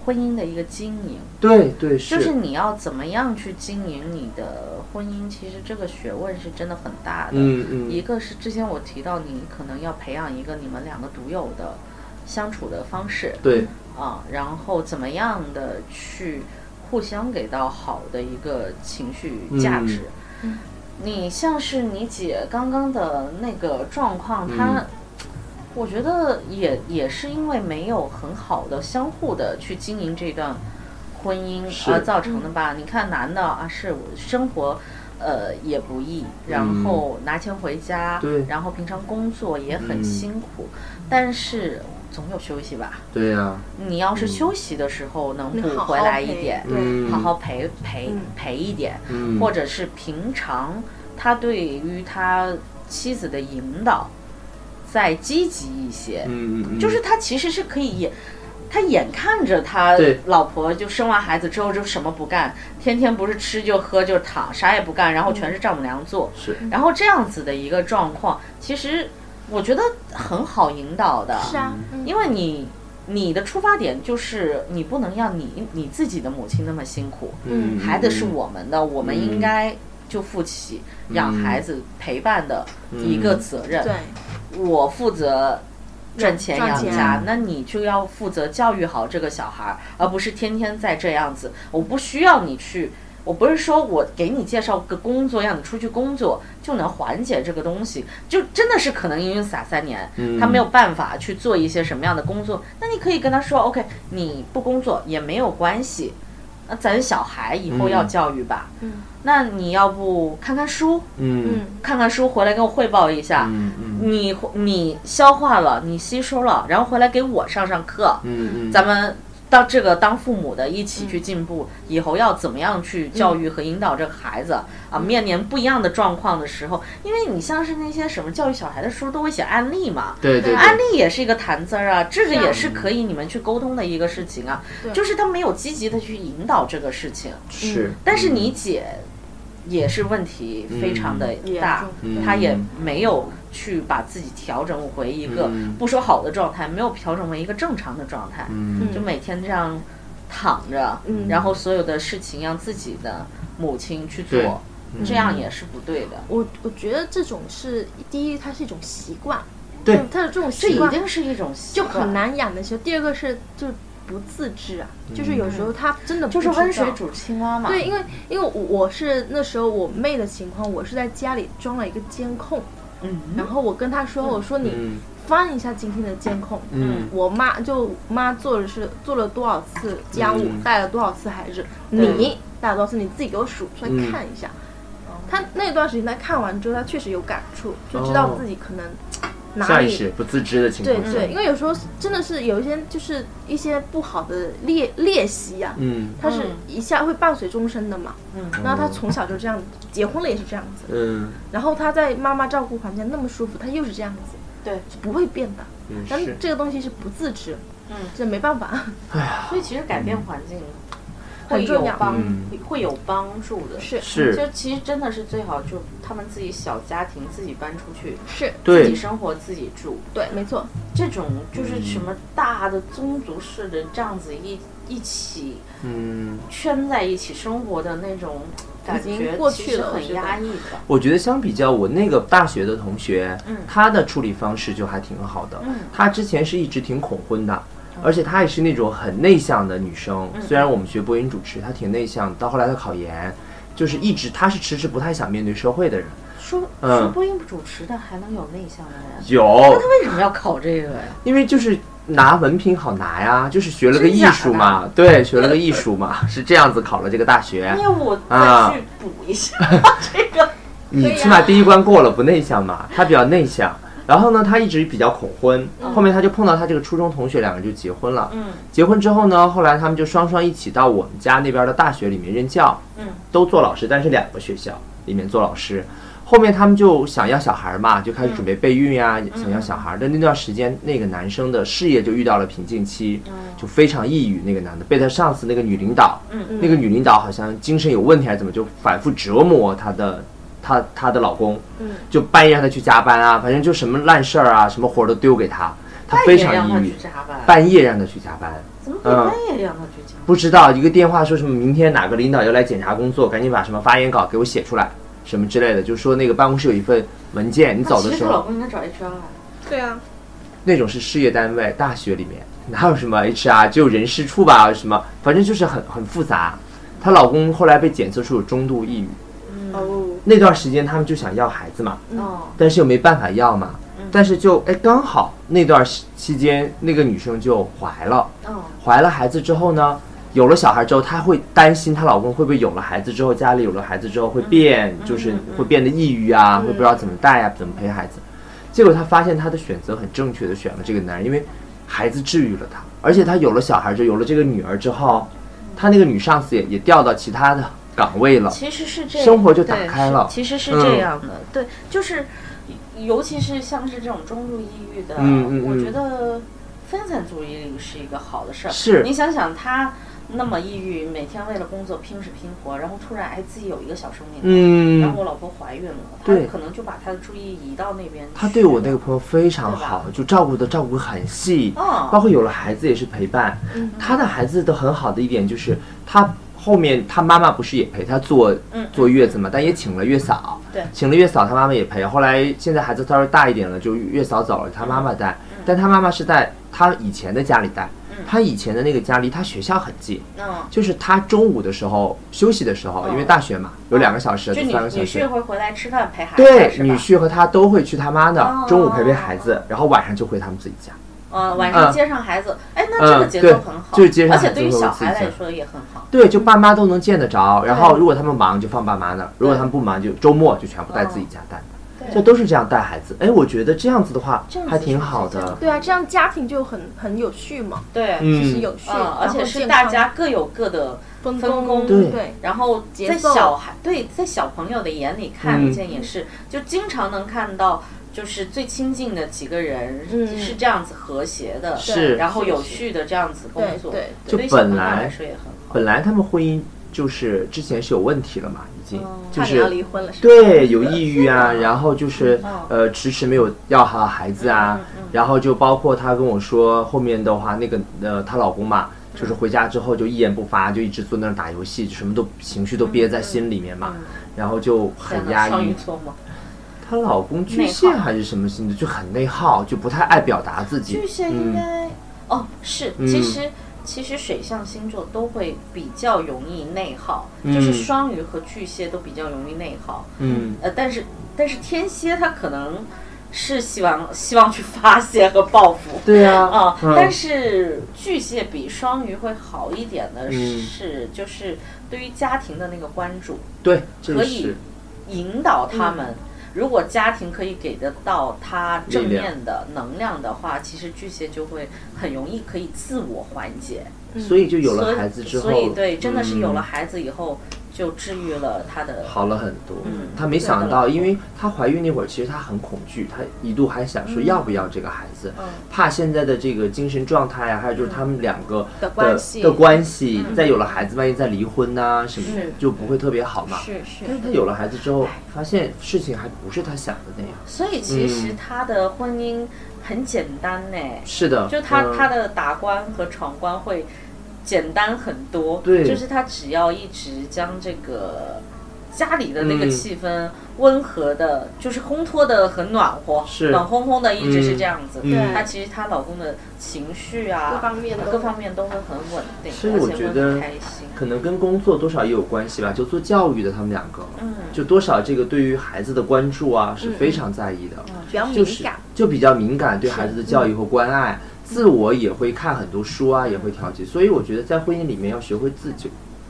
[SPEAKER 2] 婚姻的一个经营，
[SPEAKER 1] 对对是，
[SPEAKER 2] 就是你要怎么样去经营你的婚姻，其实这个学问是真的很大的。
[SPEAKER 1] 嗯嗯，
[SPEAKER 2] 一个是之前我提到，你可能要培养一个你们两个独有的相处的方式
[SPEAKER 1] 对
[SPEAKER 2] 啊，然后怎么样的去互相给到好的一个情绪价值。
[SPEAKER 3] 嗯
[SPEAKER 2] 你像是你姐刚刚的那个状况，
[SPEAKER 1] 嗯
[SPEAKER 2] 她。我觉得也也是因为没有很好的相互的去经营这段婚姻
[SPEAKER 1] 是
[SPEAKER 2] 而造成的吧？你看男的啊，是生活。呃，也不易，然后拿钱回家，
[SPEAKER 1] 嗯对
[SPEAKER 2] 然后平常工作也很
[SPEAKER 1] 嗯
[SPEAKER 2] 辛苦，但是总有休息吧。
[SPEAKER 1] 对啊呀、
[SPEAKER 2] 你要是休息的时候能
[SPEAKER 3] 嗯你
[SPEAKER 2] 补
[SPEAKER 3] 好好
[SPEAKER 2] 回来一
[SPEAKER 3] 陪
[SPEAKER 2] 点，
[SPEAKER 1] 嗯，
[SPEAKER 2] 好好陪陪
[SPEAKER 3] 嗯
[SPEAKER 2] 陪一点，
[SPEAKER 1] 嗯，
[SPEAKER 2] 或者是平常他对于他妻子的引导再积极一些，
[SPEAKER 1] 嗯嗯嗯，
[SPEAKER 2] 就是他其实是可以眼，他眼看着他
[SPEAKER 1] 对
[SPEAKER 2] 老婆就生完孩子之后就什么不干，天天不是吃就喝就躺，啥也不干，然后全是丈母娘做，
[SPEAKER 1] 是
[SPEAKER 3] 嗯
[SPEAKER 2] 然后这样子的一个状况，其实我觉得很好引导的，
[SPEAKER 3] 是啊，嗯
[SPEAKER 2] 因为你你的出发点就是你不能让你你自己的母亲那么辛苦，
[SPEAKER 1] 嗯，
[SPEAKER 2] 孩子是我们的，我们应该就负起让
[SPEAKER 1] 嗯
[SPEAKER 2] 孩子陪伴的一个责任。
[SPEAKER 3] 对，
[SPEAKER 2] 我负责赚钱
[SPEAKER 3] 赚
[SPEAKER 2] 养
[SPEAKER 3] 钱
[SPEAKER 2] 家，那你就要负责教育好这个小孩儿，而不是天天在这样子。我不需要你去，我不是说我给你介绍个工作，让你出去工作就能缓解这个东西，就真的是可能因为撒三年，
[SPEAKER 1] 嗯
[SPEAKER 2] 他没有办法去做一些什么样的工作，那你可以跟他说，OK，你不工作也没有关系，那咱小孩以后要
[SPEAKER 1] 嗯
[SPEAKER 2] 教育吧，
[SPEAKER 3] 嗯
[SPEAKER 2] 那你要不看看书，
[SPEAKER 1] 嗯
[SPEAKER 3] 嗯
[SPEAKER 2] 看看书回来跟我汇报一下，
[SPEAKER 1] 嗯嗯
[SPEAKER 2] 你你消化了，你吸收了，然后回来给我上上课，
[SPEAKER 1] 嗯嗯，
[SPEAKER 2] 咱们到这个当父母的一起去进步，以后要怎么样去教育和引导这个孩子、啊？面临不一样的状况的时候，因为你像是那些什么教育小孩的书都会写案例嘛。
[SPEAKER 1] 对对
[SPEAKER 2] 案
[SPEAKER 1] 对，
[SPEAKER 2] 例也是一个谈资儿啊，这个
[SPEAKER 3] 是啊
[SPEAKER 2] 也是可以你们去沟通的一个事情啊，
[SPEAKER 3] 对
[SPEAKER 2] 就是他没有积极的去引导这个事情，
[SPEAKER 1] 是，
[SPEAKER 2] 嗯
[SPEAKER 1] 嗯
[SPEAKER 2] 但是你姐也是问题非常的大，
[SPEAKER 1] 嗯
[SPEAKER 2] 她也没有去把自己调整回一个
[SPEAKER 1] 嗯
[SPEAKER 2] 不说好的状态，没有调整为一个正常的状态，
[SPEAKER 1] 嗯
[SPEAKER 2] 就每天这样躺着，
[SPEAKER 3] 嗯
[SPEAKER 2] 然后所有的事情让自己的母亲去
[SPEAKER 1] 对
[SPEAKER 2] 做，这样也是不对的。
[SPEAKER 3] 我我觉得这种是第一，它是一种习惯，
[SPEAKER 1] 对
[SPEAKER 3] 嗯它的这种
[SPEAKER 2] 这
[SPEAKER 3] 习
[SPEAKER 2] 一
[SPEAKER 3] 惯
[SPEAKER 2] 定是一种习
[SPEAKER 3] 就
[SPEAKER 2] 惯
[SPEAKER 3] 很，难养得起。第二个是就不自知啊，
[SPEAKER 1] 嗯
[SPEAKER 3] 就是有时候他真的不
[SPEAKER 2] 就是
[SPEAKER 3] 知道
[SPEAKER 2] 温水。煮青蛙嘛。
[SPEAKER 3] 对，因为因为我我是那时候我妹的情况，我是在家里装了一个监控，
[SPEAKER 2] 嗯
[SPEAKER 3] 然后我跟她说，我说你
[SPEAKER 1] 嗯
[SPEAKER 3] 翻一下今天的监控，
[SPEAKER 1] 嗯
[SPEAKER 3] 我妈就妈做的是做了多少次家务，
[SPEAKER 1] 嗯
[SPEAKER 3] 带了多少次孩子，
[SPEAKER 2] 对
[SPEAKER 3] 你带了多少次，你自己给我数出来
[SPEAKER 1] 嗯
[SPEAKER 3] 看一下。她那段时间她看完之后，她确实有感触，就知道
[SPEAKER 1] 哦
[SPEAKER 3] 自己可能哪
[SPEAKER 1] 下意
[SPEAKER 3] 里
[SPEAKER 1] 识不自知的情
[SPEAKER 3] 对
[SPEAKER 1] 况
[SPEAKER 3] 对，
[SPEAKER 2] 嗯
[SPEAKER 1] 下，
[SPEAKER 3] 因为有时候真的是有一些就是一些不好的劣劣习呀、
[SPEAKER 1] 嗯
[SPEAKER 3] 它是
[SPEAKER 2] 嗯
[SPEAKER 3] 一下会伴随终身的嘛。
[SPEAKER 2] 嗯
[SPEAKER 3] 然后他从小就这样，结婚了也是这样子。
[SPEAKER 1] 嗯
[SPEAKER 3] 然后他在妈妈照顾环境那么舒服，他又是这样子，
[SPEAKER 2] 对，
[SPEAKER 3] 是不会变的。
[SPEAKER 1] 嗯
[SPEAKER 3] 但
[SPEAKER 1] 是，
[SPEAKER 3] 这个东西是不自知，
[SPEAKER 2] 嗯
[SPEAKER 3] 这没办法。 *laughs*
[SPEAKER 2] 所以其实改变环境会有
[SPEAKER 3] 重要
[SPEAKER 2] 帮
[SPEAKER 1] 嗯
[SPEAKER 2] 会有帮助的。
[SPEAKER 3] 是
[SPEAKER 1] 是
[SPEAKER 2] 就其实真的是最好，就他们自己小家庭自己搬出去，
[SPEAKER 3] 是，
[SPEAKER 2] 自己
[SPEAKER 1] 对，
[SPEAKER 2] 生活自己住，
[SPEAKER 3] 对，没错，
[SPEAKER 2] 这种就是什
[SPEAKER 1] 嗯
[SPEAKER 2] 么大的宗族式的这样子一一起
[SPEAKER 1] 嗯，
[SPEAKER 2] 圈在一起生活的那种感
[SPEAKER 3] 已
[SPEAKER 2] 觉
[SPEAKER 3] 经，过
[SPEAKER 2] 其
[SPEAKER 3] 去
[SPEAKER 2] 实
[SPEAKER 3] 了我
[SPEAKER 2] 很
[SPEAKER 3] 觉
[SPEAKER 2] 压
[SPEAKER 3] 得
[SPEAKER 2] 抑的。
[SPEAKER 1] 我觉得相比较我那个大学的同学，
[SPEAKER 2] 嗯
[SPEAKER 1] 他的处理方式就还挺好的。
[SPEAKER 2] 嗯
[SPEAKER 1] 他之前是一直挺恐婚的，而且她也是那种很内向的女生。
[SPEAKER 2] 嗯
[SPEAKER 1] 虽然我们学播音主持，她挺内向，到后来她考研，就是一直她是迟迟不太想面对社会的人。
[SPEAKER 2] 说
[SPEAKER 1] 嗯
[SPEAKER 2] 说播音主持的还能有内向的人，
[SPEAKER 1] 有，
[SPEAKER 2] 为什么要考这个呀？
[SPEAKER 1] 因为就是拿文凭好拿呀，就是学了个
[SPEAKER 2] 真
[SPEAKER 1] 艺
[SPEAKER 2] 假
[SPEAKER 1] 术嘛，对，学了个艺术嘛，是这样子考了这个大学。
[SPEAKER 2] 要我
[SPEAKER 1] 啊
[SPEAKER 2] 再去补一下这个。啊
[SPEAKER 1] 你起码第一关过了，不内向嘛？他比较内向，然后呢，他一直比较恐婚，后面他就碰到他这个初中同学，两个人就结婚了。
[SPEAKER 2] 嗯
[SPEAKER 1] 结婚之后呢，后来他们就双双一起到我们家那边的大学里面任教，
[SPEAKER 2] 嗯，
[SPEAKER 1] 都做老师，但是两个学校里面做老师。后面他们就想要小孩嘛，就开始准备备孕呀、
[SPEAKER 2] 嗯
[SPEAKER 1] 想要小孩。但那段时间，那个男生的事业就遇到了瓶颈期，就非常抑郁。那个男的被他上司那个女领导，
[SPEAKER 2] 嗯
[SPEAKER 1] 那个女领导好像精神有问题还是怎么，就反复折磨她的她她的老公，
[SPEAKER 3] 嗯
[SPEAKER 1] 就半夜让她去加班啊，反正就什么烂事儿啊，什么活儿都丢给她，她非
[SPEAKER 2] 半夜让
[SPEAKER 1] 常
[SPEAKER 2] 他
[SPEAKER 1] 抑郁嗯
[SPEAKER 2] 去。加班，
[SPEAKER 1] 半夜让她去加班，
[SPEAKER 2] 怎么可以半夜让他去加班？
[SPEAKER 1] 不知道一个电话说什么明天哪个领导要来检查工作，赶紧把什么发言稿给我写出来，什么之类的，就说那个办公室有一份文件，你
[SPEAKER 2] 那
[SPEAKER 1] 走
[SPEAKER 2] 其
[SPEAKER 1] 的
[SPEAKER 2] 实
[SPEAKER 1] 时
[SPEAKER 2] 她老
[SPEAKER 1] 候
[SPEAKER 2] 公应该找 HR 啊。
[SPEAKER 3] 对啊，
[SPEAKER 1] 那种是事业单位，大学里面哪有什么 HR，只有人事处吧，什么反正就是很很复杂。她老公后来被检测出有中度抑郁，
[SPEAKER 2] 嗯
[SPEAKER 3] 哦，
[SPEAKER 1] 那段时间他们就想要孩子嘛，
[SPEAKER 2] 哦，
[SPEAKER 1] 但是又没办法要嘛，
[SPEAKER 2] 嗯
[SPEAKER 1] 但是就哎刚好那段时期间那个女生就怀了，
[SPEAKER 2] 哦，
[SPEAKER 1] 怀了孩子之后呢，有了小孩之后，她会担心她老公会不会有了孩子之后，家里有了孩子之后会变，
[SPEAKER 2] 嗯
[SPEAKER 1] 就是会变得抑郁啊，会不知道怎么带啊，怎么陪孩子。结果她发现她的选择很正确的选了这个男人，因为孩子治愈了她，而且她有了小孩之后，有了这个女儿之后，她那个女上司也也调到其他的岗位了，
[SPEAKER 2] 其实是这
[SPEAKER 1] 生活就打
[SPEAKER 2] 对
[SPEAKER 1] 开
[SPEAKER 2] 是
[SPEAKER 1] 了
[SPEAKER 2] 其实是
[SPEAKER 1] 嗯
[SPEAKER 2] 这样的，对，就是尤其是像是这种中度抑郁的，
[SPEAKER 1] 嗯嗯
[SPEAKER 2] 我
[SPEAKER 1] 嗯
[SPEAKER 2] 觉得分散注意力是一个好的事儿。
[SPEAKER 1] 是
[SPEAKER 2] 你想想他那么抑郁，每天为了工作拼死拼活，然后突然哎自己有一个小生命。
[SPEAKER 1] 嗯，
[SPEAKER 2] 然后我老婆怀孕了，她
[SPEAKER 1] 对
[SPEAKER 2] 可能就把她的注意移到那边去了。
[SPEAKER 1] 他对我那个朋友非常好
[SPEAKER 2] 对，
[SPEAKER 1] 就照顾的照顾很细，
[SPEAKER 2] 哦嗯
[SPEAKER 1] 包括有了孩子也是陪伴。他的孩子的很好的一点就是，他后面他妈妈不是也陪他坐
[SPEAKER 2] 嗯
[SPEAKER 1] 坐月子嘛，但也请了月嫂，
[SPEAKER 2] 对
[SPEAKER 1] 请了月嫂，他妈妈也陪。后来现在孩子稍微大一点了，就月嫂走了，
[SPEAKER 2] 嗯
[SPEAKER 1] 他妈妈带，但他妈妈是在他以前的家里带，他以前的那个家离他学校很近，
[SPEAKER 2] 嗯，
[SPEAKER 1] 就是他中午的时候休息的时候，因为大学嘛，有两个小时，
[SPEAKER 2] 哦就
[SPEAKER 1] 就
[SPEAKER 2] 女
[SPEAKER 1] 三个
[SPEAKER 2] 女
[SPEAKER 1] 小时
[SPEAKER 2] 婿。会回来吃饭陪孩子，
[SPEAKER 1] 对，
[SPEAKER 2] 是吧
[SPEAKER 1] 女婿和他都会去他妈那，
[SPEAKER 2] 哦
[SPEAKER 1] 中午陪陪孩子，然后晚上就回他们自己家。
[SPEAKER 2] 呃，晚上
[SPEAKER 1] 嗯
[SPEAKER 2] 接上孩子，哎，那这个
[SPEAKER 1] 嗯
[SPEAKER 2] 节
[SPEAKER 1] 对
[SPEAKER 2] 奏很好，
[SPEAKER 1] 就是接上
[SPEAKER 2] 而且
[SPEAKER 1] 孩子
[SPEAKER 2] 对于
[SPEAKER 1] 会
[SPEAKER 2] 小
[SPEAKER 1] 有刺
[SPEAKER 2] 孩来
[SPEAKER 1] 激
[SPEAKER 2] 说也很好。
[SPEAKER 1] 对，就爸妈都能见得着。然后
[SPEAKER 2] 对
[SPEAKER 1] 如果他们忙就放爸妈那儿，如果他们不忙就周末就全部带自己家带，
[SPEAKER 2] 对
[SPEAKER 1] 哦就都是这样带孩子。哎，我觉得这样子的话
[SPEAKER 2] 这样子
[SPEAKER 1] 还挺
[SPEAKER 2] 是
[SPEAKER 1] 好
[SPEAKER 2] 这样
[SPEAKER 1] 的。
[SPEAKER 3] 对啊，这样家庭就很很有序嘛，
[SPEAKER 2] 对，
[SPEAKER 1] 嗯
[SPEAKER 3] 其实有序，
[SPEAKER 2] 嗯，而
[SPEAKER 3] 然后
[SPEAKER 2] 且是
[SPEAKER 3] 健
[SPEAKER 2] 大
[SPEAKER 3] 康
[SPEAKER 2] 家各有各的，
[SPEAKER 3] 分
[SPEAKER 2] 分工
[SPEAKER 1] 对
[SPEAKER 3] 对，
[SPEAKER 2] 然后
[SPEAKER 3] 节
[SPEAKER 2] 在
[SPEAKER 3] 奏
[SPEAKER 2] 小孩对在小朋友的眼里看
[SPEAKER 1] 嗯
[SPEAKER 2] 见也是，就经常能看到，就是最亲近的几个人
[SPEAKER 3] 嗯
[SPEAKER 2] 是这样子和谐的，
[SPEAKER 1] 是
[SPEAKER 2] 然后有序的这样子工
[SPEAKER 3] 对
[SPEAKER 2] 作，
[SPEAKER 3] 对
[SPEAKER 1] 就
[SPEAKER 2] 对于小朋友
[SPEAKER 1] 本来
[SPEAKER 2] 来说也很好。
[SPEAKER 1] 本来他们婚姻就是之前是有问题了嘛，已经
[SPEAKER 2] 嗯
[SPEAKER 1] 就
[SPEAKER 3] 差点要
[SPEAKER 1] 是
[SPEAKER 3] 离婚了，是吧
[SPEAKER 1] 对有抑郁啊，然后就是
[SPEAKER 2] 嗯
[SPEAKER 1] 呃迟迟没有要好孩子啊
[SPEAKER 2] 嗯嗯嗯，
[SPEAKER 1] 然后就包括她跟我说后面的话，那个呃她老公嘛。
[SPEAKER 2] 嗯
[SPEAKER 1] 就是回家之后就一言不发，就一直坐那儿打游戏，就什么都情绪都憋在心里面嘛，然后就很
[SPEAKER 2] 嗯天哪
[SPEAKER 1] 压
[SPEAKER 2] 双
[SPEAKER 1] 抑嗯
[SPEAKER 2] 鱼。座吗？
[SPEAKER 1] 她老公巨蟹还是什么星座，就很内耗，就不太爱表达自己。
[SPEAKER 2] 巨蟹
[SPEAKER 1] 嗯，
[SPEAKER 2] 应该、哦，是，
[SPEAKER 1] 嗯
[SPEAKER 2] 其实其实水象星座都会比较容易内耗，
[SPEAKER 1] 嗯
[SPEAKER 2] 就是双鱼和巨蟹都比较容易内耗。
[SPEAKER 1] 嗯，
[SPEAKER 2] 呃，但是但是天蝎他可能是希望希望去发泄和报复。
[SPEAKER 1] 对呀、
[SPEAKER 2] 啊、
[SPEAKER 1] 嗯
[SPEAKER 2] 但是巨蟹比双鱼会好一点的
[SPEAKER 1] 嗯
[SPEAKER 2] 是，就是对于家庭的那个关注，
[SPEAKER 1] 对，这个
[SPEAKER 2] 可以
[SPEAKER 1] 是
[SPEAKER 2] 引导
[SPEAKER 1] 嗯
[SPEAKER 2] 他们。如果家庭可以给得到他正面的能量的话，其实巨蟹就会很容易可以自我缓解。
[SPEAKER 1] 所以就有
[SPEAKER 2] 所
[SPEAKER 1] 了
[SPEAKER 2] 以
[SPEAKER 1] 孩子之后，
[SPEAKER 2] 所以对，真的是有了
[SPEAKER 1] 嗯
[SPEAKER 2] 孩子以后，就治愈了她的
[SPEAKER 1] 好了很多。
[SPEAKER 2] 嗯
[SPEAKER 1] 她没想到，因为她怀孕那会儿，其实她很恐惧，她一度还想说要不要这个孩子，
[SPEAKER 2] 嗯
[SPEAKER 1] 怕现在的这个精神状态啊，还有就是他们两个的
[SPEAKER 3] 的关系
[SPEAKER 1] 的关系，再有了孩子，万一再离婚呐、什么的
[SPEAKER 2] 嗯是，
[SPEAKER 1] 就不会特别好嘛。
[SPEAKER 3] 是是
[SPEAKER 1] 但是她有了孩子之后，发现事情还不是她想的那样。
[SPEAKER 2] 所以其
[SPEAKER 1] 嗯
[SPEAKER 2] 实她的婚姻很简单呢、
[SPEAKER 1] 是的，
[SPEAKER 2] 就她
[SPEAKER 1] 嗯
[SPEAKER 2] 她的打关和闯关会简单很多，
[SPEAKER 1] 对
[SPEAKER 2] 就是她只要一直将这个家里的那个
[SPEAKER 1] 嗯
[SPEAKER 2] 气氛温和的，就是烘托的很暖和，
[SPEAKER 1] 是
[SPEAKER 2] 暖烘烘的，一直是这样子。
[SPEAKER 1] 嗯
[SPEAKER 3] 对
[SPEAKER 2] 她其实她老公的情绪啊，
[SPEAKER 3] 各方面都
[SPEAKER 2] 各方面都会很稳定，
[SPEAKER 1] 所以我
[SPEAKER 2] 而且
[SPEAKER 1] 觉
[SPEAKER 2] 会
[SPEAKER 1] 得
[SPEAKER 2] 很开心。
[SPEAKER 1] 可能跟工作多少也有关系吧，就做教育的他们两个，
[SPEAKER 2] 嗯
[SPEAKER 1] 就多少这个对于孩子的关注啊是非常在意的，
[SPEAKER 3] 比较敏
[SPEAKER 1] 就是
[SPEAKER 3] 感，
[SPEAKER 1] 就比较敏感对孩子的教育和关爱，
[SPEAKER 2] 嗯
[SPEAKER 1] 自我也会看很多书啊，也会调节，所以我觉得在婚姻里面要学会自救，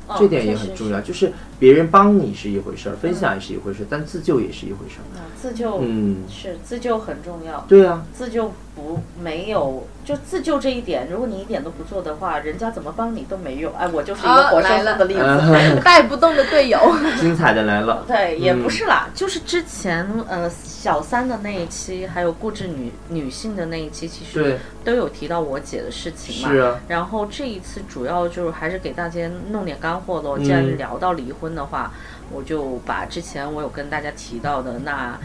[SPEAKER 2] 嗯
[SPEAKER 1] 这点也很重要，就是别人帮你是一回事儿，分享也是一回事儿，但自救也是一回事儿，
[SPEAKER 2] 嗯自救、
[SPEAKER 1] 嗯，
[SPEAKER 2] 是自救很重要。
[SPEAKER 1] 对啊，
[SPEAKER 2] 自救不没有，就自救这一点，如果你一点都不做的话，人家怎么帮你都没用。哎，我就是一个
[SPEAKER 3] 啊
[SPEAKER 2] 活生
[SPEAKER 3] 来
[SPEAKER 2] 生
[SPEAKER 3] 了
[SPEAKER 2] 的例子。
[SPEAKER 1] 嗯
[SPEAKER 3] 带不动的队
[SPEAKER 1] *laughs*
[SPEAKER 3] 友，
[SPEAKER 2] 嗯
[SPEAKER 1] 精彩的来了，
[SPEAKER 2] 对，哎也不
[SPEAKER 1] 嗯
[SPEAKER 2] 是啦，就是之前呃小三的那一期，还有固执女女性的那一期，其实
[SPEAKER 1] 对
[SPEAKER 2] 都有提到我姐的事情嘛。
[SPEAKER 1] 是啊
[SPEAKER 2] 然后这一次主要就是还是给大家弄点干货喽。既然
[SPEAKER 1] 嗯
[SPEAKER 2] 聊到离婚的话，我就把之前我有跟大家提到的那。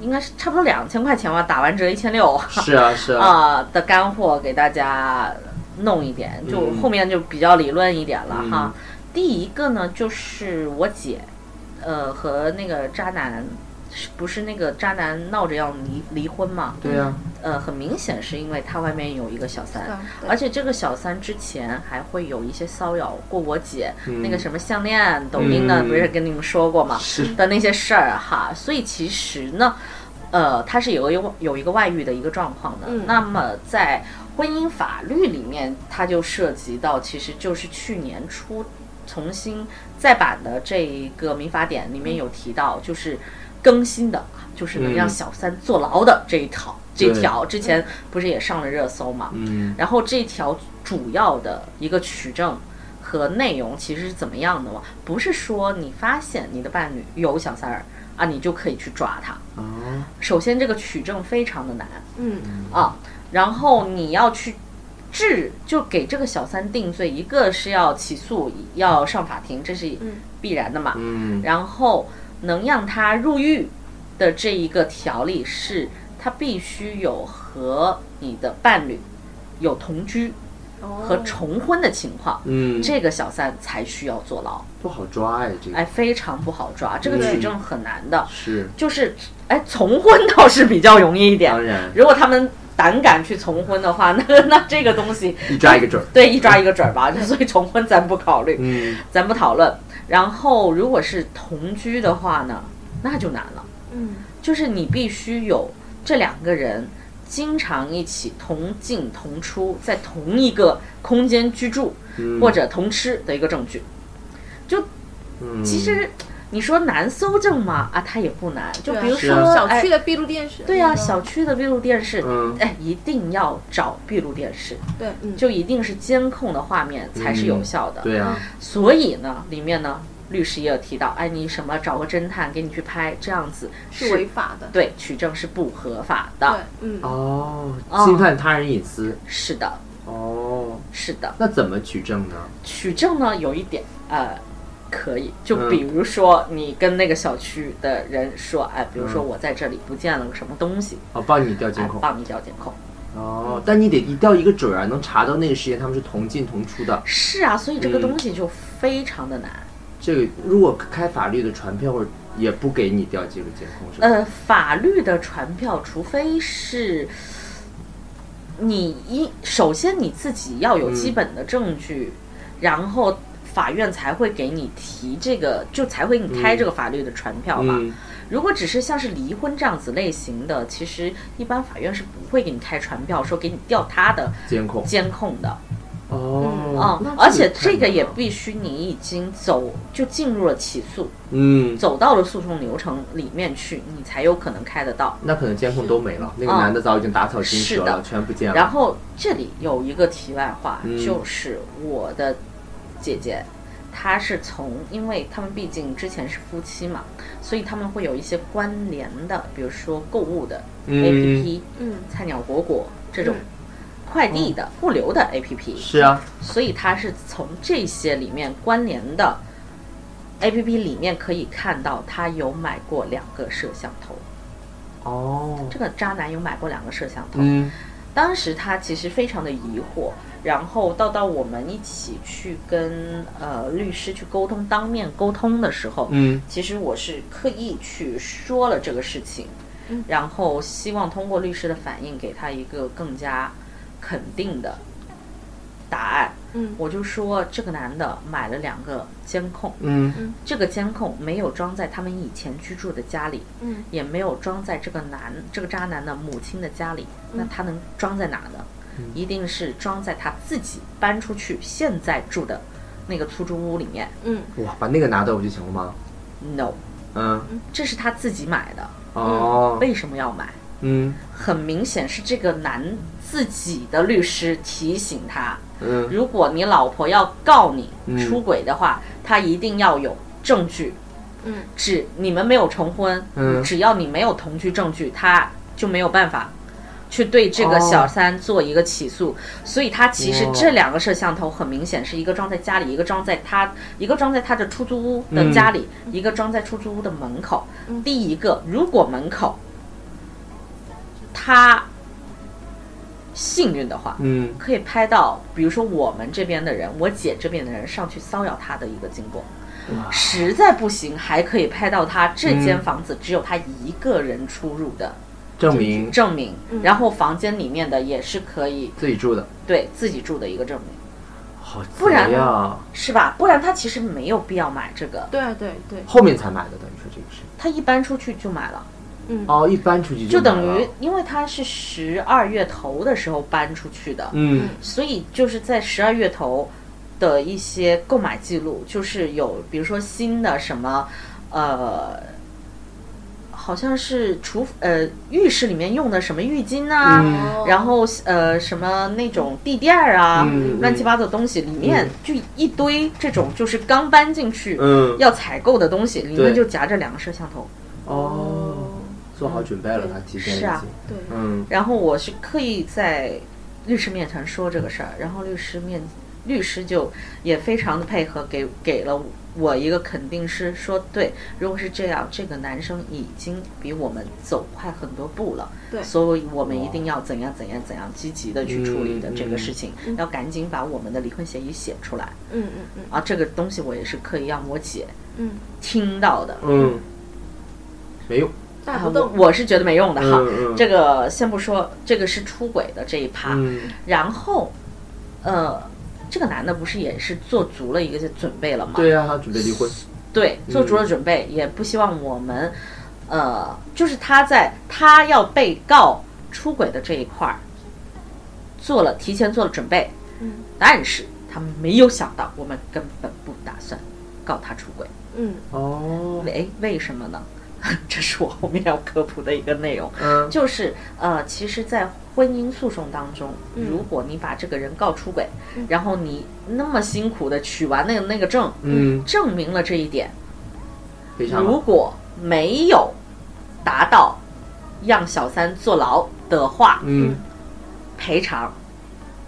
[SPEAKER 2] 应该是差不多两千块钱吧，打完折一千六。
[SPEAKER 1] 是啊是啊，
[SPEAKER 2] 啊的干货给大家弄一点，就
[SPEAKER 1] 嗯
[SPEAKER 2] 后面就比较理论一点了哈
[SPEAKER 1] 嗯。
[SPEAKER 2] 第一个呢，就是我姐，呃，和那个渣男，是不是那个渣男闹着要离离婚嘛？
[SPEAKER 1] 对啊，
[SPEAKER 2] 呃，很明显是因为他外面有一个小三，
[SPEAKER 3] 对
[SPEAKER 2] 而且这个小三之前还会有一些骚扰过我姐，
[SPEAKER 1] 嗯
[SPEAKER 2] 那个什么项链、抖音的，
[SPEAKER 1] 嗯
[SPEAKER 2] 不是跟你们说过吗？
[SPEAKER 1] 是
[SPEAKER 2] 的那些事儿哈，所以其实呢，呃，他是有一个有一个外遇的一个状况的。
[SPEAKER 3] 嗯
[SPEAKER 2] 那么在婚姻法律里面，它就涉及到，其实就是去年初重新再版的这一个民法典里面有提到，就是更新的，就是能让
[SPEAKER 1] 嗯
[SPEAKER 2] 小三坐牢的这一条、这
[SPEAKER 1] 对
[SPEAKER 2] 条，之前不是也上了热搜嘛？
[SPEAKER 1] 嗯
[SPEAKER 2] 然后这条主要的一个取证和内容其实是怎么样的嘛？不是说你发现你的伴侣有小三儿啊，你就可以去抓他。
[SPEAKER 1] 啊
[SPEAKER 2] 首先，这个取证非常的难
[SPEAKER 3] 嗯，
[SPEAKER 2] 啊，然后你要去治，就给这个小三定罪，一个是要起诉，要上法庭，这是
[SPEAKER 3] 嗯
[SPEAKER 2] 必然的嘛。
[SPEAKER 1] 嗯
[SPEAKER 2] 然后能让他入狱的这一个条例是，他必须有和你的伴侣有同居和
[SPEAKER 3] 哦
[SPEAKER 2] 重婚的情况，
[SPEAKER 1] 嗯，
[SPEAKER 2] 这个小三才需要坐牢。
[SPEAKER 1] 不好抓哎，这个
[SPEAKER 2] 哎，非常不好抓，这个
[SPEAKER 1] 嗯
[SPEAKER 2] 取证很难的。
[SPEAKER 1] 是
[SPEAKER 2] 就是哎，从婚倒是比较容易一点
[SPEAKER 1] 当。然
[SPEAKER 2] 如果他们胆敢去从婚的话， *laughs* 那那这个东西，
[SPEAKER 1] 一抓一个准儿，
[SPEAKER 2] 对一抓一个准儿
[SPEAKER 1] *laughs*
[SPEAKER 2] 吧。所以从婚咱不考虑。
[SPEAKER 1] 嗯。
[SPEAKER 2] 咱不讨论。然后如果是同居的话呢，那就难了，
[SPEAKER 3] 嗯
[SPEAKER 2] 就是你必须有这两个人经常一起同进同出，在同一个空间居住
[SPEAKER 1] 嗯
[SPEAKER 2] 或者同吃的一个证据。
[SPEAKER 1] 嗯
[SPEAKER 2] 其实你说难搜证吗？啊，它也不难。就比如
[SPEAKER 1] 是
[SPEAKER 2] 说
[SPEAKER 1] 啊
[SPEAKER 3] 小
[SPEAKER 2] 哎
[SPEAKER 3] 区嗯的闭路电视，
[SPEAKER 2] 对呀、
[SPEAKER 3] 那个
[SPEAKER 2] 小区的闭路电视，
[SPEAKER 1] 嗯
[SPEAKER 2] 哎，一定要找闭路电视，
[SPEAKER 3] 对，嗯
[SPEAKER 2] 就一定是监控的画面才是有
[SPEAKER 1] 嗯
[SPEAKER 2] 效的。
[SPEAKER 1] 对啊，
[SPEAKER 2] 所以呢，里面呢，律师也有提到，哎，你什么找个侦探给你去拍，这样子
[SPEAKER 3] 是违法的，
[SPEAKER 2] 对取证是不合法
[SPEAKER 3] 对
[SPEAKER 2] 的。，
[SPEAKER 3] 嗯，
[SPEAKER 1] 啊哦
[SPEAKER 2] 哦，
[SPEAKER 1] 侵犯他人隐私，
[SPEAKER 2] 是的，
[SPEAKER 1] 哦，
[SPEAKER 2] 是的，
[SPEAKER 1] 那怎么取证呢？
[SPEAKER 2] 取证呢有一点呃。可以，就
[SPEAKER 1] 嗯
[SPEAKER 2] 比如说你跟那个小区的人说，哎，比如说
[SPEAKER 1] 嗯
[SPEAKER 2] 我在这里不见了个什么东西，
[SPEAKER 1] 哦，帮你调监
[SPEAKER 2] 哎
[SPEAKER 1] 控，
[SPEAKER 2] 帮你调监控。
[SPEAKER 1] 哦，但你得一调一个准儿啊，能查到那个时间他们是同进同出的。
[SPEAKER 2] 是啊，所以这
[SPEAKER 1] 嗯
[SPEAKER 2] 个东西就非常的难。
[SPEAKER 1] 这个如果开法律的传票，或者也不给你调这个监控是吧？
[SPEAKER 2] 呃，法律的传票，除非是你一首先你自己要有基
[SPEAKER 1] 嗯
[SPEAKER 2] 本的证据，然后法院才会给你提这个，就才会给你开这个法律的传票嘛。
[SPEAKER 1] 嗯，
[SPEAKER 2] 如果只是像是离婚这样子类型的，其实一般法院是不会给你开传票，说给你调他的
[SPEAKER 1] 监控
[SPEAKER 2] 监控的。
[SPEAKER 1] 哦
[SPEAKER 2] 嗯，，
[SPEAKER 1] 那
[SPEAKER 2] 而且
[SPEAKER 1] 太
[SPEAKER 2] 这个
[SPEAKER 1] 难
[SPEAKER 2] 也
[SPEAKER 1] 了
[SPEAKER 2] 必须你已经走就进入了起诉，
[SPEAKER 1] 嗯，
[SPEAKER 2] 走到了诉讼流程里面去，你才有可能开得到。
[SPEAKER 1] 那可能监控都没了，那个
[SPEAKER 2] 嗯
[SPEAKER 1] 男的早已经打草惊
[SPEAKER 2] 是
[SPEAKER 1] 蛇
[SPEAKER 2] 的
[SPEAKER 1] 了，全不见了。
[SPEAKER 2] 然后这里有一个题外话，
[SPEAKER 1] 嗯
[SPEAKER 2] 就是我的姐姐他是从，因为他们毕竟之前是夫妻嘛，所以他们会有一些关联的，比如说购物的 APP，、
[SPEAKER 3] 嗯
[SPEAKER 2] 菜鸟果果这种
[SPEAKER 3] 嗯
[SPEAKER 2] 快递的、物流的 APP，
[SPEAKER 1] 是啊，
[SPEAKER 2] 所以他是从这些里面关联的 APP 里面可以看到，他有买过两个摄像头。
[SPEAKER 1] 哦，
[SPEAKER 2] 这个渣男有买过两个摄像头，
[SPEAKER 1] 嗯
[SPEAKER 2] 当时他其实非常的疑惑，然后到到我们一起去跟呃律师去沟通，当面沟通的时候，
[SPEAKER 1] 嗯
[SPEAKER 2] 其实我是刻意去说了这个事情，然后希望通过律师的反应给他一个更加肯定的答案。
[SPEAKER 3] 嗯
[SPEAKER 2] 我就说这个男的买了两个监控，
[SPEAKER 1] 嗯
[SPEAKER 2] 这个监控没有装在他们以前居住的家里，
[SPEAKER 3] 嗯
[SPEAKER 2] 也没有装在这个男这个渣男的母亲的家里，那他能装在哪呢？一定是装在他自己搬出去现在住的那个出租屋里面。
[SPEAKER 3] 嗯
[SPEAKER 1] 哇，把那个拿走不就行了吗？
[SPEAKER 2] No，
[SPEAKER 1] 嗯，
[SPEAKER 2] 这是他自己买的，
[SPEAKER 1] 哦，
[SPEAKER 2] 为什么要买？
[SPEAKER 1] 嗯
[SPEAKER 2] 很明显是这个男自己的律师提醒他，
[SPEAKER 1] 嗯，
[SPEAKER 2] 如果你老婆要告你
[SPEAKER 1] 嗯
[SPEAKER 2] 出轨的话，她一定要有证据。
[SPEAKER 3] 嗯，
[SPEAKER 2] 只你们没有重婚，
[SPEAKER 1] 嗯
[SPEAKER 2] 只要你没有同居证据，他就没有办法去对这个小三做一个起诉。所以他其实
[SPEAKER 1] 哦
[SPEAKER 2] 这两个摄像头很明显是一个装在家里，一个装在他一个装在他的出租屋
[SPEAKER 1] 嗯
[SPEAKER 2] 的家里，一个装在出租屋的门口。第一个，如果门口他幸运的话，
[SPEAKER 1] 嗯
[SPEAKER 2] 可以拍到，比如说我们这边的人，我姐这边的人上去骚扰他的一个经过。实在不行，还可以拍到他这间房子只有他一个人出入的
[SPEAKER 1] 证明
[SPEAKER 2] 证明，然后房间里面的也是可以
[SPEAKER 1] 自己住的，
[SPEAKER 2] 对自己住的一个证明，
[SPEAKER 1] 好贼
[SPEAKER 2] 不然
[SPEAKER 1] 呀，
[SPEAKER 2] 是吧？不然他其实没有必要买这个，
[SPEAKER 3] 对啊对对，
[SPEAKER 1] 后面才买的，等于说这个是
[SPEAKER 2] 他一搬出去就买了，
[SPEAKER 1] 哦，一搬出去就
[SPEAKER 2] 就
[SPEAKER 1] 买
[SPEAKER 2] 等
[SPEAKER 1] 了
[SPEAKER 2] 于因为他是十二月头的时候搬出去的，
[SPEAKER 1] 嗯
[SPEAKER 2] 所以就是在十二月头的一些购买记录，就是有比如说新的什么，呃，好像是厨呃浴室里面用的什么浴巾啊，
[SPEAKER 1] 嗯
[SPEAKER 3] 哦
[SPEAKER 2] 然后呃什么那种地垫儿啊，
[SPEAKER 1] 嗯
[SPEAKER 2] 乱七八糟的东西，里面就一堆这种就是刚搬进去。
[SPEAKER 1] 嗯
[SPEAKER 2] 要采购的东西里
[SPEAKER 1] 对
[SPEAKER 2] 面就夹着两个摄像头，
[SPEAKER 1] 哦，做好准备了，他提前已
[SPEAKER 2] 是啊
[SPEAKER 1] 经
[SPEAKER 3] 对
[SPEAKER 1] 嗯
[SPEAKER 2] 然后我是刻意在律师面前说这个事儿，然后律师面律师就也非常的配合给，给了我一个肯定是说对，如果是这样，这个男生已经比我们走快很多步了，
[SPEAKER 3] 对
[SPEAKER 2] 所以我们一定要怎样怎样怎样积极的去处理的这个事情，要赶紧把我们的离婚协议写出来
[SPEAKER 3] 嗯嗯嗯
[SPEAKER 2] 啊，这个东西我也是刻意让我姐
[SPEAKER 3] 嗯，
[SPEAKER 2] 听到的，
[SPEAKER 1] 嗯，没用，
[SPEAKER 3] 大
[SPEAKER 2] 啊
[SPEAKER 3] 不
[SPEAKER 2] 我
[SPEAKER 3] 动
[SPEAKER 2] 我是觉得没用的哈。
[SPEAKER 1] 嗯嗯
[SPEAKER 2] 这个先不说，这个是出轨的这一趴，
[SPEAKER 1] 嗯
[SPEAKER 2] 然后，呃，这个男的不是也是做足了一个准备了吗？
[SPEAKER 1] 对呀，他准备离婚，
[SPEAKER 2] 对做足了准备，也不希望我们，呃，就是他在他要被告出轨的这一块儿，做了提前做了准备，
[SPEAKER 3] 嗯，
[SPEAKER 2] 但是他没有想到，我们根本不打算告他出轨。
[SPEAKER 3] 嗯
[SPEAKER 1] 哦，
[SPEAKER 2] 为为什么呢？ *laughs* 这是我后面要科普的一个内容。
[SPEAKER 1] 嗯
[SPEAKER 2] 就是呃，其实，在婚姻诉讼当中，如果你把这个人告出轨，然后你那么辛苦的取完那个那个证，
[SPEAKER 1] 嗯，
[SPEAKER 2] 证明了这一点，
[SPEAKER 1] 非常
[SPEAKER 2] 如
[SPEAKER 1] 好，
[SPEAKER 2] 果没有达到让小三坐牢的话，
[SPEAKER 1] 嗯
[SPEAKER 2] 赔偿。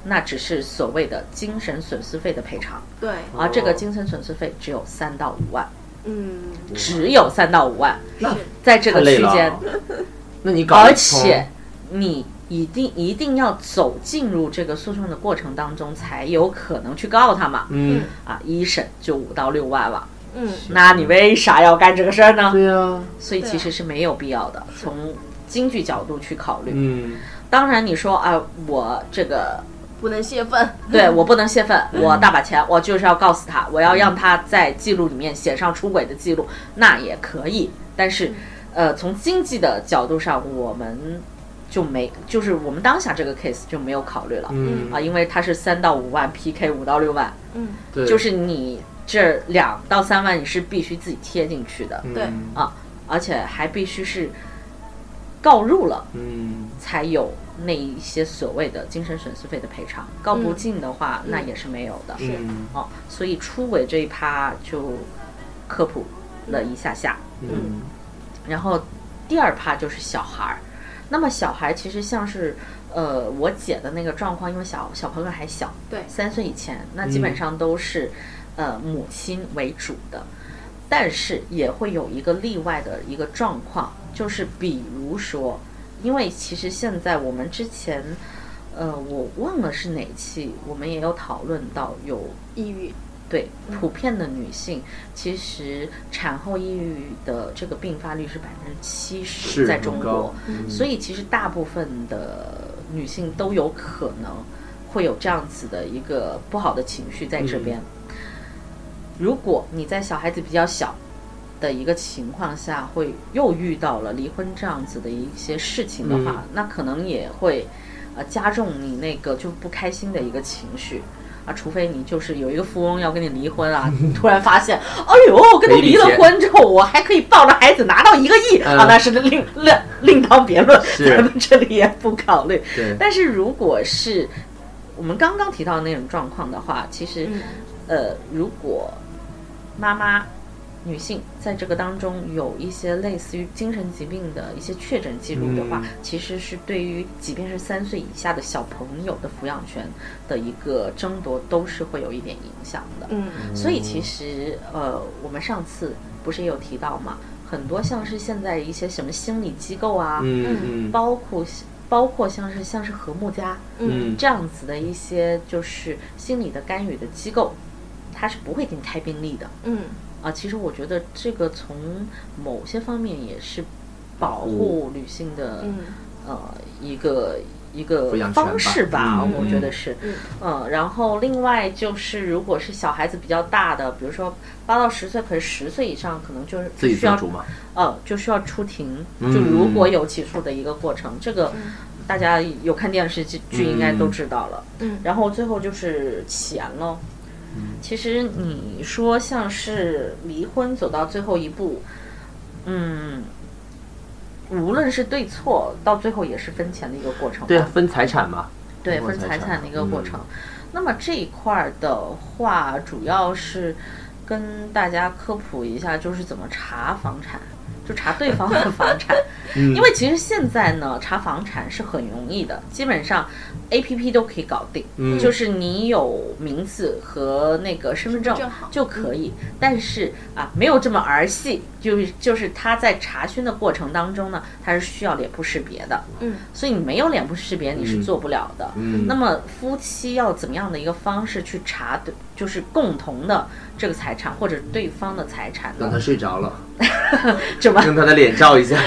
[SPEAKER 2] 那只是所谓的精神损失费的赔偿，
[SPEAKER 3] 对
[SPEAKER 2] 而这
[SPEAKER 1] 哦
[SPEAKER 2] 个精神损失费只有三到五万，
[SPEAKER 3] 嗯
[SPEAKER 2] 只有三到五万，
[SPEAKER 1] 那
[SPEAKER 2] 在这
[SPEAKER 1] 太
[SPEAKER 2] 个
[SPEAKER 1] 累
[SPEAKER 2] 区
[SPEAKER 1] 了
[SPEAKER 2] 间
[SPEAKER 1] 啊，， *laughs* 那你搞
[SPEAKER 2] 而
[SPEAKER 1] 得通
[SPEAKER 2] 且你一定一定要走进入这个诉讼的过程当中，才有可能去告他嘛。
[SPEAKER 1] 嗯，
[SPEAKER 2] 啊，一审就五到六万了，
[SPEAKER 3] 嗯
[SPEAKER 2] 那你为啥要干这个事儿呢？
[SPEAKER 1] 对呀，
[SPEAKER 2] 所以其实是没有必要的，从经济角度去考虑。
[SPEAKER 1] 嗯
[SPEAKER 2] 当然，你说啊，我这个
[SPEAKER 3] 不能泄愤，
[SPEAKER 2] 对我不能泄愤，我大把钱，我就是要告诉他，我要让他在记录里面写上出轨的记录，那也可以。但是，呃，从经济的角度上，我们就没，就是我们当下这个 case 就没有考虑了、
[SPEAKER 1] 嗯
[SPEAKER 2] 啊，因为它是三到五万 PK 五到六万，
[SPEAKER 3] 嗯
[SPEAKER 1] 对，
[SPEAKER 2] 就是你这两到三啊万你是必须自己贴进去的，
[SPEAKER 3] 对
[SPEAKER 1] 嗯
[SPEAKER 2] 而且还必须是告入了，
[SPEAKER 1] 嗯，
[SPEAKER 2] 才有那一些所谓的精神损失费的赔偿，告不进的话，那也是没有的。
[SPEAKER 3] 是
[SPEAKER 1] 嗯
[SPEAKER 2] 哦，所以出轨这一趴就科普了一下下，
[SPEAKER 1] 嗯
[SPEAKER 2] 然后第二趴就是小孩儿。那么小孩其实像是，呃，我姐的那个状况，因为小小朋友还小，
[SPEAKER 3] 对
[SPEAKER 2] 三岁以前，那基本上都是，呃，母亲为主的，但是也会有一个例外的一个状况，就是比如说，因为其实现在我们之前，呃，我忘了是哪期，我们也有讨论到有
[SPEAKER 3] 抑郁，
[SPEAKER 2] 对，普遍的女性其实产后抑郁的这个并发率是百分之七十，
[SPEAKER 1] 是
[SPEAKER 2] 在
[SPEAKER 1] 很
[SPEAKER 2] 中
[SPEAKER 1] 高
[SPEAKER 2] 国，
[SPEAKER 1] 嗯
[SPEAKER 2] 所以其实大部分的女性都有可能会有这样子的一个不好的情绪在这边。
[SPEAKER 1] 嗯
[SPEAKER 2] 如果你在小孩子比较小的一个情况下，会又遇到了离婚这样子的一些事情的
[SPEAKER 1] 嗯
[SPEAKER 2] 话，那可能也会呃加重你那个就不开心的一个情绪。啊，除非你就是有一个富翁要跟你离婚啊，你突然发现，哎呦，我跟他
[SPEAKER 1] 可以理
[SPEAKER 2] 离了
[SPEAKER 1] 解
[SPEAKER 2] 婚之后，我还可以抱着孩子拿到一个亿、啊，
[SPEAKER 1] 嗯
[SPEAKER 2] 那是另另另当别论，
[SPEAKER 1] 是
[SPEAKER 2] 咱们这里也不考虑。
[SPEAKER 1] 对，
[SPEAKER 2] 但是如果是我们刚刚提到的那种状况的话，其实、
[SPEAKER 3] 嗯
[SPEAKER 2] 呃，如果妈妈女性在这个当中有一些类似于精神疾病的一些确诊记录的话，
[SPEAKER 1] 嗯
[SPEAKER 2] 其实是对于即便是三岁以下的小朋友的抚养权的一个争夺，都是会有一点影响的。
[SPEAKER 3] 嗯
[SPEAKER 2] 所以其实呃，我们上次不是也有提到嘛，很多像是现在一些什么心理机构啊，
[SPEAKER 1] 嗯嗯
[SPEAKER 2] 包括包括像是像是和睦家
[SPEAKER 1] 嗯
[SPEAKER 2] 这样子的一些就是心理的干预的机构，它是不会给你开病历的
[SPEAKER 3] 嗯
[SPEAKER 2] 啊。其实我觉得这个从某些方面也是保护女性的、
[SPEAKER 3] 嗯
[SPEAKER 2] 呃一个一个
[SPEAKER 1] 抚养权吧
[SPEAKER 2] 方式吧，
[SPEAKER 1] 嗯
[SPEAKER 2] 我觉得是。
[SPEAKER 3] 嗯
[SPEAKER 2] 嗯，然后另外就是，如果是小孩子比较大的，比如说八到十岁，可是十岁以上可能就是
[SPEAKER 1] 自己
[SPEAKER 2] 需要
[SPEAKER 1] 做主嘛，
[SPEAKER 2] 呃，就需要出庭，
[SPEAKER 1] 嗯
[SPEAKER 2] 就如果有起诉的一个过程，这个大家有看电视剧剧应该都知道了。
[SPEAKER 3] 嗯
[SPEAKER 2] 然后最后就是钱喽。
[SPEAKER 1] 嗯
[SPEAKER 2] 其实你说像是离婚走到最后一步，嗯，无论是对错，到最后也是分钱的一个过程。
[SPEAKER 1] 对啊，，分财产嗯嘛，
[SPEAKER 2] 对，
[SPEAKER 1] 通过
[SPEAKER 2] 分
[SPEAKER 1] 财
[SPEAKER 2] 财产的一个过程。那么这一块儿的话，主要是跟大家科普一下，就是怎么查房产，就查对方的房产。
[SPEAKER 1] 嗯
[SPEAKER 2] 因为其实现在呢，查房产是很容易的，基本上 A P P 都可以搞定，
[SPEAKER 1] 嗯
[SPEAKER 2] 就是你有名字和那个身份证
[SPEAKER 3] 身份证嗯号
[SPEAKER 2] 就可以。但是啊，没有这么儿戏，就是就是他在查询的过程当中呢，他是需要脸部识别的。
[SPEAKER 3] 嗯
[SPEAKER 2] 所以你没有脸部识别，你是
[SPEAKER 1] 嗯
[SPEAKER 2] 做不了的。
[SPEAKER 1] 嗯
[SPEAKER 2] 那么夫妻要怎么样的一个方式去查对，就是共同的这个财产或者对方的财产
[SPEAKER 1] 让他
[SPEAKER 2] 呢？
[SPEAKER 1] 睡着
[SPEAKER 2] *laughs*
[SPEAKER 1] 了，
[SPEAKER 2] 怎么
[SPEAKER 1] 用他的脸照
[SPEAKER 2] *laughs*
[SPEAKER 1] 一下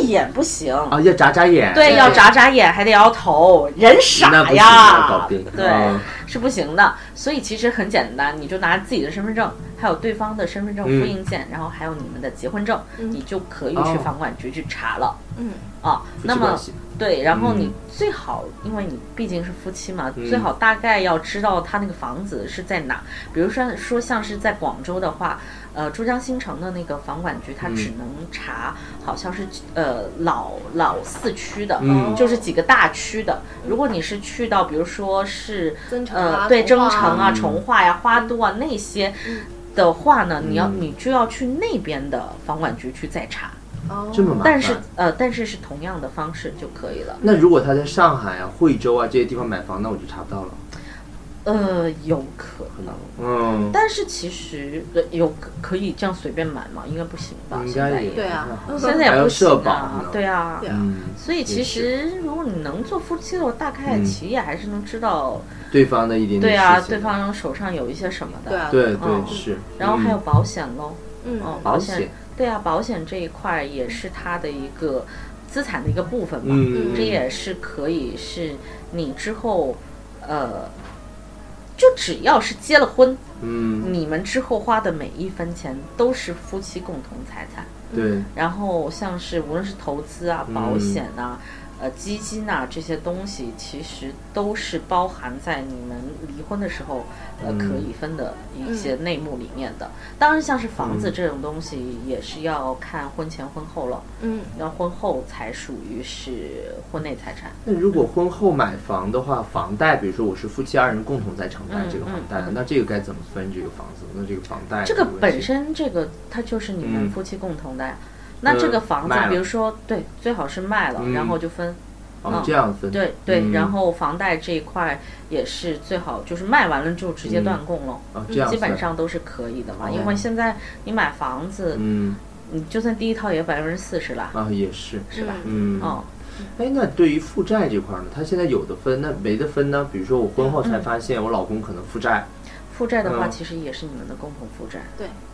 [SPEAKER 2] 闭眼不行？
[SPEAKER 1] 啊，要眨眨眼，
[SPEAKER 2] 对，要眨眨眼，还得摇头，人
[SPEAKER 1] 那
[SPEAKER 2] 傻
[SPEAKER 1] 不行要
[SPEAKER 2] 呀
[SPEAKER 1] 搞定，，
[SPEAKER 2] 对，
[SPEAKER 1] 嗯
[SPEAKER 2] 是不行的。所以其实很简单，你就拿自己的身份证，还有对方的身份证
[SPEAKER 1] 嗯
[SPEAKER 2] 复印件，然后还有你们的结婚证，你就可以去
[SPEAKER 1] 哦
[SPEAKER 2] 房管局去查了。
[SPEAKER 3] 嗯
[SPEAKER 2] 啊，
[SPEAKER 1] 夫
[SPEAKER 2] 那
[SPEAKER 1] 妻
[SPEAKER 2] 么
[SPEAKER 1] 关系
[SPEAKER 2] 对，然后你
[SPEAKER 1] 嗯
[SPEAKER 2] 最好，因为你毕竟是夫妻嘛，
[SPEAKER 1] 嗯
[SPEAKER 2] 最好大概要知道他那个房子是在哪。比如说说像是在广州的话，呃，珠江新城的那个房管局，它
[SPEAKER 1] 嗯
[SPEAKER 2] 只能查好像是呃老老四区的，
[SPEAKER 1] 嗯
[SPEAKER 2] 就是几个大区的。如果你是去到，比如说是
[SPEAKER 3] 增城啊
[SPEAKER 2] 呃对
[SPEAKER 3] 从
[SPEAKER 2] 增
[SPEAKER 3] 化啊
[SPEAKER 2] 城啊、
[SPEAKER 1] 嗯
[SPEAKER 2] 从化呀、花都啊那些的话
[SPEAKER 1] 嗯
[SPEAKER 2] 呢，你要你就要去那边的房管局去再查。
[SPEAKER 3] 哦
[SPEAKER 1] 这么麻
[SPEAKER 2] 但是
[SPEAKER 1] 烦
[SPEAKER 2] 呃，但是是同样的方式就可以了。
[SPEAKER 1] 那如果他在上海啊、惠州啊这些地方买房，那我就查不到了。
[SPEAKER 2] 呃，有可能，
[SPEAKER 1] 嗯，
[SPEAKER 2] 但是其实呃有可可以这样随便买吗？应该不行吧？
[SPEAKER 1] 应
[SPEAKER 2] 现在
[SPEAKER 1] 该也
[SPEAKER 2] 也
[SPEAKER 3] 对啊
[SPEAKER 2] 现在
[SPEAKER 1] 还
[SPEAKER 2] 也
[SPEAKER 1] 要
[SPEAKER 2] 不行
[SPEAKER 1] 社保
[SPEAKER 2] 啊
[SPEAKER 1] 呢，
[SPEAKER 2] 对啊。
[SPEAKER 3] 对啊
[SPEAKER 1] 嗯，
[SPEAKER 2] 所以其
[SPEAKER 1] 也是
[SPEAKER 2] 实如果你能做夫妻的话，大概
[SPEAKER 1] 嗯
[SPEAKER 2] 企业还是能知道，
[SPEAKER 1] 对方的一点
[SPEAKER 2] 对
[SPEAKER 1] 点
[SPEAKER 2] 啊，
[SPEAKER 1] 事情
[SPEAKER 2] 对方手上有一些什么的。
[SPEAKER 3] 对啊
[SPEAKER 1] 对
[SPEAKER 2] 嗯
[SPEAKER 1] 对是，
[SPEAKER 2] 然后还有
[SPEAKER 1] 嗯
[SPEAKER 2] 保险喽，哦
[SPEAKER 3] 嗯，
[SPEAKER 1] 保
[SPEAKER 2] 险
[SPEAKER 1] 险，
[SPEAKER 2] 对啊，保险这一块儿也是它的一个资产的一个部分嘛。
[SPEAKER 1] 嗯，
[SPEAKER 2] 这也是可以是你之后，呃，就只要是结了婚，
[SPEAKER 1] 嗯
[SPEAKER 2] 你们之后花的每一分钱都是夫妻共同财产。
[SPEAKER 1] 对
[SPEAKER 2] 然后像是无论是投资啊、保险啊，呃基金呐、这些东西，其实都是包含在你们离婚的时候呃可以分的一些内幕里面的。当然，像是房子这种东西，也是要看婚前婚后了，
[SPEAKER 3] 嗯，
[SPEAKER 2] 要婚后才属于是婚内财产。
[SPEAKER 1] 那如果婚后买房的话，房贷，比如说我是夫妻二人共同在承担这个房贷的，那这个该怎么分这个房子？那这个房贷
[SPEAKER 2] 这个
[SPEAKER 1] 问题
[SPEAKER 2] 本身这个它就是你们
[SPEAKER 1] 嗯
[SPEAKER 2] 夫妻共同的呀。那这个房子
[SPEAKER 1] 卖，了
[SPEAKER 2] 比如说对，最好是卖了，
[SPEAKER 1] 嗯
[SPEAKER 2] 然后就分。
[SPEAKER 1] 哦这样分，
[SPEAKER 2] 嗯对对，
[SPEAKER 1] 嗯
[SPEAKER 2] 然后房贷这一块也是最好，就是卖完了就直接断供了，
[SPEAKER 1] 哦这样
[SPEAKER 2] 基
[SPEAKER 1] 分
[SPEAKER 2] 本上都是可以的嘛。
[SPEAKER 1] 哦
[SPEAKER 2] 因为现在你买房子，
[SPEAKER 1] 嗯
[SPEAKER 2] 你就算第一套也百分之四十啦，
[SPEAKER 1] 啊也是，
[SPEAKER 2] 是吧？
[SPEAKER 1] 嗯
[SPEAKER 2] 哦，
[SPEAKER 1] 哎，那对于负债这块儿呢，他现在有的分，那没得分呢？比如说我婚后才发现我老公可能负债，
[SPEAKER 2] 负债的话
[SPEAKER 1] 嗯
[SPEAKER 2] 其实也是你们的共同负债。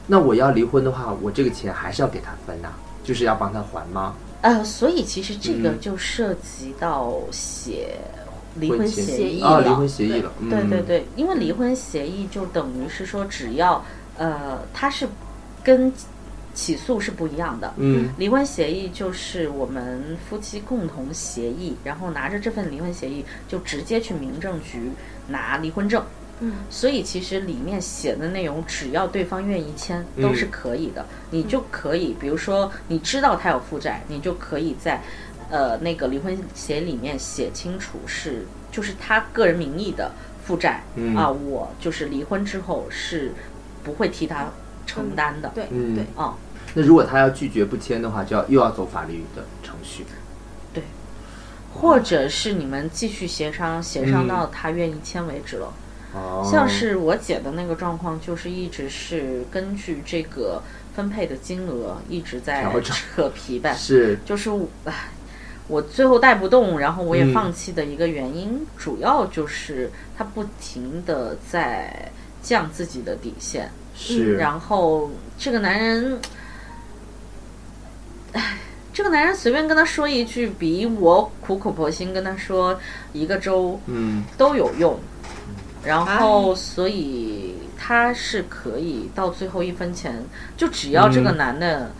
[SPEAKER 1] 那我要离婚的话，我这个钱还是要给他分呐、就是要帮他还吗？
[SPEAKER 2] 呃，所以其实这个
[SPEAKER 1] 嗯
[SPEAKER 2] 就涉及到写离婚
[SPEAKER 1] 前
[SPEAKER 2] 协议
[SPEAKER 1] 啊，
[SPEAKER 2] 了
[SPEAKER 1] 离。婚协议了，嗯、
[SPEAKER 2] 对对，对，因为离婚协议就等于是说，只要呃，它是跟起诉是不一样的。
[SPEAKER 1] 嗯
[SPEAKER 2] 离婚协议就是我们夫妻共同协议，然后拿着这份离婚协议就直接去民政局拿离婚证。
[SPEAKER 3] 嗯，
[SPEAKER 2] 所以其实里面写的内容，只要对方愿意签都是可以的，你就可以，比如说你知道他有负债，你就可以在，呃，那个离婚协议里面写清楚是就是他个人名义的负债、
[SPEAKER 1] 嗯
[SPEAKER 2] 啊，我就是离婚之后是不会替他承担的。
[SPEAKER 3] 对
[SPEAKER 1] 嗯
[SPEAKER 3] 对，
[SPEAKER 2] 哦，
[SPEAKER 1] 那如果他要拒绝不签的话，就要又要走法律的程序。
[SPEAKER 2] 或者是你们继续协商，协商到他愿意签为止了。
[SPEAKER 1] 嗯哦，
[SPEAKER 2] 像是我姐的那个状况，就是一直是根据这个分配的金额一直在
[SPEAKER 1] 调整
[SPEAKER 2] 扯皮呗，
[SPEAKER 1] 是
[SPEAKER 2] 就是我唉我最后带不动，然后我也
[SPEAKER 1] 嗯
[SPEAKER 2] 放弃的一个原
[SPEAKER 1] *laughs*
[SPEAKER 2] 因，主要就是她不停的在降自己的底线，
[SPEAKER 1] 是，
[SPEAKER 2] 嗯然后这个男人。唉这个男人随便跟他说一句，比我苦口婆心跟他说一个周
[SPEAKER 1] 嗯
[SPEAKER 2] 都有用，然后所以他是可以到最后一分钱，就只要这个男的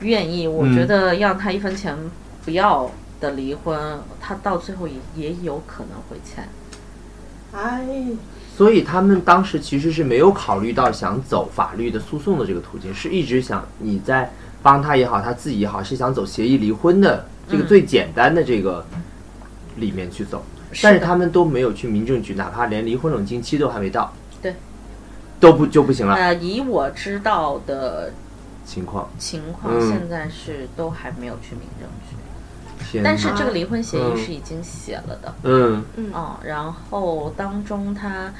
[SPEAKER 2] 愿意，我觉得
[SPEAKER 1] 嗯
[SPEAKER 2] 让他一分钱不要的离婚，他到最后也也有可能会签。
[SPEAKER 4] 哎，
[SPEAKER 1] 所以他们当时其实是没有考虑到想走法律的诉讼的这个途径，是一直想你在帮他也好，他自己也好，是想走协议离婚的这个最简单的这个里面去走，
[SPEAKER 2] 嗯
[SPEAKER 1] 但是他们都没有去民政局，哪怕连离婚冷静期都还没到，
[SPEAKER 2] 对，
[SPEAKER 1] 都不就不行了、
[SPEAKER 2] 呃，以我知道的
[SPEAKER 1] 情况。
[SPEAKER 2] 情况，
[SPEAKER 1] 嗯
[SPEAKER 2] 现在是都还没有去民政局，
[SPEAKER 1] 天哪，
[SPEAKER 2] 但是这个离婚协议
[SPEAKER 1] 嗯
[SPEAKER 2] 是已经写了的。
[SPEAKER 1] 嗯
[SPEAKER 3] 嗯
[SPEAKER 2] 嗯，然后当中他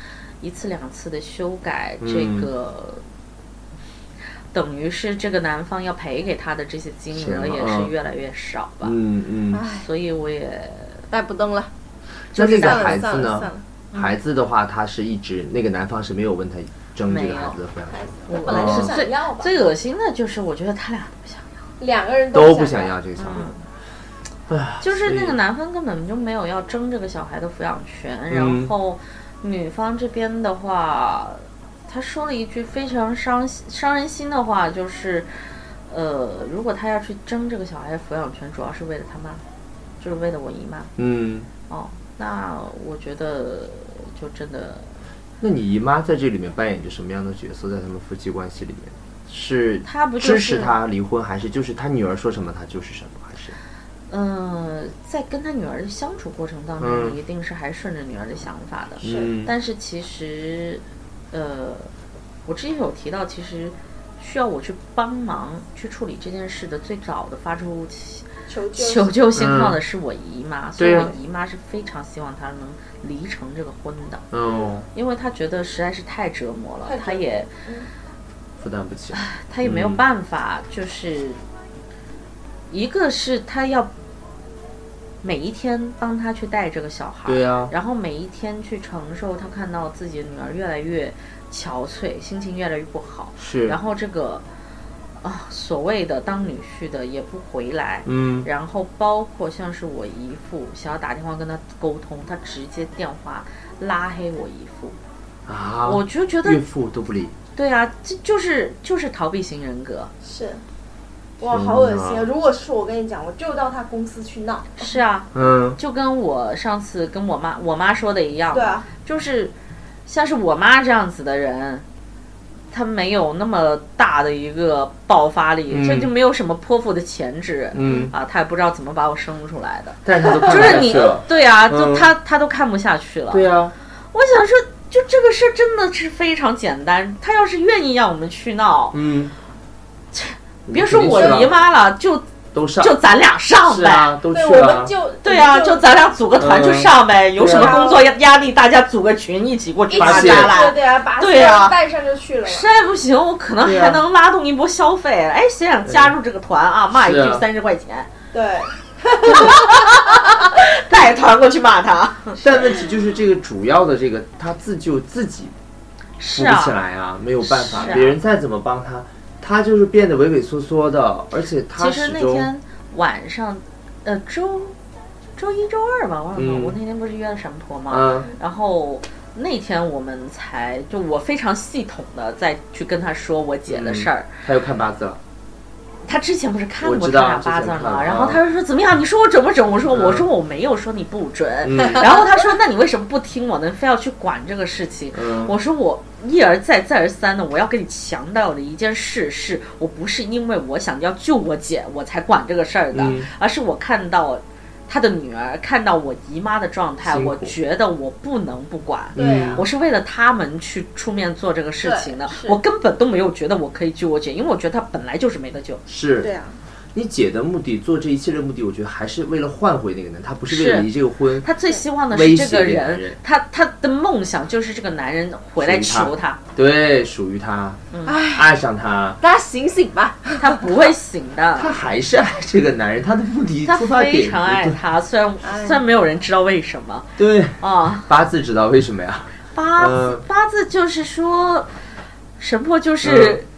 [SPEAKER 2] 一次两次的修改，
[SPEAKER 1] 嗯
[SPEAKER 2] 这个、等于是这个男方要赔给他的这些金
[SPEAKER 1] 钱
[SPEAKER 2] 额
[SPEAKER 1] 了
[SPEAKER 2] 也
[SPEAKER 1] 嗯
[SPEAKER 2] 是越来越少吧。
[SPEAKER 1] 嗯嗯，
[SPEAKER 3] 唉，
[SPEAKER 2] 所以我也
[SPEAKER 3] 带哎不动了，
[SPEAKER 1] 那这个
[SPEAKER 3] 算了
[SPEAKER 1] 孩
[SPEAKER 3] 算
[SPEAKER 1] 子
[SPEAKER 3] 了
[SPEAKER 1] 呢
[SPEAKER 3] 算？了，
[SPEAKER 1] 孩子的话，他是一直那个男方是没有问他争这个
[SPEAKER 2] 没有
[SPEAKER 1] 孩子的抚养权，
[SPEAKER 4] 我哦本来是想要吧，
[SPEAKER 2] 最恶心的就是，我觉得他俩都不想
[SPEAKER 4] 两个人
[SPEAKER 1] 都
[SPEAKER 4] 不
[SPEAKER 1] 不想
[SPEAKER 4] 要。
[SPEAKER 1] 要这个小孩。
[SPEAKER 2] 要，就是那
[SPEAKER 1] 所
[SPEAKER 2] 个
[SPEAKER 1] 以
[SPEAKER 2] 男方根本就没有要争这个小孩的抚养权，然
[SPEAKER 1] 嗯
[SPEAKER 2] 后女方这边的话，他说了一句非常伤心伤人心的话，就是，呃，如果他要去争这个小孩的抚养权，主要是为了他妈，就是为了我姨妈。
[SPEAKER 1] 嗯，
[SPEAKER 2] 哦，那我觉得就真的
[SPEAKER 1] 那你姨妈在这里面扮演着什么样的角色？在他们夫妻关系里面，是
[SPEAKER 2] 她不就
[SPEAKER 1] 支
[SPEAKER 2] 是
[SPEAKER 1] 持他离婚，还是就是他女儿说什么他就是什么？还是
[SPEAKER 2] 嗯，在跟他女儿的相处过程当中，
[SPEAKER 1] 嗯
[SPEAKER 2] 你一定是还顺着女儿的想法的。
[SPEAKER 4] 是
[SPEAKER 1] 嗯
[SPEAKER 2] 但是其实，呃，我之前有提到，其实需要我去帮忙去处理这件事的，最早的发出起
[SPEAKER 4] 求救，
[SPEAKER 2] 求救信号的是我姨妈，所
[SPEAKER 1] 嗯
[SPEAKER 2] 以
[SPEAKER 1] 对
[SPEAKER 2] 我
[SPEAKER 1] 啊
[SPEAKER 2] 姨妈是非常希望他能离成这个婚的，
[SPEAKER 1] 嗯，
[SPEAKER 2] 因为她觉得实在是太折磨了
[SPEAKER 4] 太，折
[SPEAKER 2] 她
[SPEAKER 4] 磨
[SPEAKER 2] 也
[SPEAKER 1] 负担不起。
[SPEAKER 2] 他也没有
[SPEAKER 1] 嗯
[SPEAKER 2] 办法，就是一个是他要每一天帮他去带这个小孩，
[SPEAKER 1] 对啊
[SPEAKER 2] 然后每一天去承受他看到自己的女儿越来越憔悴，心情越来越不好，
[SPEAKER 1] 是，
[SPEAKER 2] 然后这个啊所谓的当女婿的也不回来。
[SPEAKER 1] 嗯，
[SPEAKER 2] 然后包括像是我姨父想要打电话跟他沟通，他直接电话拉黑我姨父，
[SPEAKER 1] 啊，
[SPEAKER 2] 我就觉得
[SPEAKER 1] 岳父都不理，
[SPEAKER 2] 对啊，这就是就是逃避型人格。
[SPEAKER 4] 是哇，
[SPEAKER 1] 天
[SPEAKER 4] 好恶心啊！
[SPEAKER 1] 哪
[SPEAKER 4] 如果是我跟你讲，我就到他公司去闹。
[SPEAKER 2] 是啊，
[SPEAKER 1] 嗯，
[SPEAKER 2] 就跟我上次跟我妈我妈说的一样，
[SPEAKER 4] 对啊，
[SPEAKER 2] 就是像是我妈这样子的人，她没有那么大的一个爆发力，
[SPEAKER 1] 嗯
[SPEAKER 2] 这就没有什么泼妇的潜质。
[SPEAKER 1] 嗯
[SPEAKER 2] 啊，她也不知道怎么把我生出来的，
[SPEAKER 1] 但是他都看
[SPEAKER 2] 就
[SPEAKER 1] 不
[SPEAKER 2] 是
[SPEAKER 1] 下
[SPEAKER 2] 你
[SPEAKER 1] 去了，
[SPEAKER 2] 对啊，就
[SPEAKER 1] 嗯
[SPEAKER 2] 她她都看不下去了。
[SPEAKER 1] 对啊呀，
[SPEAKER 2] 我想说，就这个事儿真的是非常简单，她要是愿意让我们去闹，
[SPEAKER 1] 嗯，
[SPEAKER 2] 别说
[SPEAKER 1] 你
[SPEAKER 2] 我
[SPEAKER 1] 肯定去
[SPEAKER 2] 姨
[SPEAKER 1] 了
[SPEAKER 2] 妈了，就
[SPEAKER 1] 都上
[SPEAKER 2] 就咱俩上
[SPEAKER 1] 是
[SPEAKER 2] 呗。
[SPEAKER 1] 啊，都去
[SPEAKER 4] 对，我
[SPEAKER 1] 了
[SPEAKER 4] 们，就
[SPEAKER 2] 对啊，就咱俩组个团去上呗，有什么
[SPEAKER 1] 对啊
[SPEAKER 2] 工作压压力，大家组个群一起过去
[SPEAKER 4] 一
[SPEAKER 2] 发
[SPEAKER 1] 发
[SPEAKER 4] 起
[SPEAKER 1] 泄
[SPEAKER 2] 家
[SPEAKER 4] 对
[SPEAKER 2] 来。
[SPEAKER 4] 对啊，把
[SPEAKER 2] 对啊
[SPEAKER 4] 所有人带上就去了嘛。
[SPEAKER 2] 实在不行，我可能
[SPEAKER 1] 对啊
[SPEAKER 2] 还能拉动一波消费。哎，谁想加入这个团啊？骂一
[SPEAKER 1] 是
[SPEAKER 2] 句
[SPEAKER 1] 啊
[SPEAKER 2] 三十块钱，
[SPEAKER 4] 对，
[SPEAKER 2] 带团过去骂他。
[SPEAKER 1] 但问题就是这个主要的这个他自救自己扶
[SPEAKER 2] 是
[SPEAKER 1] 不起
[SPEAKER 2] 啊，
[SPEAKER 1] 来啊，没有办法，
[SPEAKER 2] 是啊
[SPEAKER 1] 别人再怎么帮他，他就是变得畏畏缩缩的，而且他
[SPEAKER 2] 其实
[SPEAKER 1] 始
[SPEAKER 2] 那
[SPEAKER 1] 终
[SPEAKER 2] 天晚上，呃，周周一周二吧，忘了。
[SPEAKER 1] 嗯
[SPEAKER 2] 我那天不是约了神婆吗？
[SPEAKER 1] 嗯
[SPEAKER 2] 然后那天我们才就我非常系统的再去跟他说我姐的事儿。
[SPEAKER 1] 他又看八字
[SPEAKER 2] *laughs*
[SPEAKER 1] 了，
[SPEAKER 2] 他之前不是看
[SPEAKER 1] 嗯我
[SPEAKER 2] 过
[SPEAKER 1] 知
[SPEAKER 2] 他
[SPEAKER 1] 道
[SPEAKER 2] 俩八字
[SPEAKER 1] 之前看
[SPEAKER 2] 吗？
[SPEAKER 1] 了
[SPEAKER 2] 然后他就说怎么样？你说我准不准？我说
[SPEAKER 1] 嗯
[SPEAKER 2] 我说我没有说你不准。
[SPEAKER 1] 嗯
[SPEAKER 2] 然后他说那你为什么不听我呢？非要去管这个事情？
[SPEAKER 1] 嗯，
[SPEAKER 2] 我说我一而再再而三的，我要跟你强调的一件事是，我不是因为我想要救我姐我才管这个事儿的，
[SPEAKER 1] 嗯
[SPEAKER 2] 而是我看到她的女儿看到我姨妈的状态，
[SPEAKER 1] 辛苦嗯
[SPEAKER 2] 我觉得我不能不管。
[SPEAKER 4] 对啊
[SPEAKER 2] 我是为了他们去出面做这个事情的
[SPEAKER 4] 对，是
[SPEAKER 2] 我根本都没有觉得我可以救我姐，因为我觉得她本来就是没得救。
[SPEAKER 1] 是
[SPEAKER 4] 对啊，
[SPEAKER 1] 你姐的目的，做这一切的目的，我觉得还是为了换回那个男，她不是为了
[SPEAKER 2] 是
[SPEAKER 1] 离这个婚。
[SPEAKER 2] 她最希望的是
[SPEAKER 1] 威
[SPEAKER 2] 这
[SPEAKER 1] 胁
[SPEAKER 2] 个
[SPEAKER 1] 这个男
[SPEAKER 2] 人
[SPEAKER 1] 人，
[SPEAKER 2] 她她的梦想就是这个男人回
[SPEAKER 1] 属于
[SPEAKER 2] 来
[SPEAKER 1] 她
[SPEAKER 2] 求她，
[SPEAKER 1] 对，属于她，爱上他，
[SPEAKER 3] 大家醒醒吧！
[SPEAKER 2] 她不会醒
[SPEAKER 1] 她
[SPEAKER 4] *laughs*
[SPEAKER 2] 的。
[SPEAKER 1] 还是爱这个男人，她的目的
[SPEAKER 2] 她
[SPEAKER 1] 出发
[SPEAKER 2] 非
[SPEAKER 1] 点
[SPEAKER 2] 常爱
[SPEAKER 1] 不
[SPEAKER 2] 他，虽然虽然没有人知道为什么
[SPEAKER 1] 对对
[SPEAKER 2] 啊。
[SPEAKER 1] 八字知道为什么呀？
[SPEAKER 2] 八字
[SPEAKER 1] 嗯
[SPEAKER 2] 八字就是说，神婆就是。 *laughs*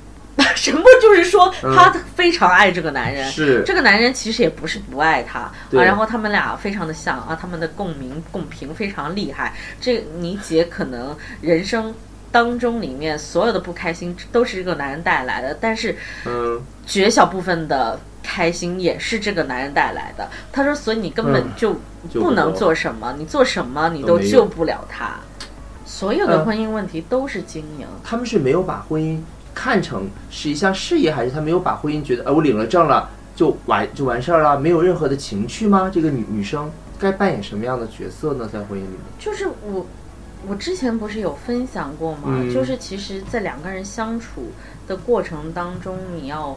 [SPEAKER 2] 神婆就是说，
[SPEAKER 1] 嗯
[SPEAKER 2] 她非常爱这个男人，
[SPEAKER 1] 是
[SPEAKER 2] 这个男人其实也不是不爱她啊，
[SPEAKER 1] 对
[SPEAKER 2] 然后他们俩非常的像啊，他们的共鸣共频非常厉害。这你姐可能人生当中里面所有的不开心都是这个男人带来的，但是
[SPEAKER 1] 嗯，
[SPEAKER 2] 绝小部分的开心也是这个男人带来的。他说，所以你根本
[SPEAKER 1] 嗯
[SPEAKER 2] 就
[SPEAKER 1] 救
[SPEAKER 2] 不
[SPEAKER 1] 不
[SPEAKER 2] 能
[SPEAKER 1] 了
[SPEAKER 2] 做什么，你做什么你都
[SPEAKER 1] 都没
[SPEAKER 2] 救
[SPEAKER 1] 用
[SPEAKER 2] 不了他。所有的
[SPEAKER 1] 嗯
[SPEAKER 2] 婚姻问题都是经营，
[SPEAKER 1] 他们是没有把婚姻看成是一项事业，还是他没有把婚姻觉得，呃，我领了证了就完就完事儿了，没有任何的情趣吗？这个女女生该扮演什么样的角色呢？在婚姻里面，
[SPEAKER 2] 就是我。我之前不是有分享过吗？
[SPEAKER 1] 嗯
[SPEAKER 2] 就是其实，在两个人相处的过程当中，你要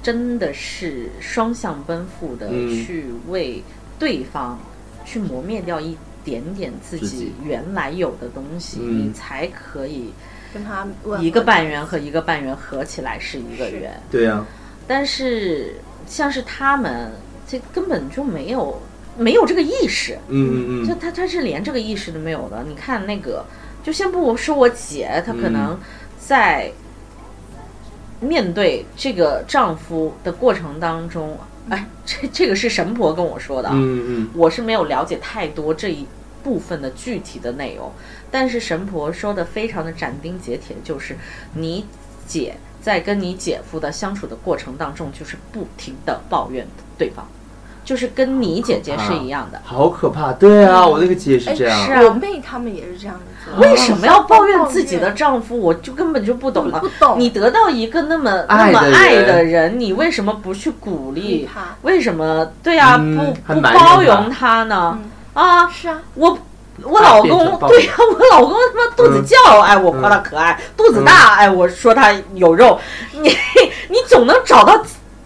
[SPEAKER 2] 真的是双向奔赴的
[SPEAKER 1] 嗯
[SPEAKER 2] 去为对方去磨灭掉一点点自
[SPEAKER 1] 自
[SPEAKER 2] 己
[SPEAKER 1] 己
[SPEAKER 2] 原来有的东西，
[SPEAKER 1] 嗯
[SPEAKER 2] 你才可以
[SPEAKER 3] 跟他问
[SPEAKER 2] 一个半圆和一个半圆合起来是一个圆，
[SPEAKER 1] 对呀、
[SPEAKER 2] 但是像是他们这根本就没有没有这个意识，
[SPEAKER 1] 嗯嗯
[SPEAKER 2] 就
[SPEAKER 1] 嗯，
[SPEAKER 2] 他他是连这个意识都没有的。你看那个，就先不说我姐，她可能在面对这个丈夫的过程当中，哎，这这个是神婆跟我说的啊，
[SPEAKER 1] 嗯嗯
[SPEAKER 2] 我是没有了解太多这一部分的具体的内容，但是神婆说的非常的斩钉截铁，就是你姐在跟你姐夫的相处的过程当中，就是不停的抱怨对方，就是跟你姐姐是一样的。
[SPEAKER 1] 好可怕，对啊，我那个姐也是这样，
[SPEAKER 2] 是啊
[SPEAKER 3] 我妹他们也是这样子
[SPEAKER 1] 啊
[SPEAKER 3] 做，
[SPEAKER 2] 为什么要抱怨自己的丈夫？我就根本就
[SPEAKER 1] *laughs*
[SPEAKER 2] 不懂了。
[SPEAKER 3] 不懂
[SPEAKER 2] 你得到一个那么那
[SPEAKER 1] 爱
[SPEAKER 2] 么
[SPEAKER 1] 的人
[SPEAKER 2] 爱的人，你为什么不去鼓励
[SPEAKER 3] 鼓励他？
[SPEAKER 2] 为什么对啊
[SPEAKER 1] 嗯
[SPEAKER 2] 不
[SPEAKER 1] 还
[SPEAKER 2] 不
[SPEAKER 1] 埋怨
[SPEAKER 2] 包
[SPEAKER 1] 他嗯
[SPEAKER 2] 容他呢？啊，
[SPEAKER 3] 是啊，
[SPEAKER 2] 我我
[SPEAKER 1] 他
[SPEAKER 2] 老
[SPEAKER 1] 变成
[SPEAKER 2] 公
[SPEAKER 1] 暴
[SPEAKER 2] 对
[SPEAKER 1] 力嗯
[SPEAKER 2] 呀、我老公他妈肚子叫，哎，我夸他可爱；肚子大，哎，我说他有肉。你 *laughs* 你总能找到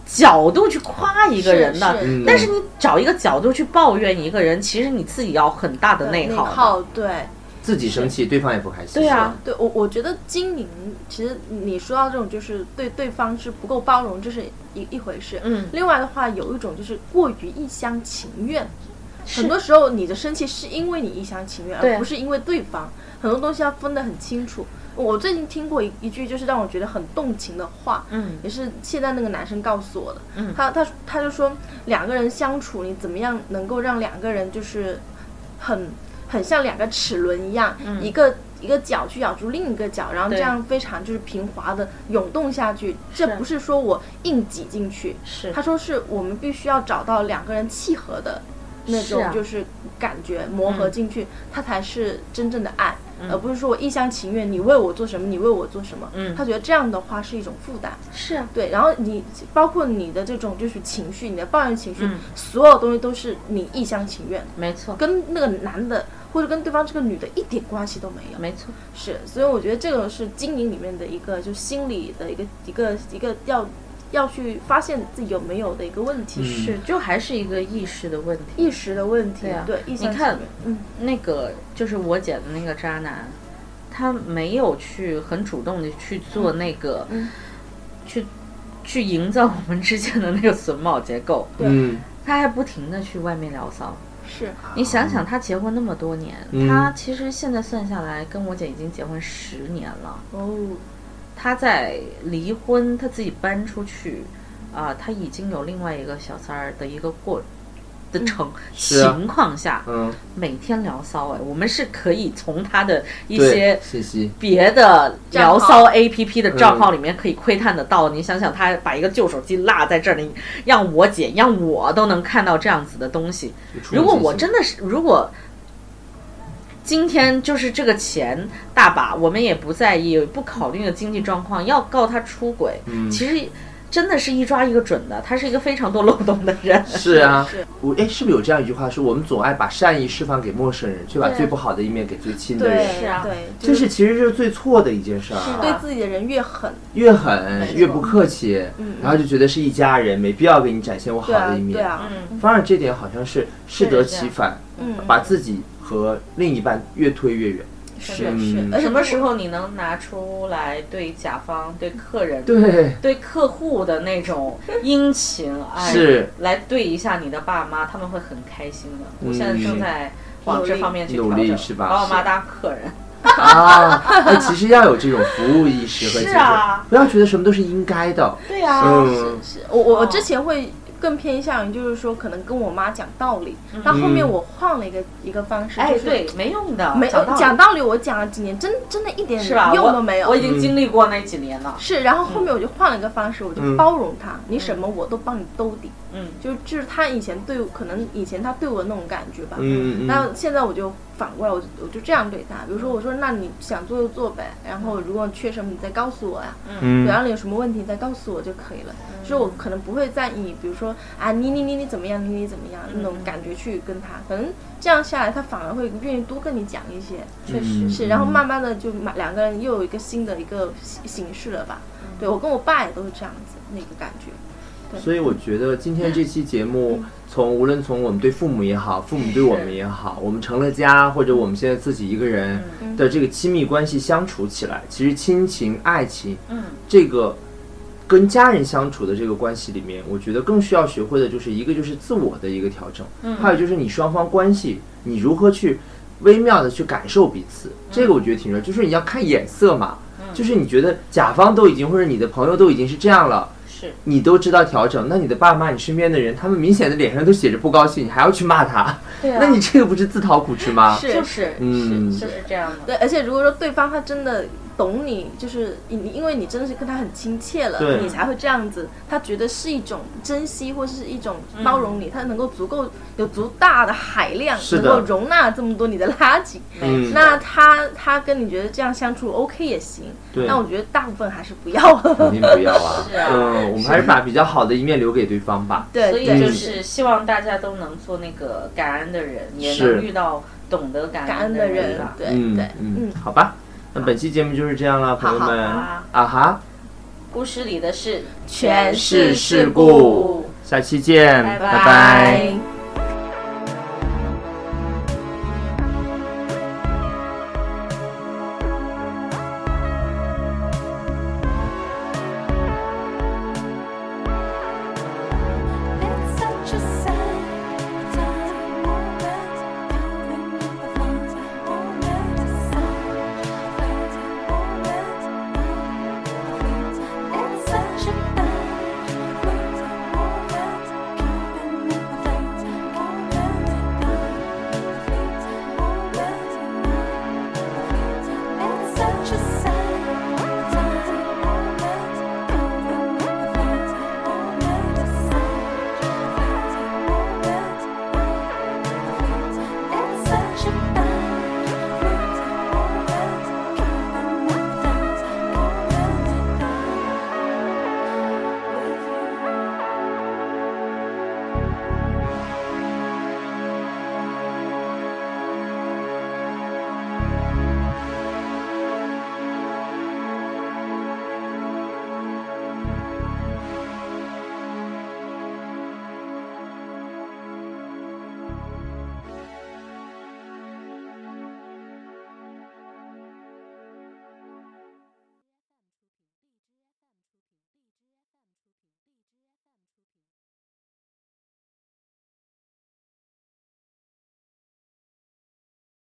[SPEAKER 2] 角度去夸一个人的
[SPEAKER 3] 是，
[SPEAKER 1] 嗯，
[SPEAKER 2] 哎但是你找一个角度去抱怨一个人，其实你自己要很大的内
[SPEAKER 3] 内
[SPEAKER 2] 耗的。
[SPEAKER 3] 耗对。
[SPEAKER 1] 自己生气，对方也不开心，
[SPEAKER 2] 对啊
[SPEAKER 3] 对我，我觉得经营其实你说到这种，就是对对方是不够包容，这是一一回事。
[SPEAKER 2] 嗯
[SPEAKER 3] 另外的话，有一种就是过于一厢情愿，很多时候你的生气是因为你一厢情愿，
[SPEAKER 2] 对啊
[SPEAKER 3] 而不是因为对方。很多东西要分得很清楚。我最近听过一一句，就是让我觉得很动情的话，
[SPEAKER 2] 嗯
[SPEAKER 3] 也是现在那个男生告诉我的。
[SPEAKER 2] 嗯
[SPEAKER 3] 他他他就说，两个人相处，你怎么样能够让两个人就是很很像两个齿轮一样，一个一个脚去咬住另一个脚，然后这
[SPEAKER 2] 嗯对
[SPEAKER 3] 样非常就是平滑的涌动下去。
[SPEAKER 2] 是
[SPEAKER 3] 这不是说我硬挤进去，
[SPEAKER 2] 是
[SPEAKER 3] 他说是我们必须要找到两个人契合的那
[SPEAKER 2] 是啊嗯
[SPEAKER 3] 种，就是感觉磨合进去，它才是真正的爱，而不是说我一厢情愿，你为我做什么，你为我做什么。
[SPEAKER 2] 嗯
[SPEAKER 3] 他觉得这样的话是一种负担。
[SPEAKER 2] 是啊，
[SPEAKER 3] 对，然后你包括你的这种就是情绪，你的抱怨情绪，
[SPEAKER 2] 嗯
[SPEAKER 3] 所有东西都是你一厢情愿，
[SPEAKER 2] 没错，
[SPEAKER 3] 跟那个男的或者跟对方这个女的一点关系都没有。
[SPEAKER 2] 没错，
[SPEAKER 3] 是，所以我觉得这个是经营里面的一个，就心理的一个一个一个要要去发现自己有没有的一个问题，
[SPEAKER 1] 嗯
[SPEAKER 2] 是就还是一个意识的问题。
[SPEAKER 3] 意识的问题。
[SPEAKER 2] 对啊
[SPEAKER 3] 对，意向
[SPEAKER 2] 你看
[SPEAKER 3] 层面嗯，
[SPEAKER 2] 那个就是我姐的那个渣男，他没有去很主动的去做那个，
[SPEAKER 3] 嗯
[SPEAKER 2] 去去营造我们之间的那个榫卯结构，
[SPEAKER 3] 对
[SPEAKER 1] 嗯，
[SPEAKER 2] 他还不停的去外面聊骚。
[SPEAKER 3] 是
[SPEAKER 2] 你想想，他结婚那么多年，
[SPEAKER 1] 嗯
[SPEAKER 2] 他其实现在算下来，跟我姐已经结婚十年了。
[SPEAKER 3] 哦，
[SPEAKER 2] 他在离婚，他自己搬出去，啊、他已经有另外一个小三儿的一个过的成、
[SPEAKER 1] 是啊
[SPEAKER 2] 情况下，
[SPEAKER 1] 嗯，
[SPEAKER 2] 每天聊骚哎，我们是可以从他的一
[SPEAKER 1] 对
[SPEAKER 2] 些，
[SPEAKER 1] 信息，
[SPEAKER 2] 别的聊骚 APP 的账
[SPEAKER 1] 嗯
[SPEAKER 2] 号里面可以窥探得到。你想想，他把一个旧手机落在这里，让我姐让我都能看到这样子的东西。如果我真的是，如果今天就是这个钱大把，我们也不在意，不考虑的经济状况，要告他出轨，
[SPEAKER 1] 嗯
[SPEAKER 2] 其实真的是一抓一个准的。他是一个非常多漏洞的人。
[SPEAKER 1] 是啊
[SPEAKER 3] 是，
[SPEAKER 1] 我哎，是不是有这样一句话说，我们总爱把善意释放给陌生人，却把
[SPEAKER 3] 对啊
[SPEAKER 1] 最不好的一面给最亲的
[SPEAKER 3] 对
[SPEAKER 1] 人，
[SPEAKER 2] 是啊
[SPEAKER 3] 对，
[SPEAKER 1] 这是其实是最错的一件事
[SPEAKER 2] 是
[SPEAKER 1] 儿啊
[SPEAKER 2] 的。
[SPEAKER 3] 对自己的人越狠，
[SPEAKER 1] 越狠
[SPEAKER 2] 错
[SPEAKER 1] 越不客气，然后就觉得是一家人，没必要给你展现我好
[SPEAKER 3] 对啊
[SPEAKER 1] 的一，面。
[SPEAKER 3] 对啊，
[SPEAKER 2] 嗯
[SPEAKER 1] 反而这点好像是适得
[SPEAKER 2] 是这
[SPEAKER 1] 其
[SPEAKER 2] 样
[SPEAKER 1] 反，
[SPEAKER 3] 嗯，
[SPEAKER 1] 把自己和另一半越推越远。
[SPEAKER 3] 是是
[SPEAKER 1] 嗯，
[SPEAKER 3] 而且
[SPEAKER 2] 什么
[SPEAKER 3] 如
[SPEAKER 2] 时
[SPEAKER 3] 果
[SPEAKER 2] 候你能拿出来对甲方、对客人、
[SPEAKER 1] 对，
[SPEAKER 2] 对客户的那种殷勤爱，
[SPEAKER 1] 是
[SPEAKER 2] 来对一下你的爸妈，他们会很开心的。我现在
[SPEAKER 1] 嗯
[SPEAKER 2] 正在往这方面去
[SPEAKER 1] 努
[SPEAKER 2] 调
[SPEAKER 1] 力
[SPEAKER 2] 整，
[SPEAKER 1] 是吧
[SPEAKER 2] 把我妈
[SPEAKER 1] 是
[SPEAKER 2] 当客人，
[SPEAKER 1] 啊，哎其实要有这种服务意识和精
[SPEAKER 2] 是啊
[SPEAKER 1] 神，不要觉得什么都是应该的。
[SPEAKER 2] 对呀、
[SPEAKER 1] 嗯，
[SPEAKER 3] 是我我
[SPEAKER 2] 哦
[SPEAKER 3] 我之前会更偏向于就是说，可能跟我妈讲道理，但后面
[SPEAKER 1] 嗯
[SPEAKER 3] 我换了一个一个方式，
[SPEAKER 2] 哎，
[SPEAKER 3] 就是
[SPEAKER 2] 对，没用的，
[SPEAKER 3] 没有
[SPEAKER 2] 道理
[SPEAKER 3] 讲道理，我讲了几年，真真的一点
[SPEAKER 2] 是吧？
[SPEAKER 3] 用
[SPEAKER 2] 我
[SPEAKER 3] 都没有。
[SPEAKER 2] 我已经经历过那几年了。
[SPEAKER 3] 是，然后后面我就换了一个方式，我就
[SPEAKER 1] 嗯
[SPEAKER 3] 包容他，你什么我都帮你兜底，
[SPEAKER 2] 嗯，
[SPEAKER 3] 就就是他以前对我，可能以前他对我那种感觉吧，
[SPEAKER 1] 嗯嗯
[SPEAKER 3] 那
[SPEAKER 1] 嗯，
[SPEAKER 3] 现在我就反过来，我就我就这样对他，比如说我说那你想做就做呗，然后如果你缺什么你再告诉我呀，
[SPEAKER 1] 嗯
[SPEAKER 3] 对，然后你有什么问题再告诉我就可以了，就是我可能不会在意，比如说啊你你你你怎么样，你你怎么
[SPEAKER 1] 嗯
[SPEAKER 3] 样那种感觉去跟他，可能这样下来他反而会愿意多跟你讲一些，
[SPEAKER 2] 确
[SPEAKER 1] 嗯
[SPEAKER 2] 实
[SPEAKER 3] 是，然后慢慢的就买两个人又有一个新的一个形形式了吧？
[SPEAKER 1] 嗯
[SPEAKER 3] 对我跟我爸也都是这样子那个感觉。
[SPEAKER 1] 所以我觉得今天这期节目，从无论从我们对父母也好，父母对我们也好，我们成了家，或者我们现在自己一个人的这个亲密关系相处起来，其实亲情、爱情，
[SPEAKER 2] 嗯，
[SPEAKER 1] 这个跟家人相处的这个关系里面，我觉得更需要学会的就是一个就是自我的一个调整，嗯，还有就是你双方关系，你如何去微妙的去感受彼此，这个我觉得挺重要，就是你要看眼色嘛，就是你觉得甲方都已经或者你的朋友都已经是这样了。
[SPEAKER 3] 嗯
[SPEAKER 2] 是
[SPEAKER 1] 你都知道调整，那你的爸妈、你身边的人，他们明显的脸上都写着不高兴，你还要去骂他，
[SPEAKER 2] 对啊
[SPEAKER 1] 那你这个不是自讨苦吃吗？
[SPEAKER 3] 是
[SPEAKER 2] 就是
[SPEAKER 1] 嗯
[SPEAKER 2] 是就是这样的，
[SPEAKER 3] 对，而且如果说对方他真的懂你，就是你，因为你真的是跟他很亲切了，
[SPEAKER 1] 对
[SPEAKER 3] 你才会这样子。他觉得是一种珍惜，或是一种包容你，他能够足够有足大的海量，
[SPEAKER 1] 嗯是
[SPEAKER 3] 能
[SPEAKER 1] 的
[SPEAKER 3] 够容纳这么多你的垃圾。
[SPEAKER 1] 嗯，
[SPEAKER 3] 那他他跟你觉得这样相处 OK 也行，
[SPEAKER 1] 对
[SPEAKER 3] 那我觉得大部分还是不要
[SPEAKER 1] *laughs*
[SPEAKER 3] 了。
[SPEAKER 1] 肯定不要啊。
[SPEAKER 2] *laughs* 是啊
[SPEAKER 1] 嗯，我们还是把比较好的一面留给对方吧。
[SPEAKER 3] 对，
[SPEAKER 2] 所以
[SPEAKER 3] 对
[SPEAKER 2] 就是希望大家都能做那个感恩的人，也
[SPEAKER 1] 是
[SPEAKER 2] 能遇到懂得感
[SPEAKER 3] 感恩
[SPEAKER 2] 的
[SPEAKER 3] 的人
[SPEAKER 2] 吧，。
[SPEAKER 3] 对
[SPEAKER 1] 嗯
[SPEAKER 3] 对，
[SPEAKER 1] 嗯，好吧，那本期节目就是这样了，朋友们
[SPEAKER 2] 好啊
[SPEAKER 1] 啊哈，
[SPEAKER 2] 故事里的事
[SPEAKER 3] 全
[SPEAKER 1] 是
[SPEAKER 3] 是
[SPEAKER 1] 事
[SPEAKER 3] 事
[SPEAKER 1] 故
[SPEAKER 3] 故，
[SPEAKER 1] 下期见，
[SPEAKER 2] 拜
[SPEAKER 1] 拜
[SPEAKER 2] 拜
[SPEAKER 3] 拜。
[SPEAKER 5] It's such a